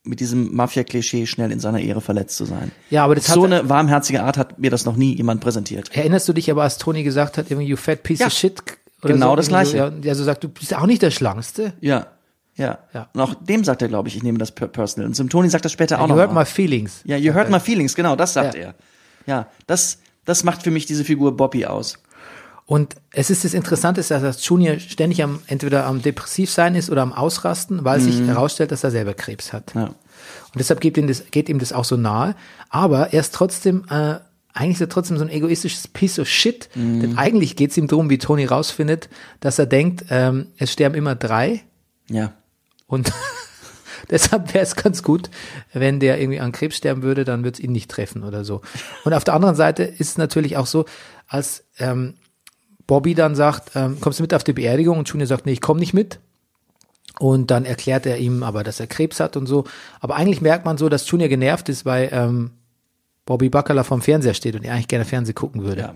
S2: mit diesem Mafia-Klischee schnell in seiner Ehre verletzt zu sein.
S1: Ja, aber das
S2: so
S1: hat-
S2: eine warmherzige Art hat mir das noch nie jemand präsentiert.
S1: Erinnerst du dich aber, als Tony gesagt hat, irgendwie, you fat piece
S2: Ja.
S1: of shit? Oder
S2: Genau das
S1: Irgendwie
S2: Gleiche.
S1: So, ja, und der so sagt, du bist auch nicht der Schlankste.
S2: Ja, ja,
S1: Ja.
S2: Und auch dem sagt er, glaube ich, ich nehme das per- personal. Und zum Tony sagt das später auch
S1: You
S2: noch.
S1: hurt
S2: mal.
S1: my feelings.
S2: Ja, you hurt my feelings, genau, das sagt
S1: Ja.
S2: er. Ja, das, das macht für mich diese Figur Bobby aus.
S1: Und es ist das Interessante, ist, dass das Junior ständig am, entweder am Depressivsein ist oder am Ausrasten, weil sich herausstellt, dass er selber Krebs hat.
S2: Mhm. Ja.
S1: Und deshalb geht ihm, das, geht ihm das auch so nahe. Aber er ist trotzdem, äh, eigentlich ist er trotzdem so ein egoistisches Piece of Shit.
S2: Mhm.
S1: Denn eigentlich geht es ihm darum, wie Tony rausfindet, dass er denkt, ähm, es sterben immer drei.
S2: Ja.
S1: Und deshalb wäre es ganz gut, wenn der irgendwie an Krebs sterben würde, dann würde es ihn nicht treffen oder so. Und auf der anderen Seite ist es natürlich auch so, als ähm, Bobby dann sagt, ähm, kommst du mit auf die Beerdigung? Und Junior sagt, nee, ich komme nicht mit. Und dann erklärt er ihm aber, dass er Krebs hat und so. Aber eigentlich merkt man so, dass Junior genervt ist, weil ähm, Bobby Bacala vom Fernseher steht und er eigentlich gerne Fernsehen gucken würde.
S2: Ja.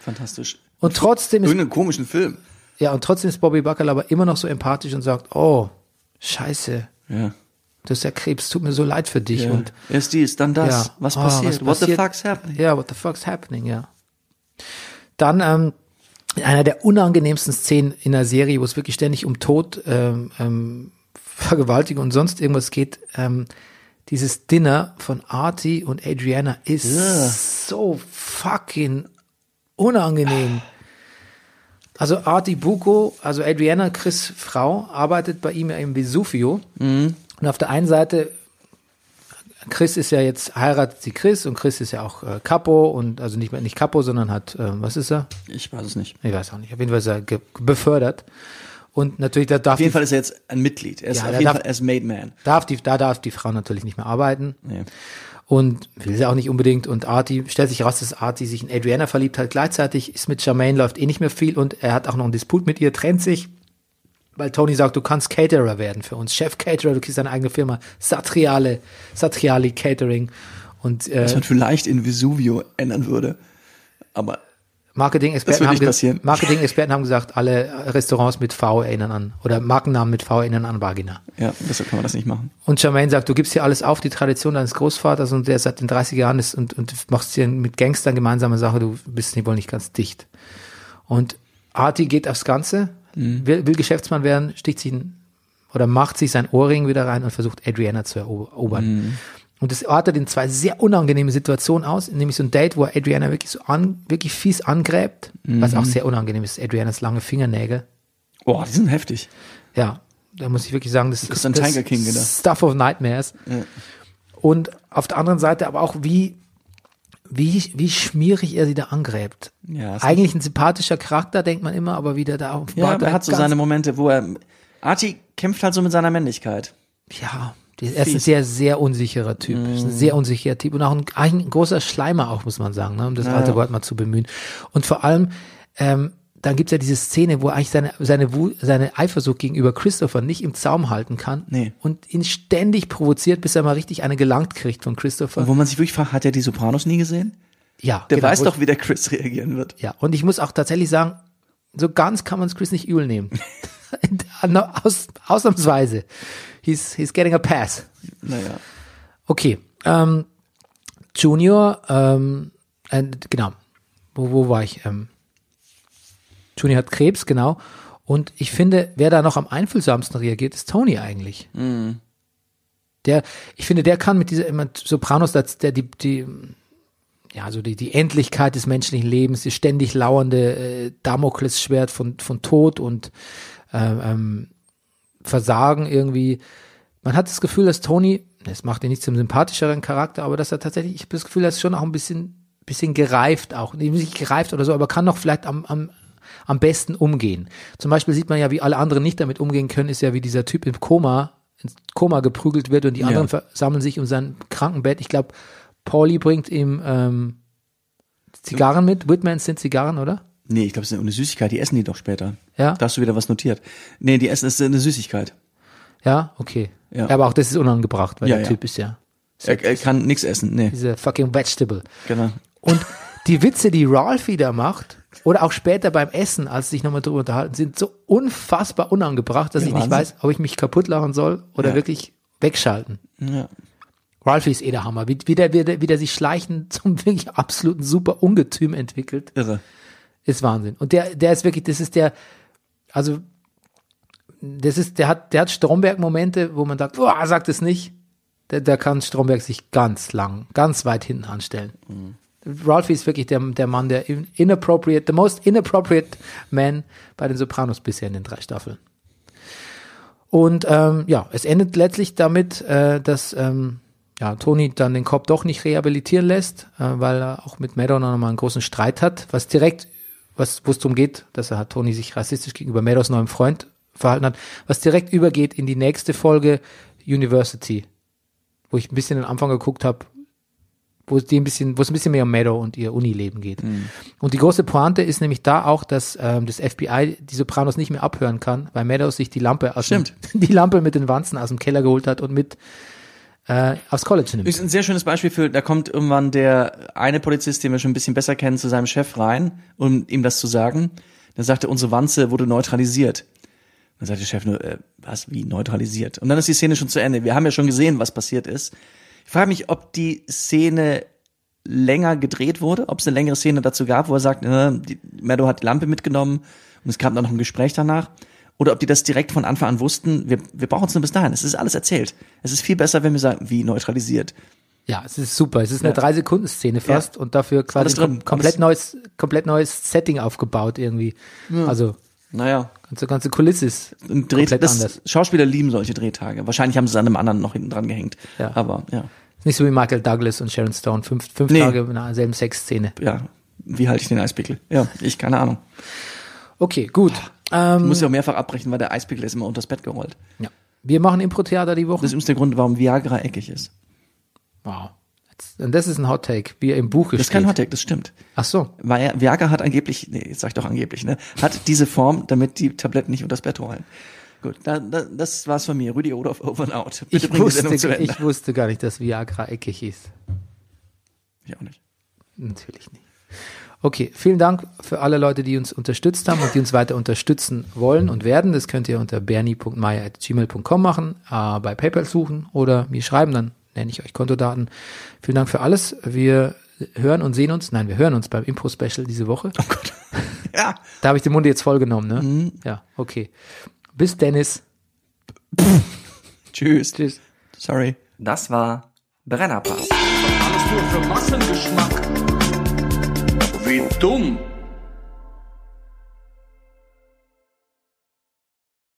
S2: Fantastisch.
S1: Und trotzdem ist
S2: Irgendeinen komischen Film.
S1: ja und trotzdem ist Bobby Bacala aber immer noch so empathisch und sagt, oh Scheiße,
S2: Ja.
S1: du hast ja Krebs, tut mir so leid für dich und
S2: Erst dies, dann das.
S1: ja,
S2: Was,
S1: ah,
S2: passiert? What the
S1: passiert?
S2: fuck's happening?
S1: Ja, what the fuck's happening, ja. Dann ähm, in einer der unangenehmsten Szenen in der Serie, wo es wirklich ständig um Tod, ähm, ähm, Vergewaltigung und sonst irgendwas geht, ähm, dieses Dinner von Artie und Adriana ist
S2: Ja.
S1: so fucking unangenehm. Also Artie Bucco, also Adriana Chris Frau, arbeitet bei ihm ja im Vesuvio.
S2: Mhm.
S1: Und auf der einen Seite, Chris ist ja jetzt, heiratet sie Chris und Chris ist ja auch äh, Capo und also nicht mehr nicht Capo, sondern hat, äh, was ist er?
S2: Ich weiß es nicht.
S1: Ich weiß auch nicht. Auf jeden Fall ist er ge befördert. Und natürlich, da darf
S2: Auf jeden
S1: die,
S2: Fall ist er jetzt ein Mitglied. Er ist
S1: Ja,
S2: auf
S1: der
S2: jeden
S1: darf-
S2: Fall, er ist Made Man.
S1: darf die, da darf die Frau natürlich nicht mehr arbeiten.
S2: Nee.
S1: Und will sie auch nicht unbedingt. Und Artie, stellt sich raus, dass Artie sich in Adriana verliebt hat. Gleichzeitig ist mit Charmaine läuft eh nicht mehr viel und er hat auch noch einen Disput mit ihr, trennt sich. Weil Tony sagt, du kannst Caterer werden für uns. Chef Caterer, du kriegst deine eigene Firma. Satriale, Satriali Catering. Und äh,
S2: Was man vielleicht in Vesuvio ändern würde. Aber Das
S1: Marketing-Experten
S2: wird
S1: haben,
S2: nicht passieren.
S1: ge Marketing haben gesagt, alle Restaurants mit V erinnern an oder Markennamen mit V erinnern an Vagina.
S2: ja, deshalb kann man das nicht machen.
S1: Und Charmaine sagt, du gibst hier alles auf, die Tradition deines Großvaters und der seit den 30 Jahren ist und, und machst hier mit Gangstern gemeinsame Sache, du bist nicht wohl nicht ganz dicht. Und Artie geht aufs Ganze, will, will Geschäftsmann werden, sticht sich ein, oder macht sich sein Ohrring wieder rein und versucht Adriana zu ero- erobern. Und das artet in zwei sehr unangenehme Situationen aus, nämlich so ein Date, wo er Adriana wirklich so an, wirklich fies angräbt, was auch sehr unangenehm ist, Adrianas lange Fingernägel.
S2: Boah, die sind heftig.
S1: Ja, da muss ich wirklich sagen, das
S2: kriegst
S1: ist
S2: an Tiger King gedacht.
S1: Stuff of Nightmares. Und auf der anderen Seite aber auch, wie, wie, wie schmierig er sie da angräbt.
S2: Ja, ist
S1: Eigentlich ein sympathischer Charakter, denkt man immer, aber wieder da auf
S2: Ja,
S1: Bart-
S2: er hat so
S1: ganz-
S2: seine Momente, wo er. Arti kämpft halt so mit seiner Männlichkeit.
S1: Ja, die- er ist ein sehr, sehr unsicherer Typ. Ist
S2: Mm.
S1: ein sehr unsicherer Typ und auch ein, ein großer Schleimer auch, muss man sagen, ne? um das alte Wort mal zu bemühen. Und vor allem, ähm, dann gibt's ja diese Szene, wo er eigentlich seine, seine, Wu- seine Eifersucht gegenüber Christopher nicht im Zaum halten kann
S2: Nee.
S1: und ihn ständig provoziert, bis er mal richtig eine gelangt kriegt von Christopher.
S2: Wo man sich wirklich fragt, hat er die Sopranos nie gesehen?
S1: ja,
S2: Der
S1: genau,
S2: weiß
S1: wo-
S2: doch, wie der Chris reagieren wird.
S1: Ja, und ich muss auch tatsächlich sagen, so ganz kann man es Chris nicht übel nehmen. Aus, ausnahmsweise. He's, he's getting a pass.
S2: Naja.
S1: Okay. Ähm, Junior, ähm, äh, genau. Wo, wo war ich? Ähm, Junior hat Krebs, genau. Und ich finde, wer da noch am einfühlsamsten reagiert, ist Tony eigentlich. Der, ich finde, der kann mit dieser immer Sopranos, das, der die, die, ja, also die, die Endlichkeit des menschlichen Lebens, die ständig lauernde äh, Damoklesschwert von, von Tod und Versagen irgendwie. Man hat das Gefühl, dass Tony, das macht ihn nicht zum sympathischeren Charakter, aber dass er tatsächlich, ich habe das Gefühl, er ist schon auch ein bisschen, bisschen gereift auch. Nee, Nicht gereift oder so, aber kann noch vielleicht am, am, am besten umgehen. Zum Beispiel sieht man ja, wie alle anderen nicht damit umgehen können, ist ja, wie dieser Typ im Koma, ins Koma geprügelt wird und die anderen versammeln sich um sein Krankenbett. Ich glaube, Pauli bringt ihm ähm, Zigarren mit. Whitman sind Zigarren, oder?
S2: Nee, ich glaube, es ist eine Süßigkeit, die essen die doch später.
S1: Ja.
S2: Da hast du wieder was notiert. Nee, die essen, es ist eine Süßigkeit.
S1: Ja, okay.
S2: Ja.
S1: Aber auch das ist unangebracht, weil
S2: Ja,
S1: der
S2: ja.
S1: Typ ist ja
S2: Er, er kann nichts essen, nee.
S1: diese fucking Vegetable.
S2: Genau.
S1: Und die Witze, die Ralph wieder macht, oder auch später beim Essen, als sie sich nochmal drüber unterhalten, sind so unfassbar unangebracht, dass ich nicht
S2: Wahnsinn.
S1: weiß, ob ich mich kaputt lachen soll oder
S2: Ja.
S1: wirklich wegschalten.
S2: Ja.
S1: Ralphie ist eh der Hammer. Wie, wie, der, wie, der, wie der sich schleichend zum wirklich absoluten super Ungetüm entwickelt,
S2: Irre.
S1: ist Wahnsinn. Und der, der ist wirklich, das ist der, also, das ist, der hat, der hat Stromberg-Momente, wo man sagt, uah, sagt es nicht. Da, da kann Stromberg sich ganz lang, ganz weit hinten anstellen. Ralphie ist wirklich der, der Mann, der in- inappropriate, the most inappropriate man bei den Sopranos bisher in den drei Staffeln. Und ähm, ja, es endet letztlich damit, äh, dass ähm, ja, Tony dann den Kopf doch nicht rehabilitieren lässt, äh, weil er auch mit Madonna nochmal einen großen Streit hat, was direkt, was, wo es darum geht, dass er Tony sich rassistisch gegenüber Maddows neuem Freund verhalten hat, was direkt übergeht in die nächste Folge University, wo ich ein bisschen den Anfang geguckt habe, wo es die ein bisschen, wo es ein bisschen mehr um Meadow und ihr Unileben geht.
S2: Mhm.
S1: Und die große Pointe ist nämlich da auch, dass ähm, das FBI die Sopranos nicht mehr abhören kann, weil Meadows sich die Lampe aus dem,
S2: Stimmt.
S1: die Lampe mit den Wanzen aus dem Keller geholt hat und mit äh, aufs College nimmt.
S2: Ist ein sehr schönes Beispiel für, da kommt irgendwann der eine Polizist, den wir schon ein bisschen besser kennen, zu seinem Chef rein, um ihm das zu sagen. Dann sagt er, unsere Wanze wurde neutralisiert. Dann sagt der Chef nur, äh, was, wie neutralisiert? Und dann ist die Szene schon zu Ende. Wir haben ja schon gesehen, was passiert ist. Ich frage mich, ob die Szene länger gedreht wurde, ob es eine längere Szene dazu gab, wo er sagt, äh, die, Meadow hat die Lampe mitgenommen und es kam dann noch ein Gespräch danach. Oder ob die das direkt von Anfang an wussten, wir, wir brauchen es nur bis dahin. Es ist alles erzählt. Es ist viel besser, wenn wir sagen, wie neutralisiert.
S1: Ja, es ist super. Es ist eine drei Sekunden Szene fast und dafür quasi
S2: alles drin.
S1: kom komplett
S2: Alles-
S1: neues, komplett neues Setting aufgebaut irgendwie. Also
S2: Naja,
S1: ganze ganze Kulisse ist
S2: ein Dreh,
S1: komplett
S2: das,
S1: anders.
S2: Schauspieler lieben solche Drehtage. Wahrscheinlich haben sie es an einem anderen noch hinten dran gehängt.
S1: Ja.
S2: Aber ja,
S1: Ist nicht so wie Michael Douglas und Sharon Stone fünf, fünf
S2: Nee.
S1: Tage in derselben Sexszene.
S2: ja, wie halte ich den Eispickel? Ja, ich keine Ahnung.
S1: Okay, gut. Ähm,
S2: Muss ja auch mehrfach abbrechen, weil der Eispickel ist immer unters Bett gerollt.
S1: ja. Wir machen Impro-Theater die Woche.
S2: Das ist übrigens der Grund, warum Viagra eckig ist.
S1: wow. Jetzt- Und das ist ein Hot Take, wie er im Buch
S2: Das ist kein Hottag, das stimmt.
S1: Ach so.
S2: Weil Viagra hat angeblich, nee, jetzt sag ich doch angeblich, ne, hat diese Form, damit die Tabletten nicht unters Bett rollen. Gut, da, da, das war's von mir. Rüdi Odorf, over and out. Bitte
S1: ich,
S2: bring die Sendung zu
S1: wusste,
S2: Ende.
S1: ich wusste gar nicht, dass Viagra eckig ist.
S2: ich auch nicht.
S1: Natürlich nicht. Okay, vielen Dank für alle Leute, die uns unterstützt haben und die uns weiter unterstützen wollen und werden. Das könnt ihr unter bernie.meier.gmail.com machen, äh, bei PayPal suchen oder mir schreiben, dann nenne ich euch Kontodaten. Vielen Dank für alles. Wir hören und sehen uns, nein, wir hören uns beim Impro-Special diese Woche.
S2: Ja,
S1: Da habe ich den Mund jetzt voll genommen, ne? Ja, okay. Bis Dennis.
S2: tschüss.
S1: Tschüss.
S2: Sorry.
S3: Das war Brennerpass.
S4: Was nur für Massengeschmack? Wie dumm!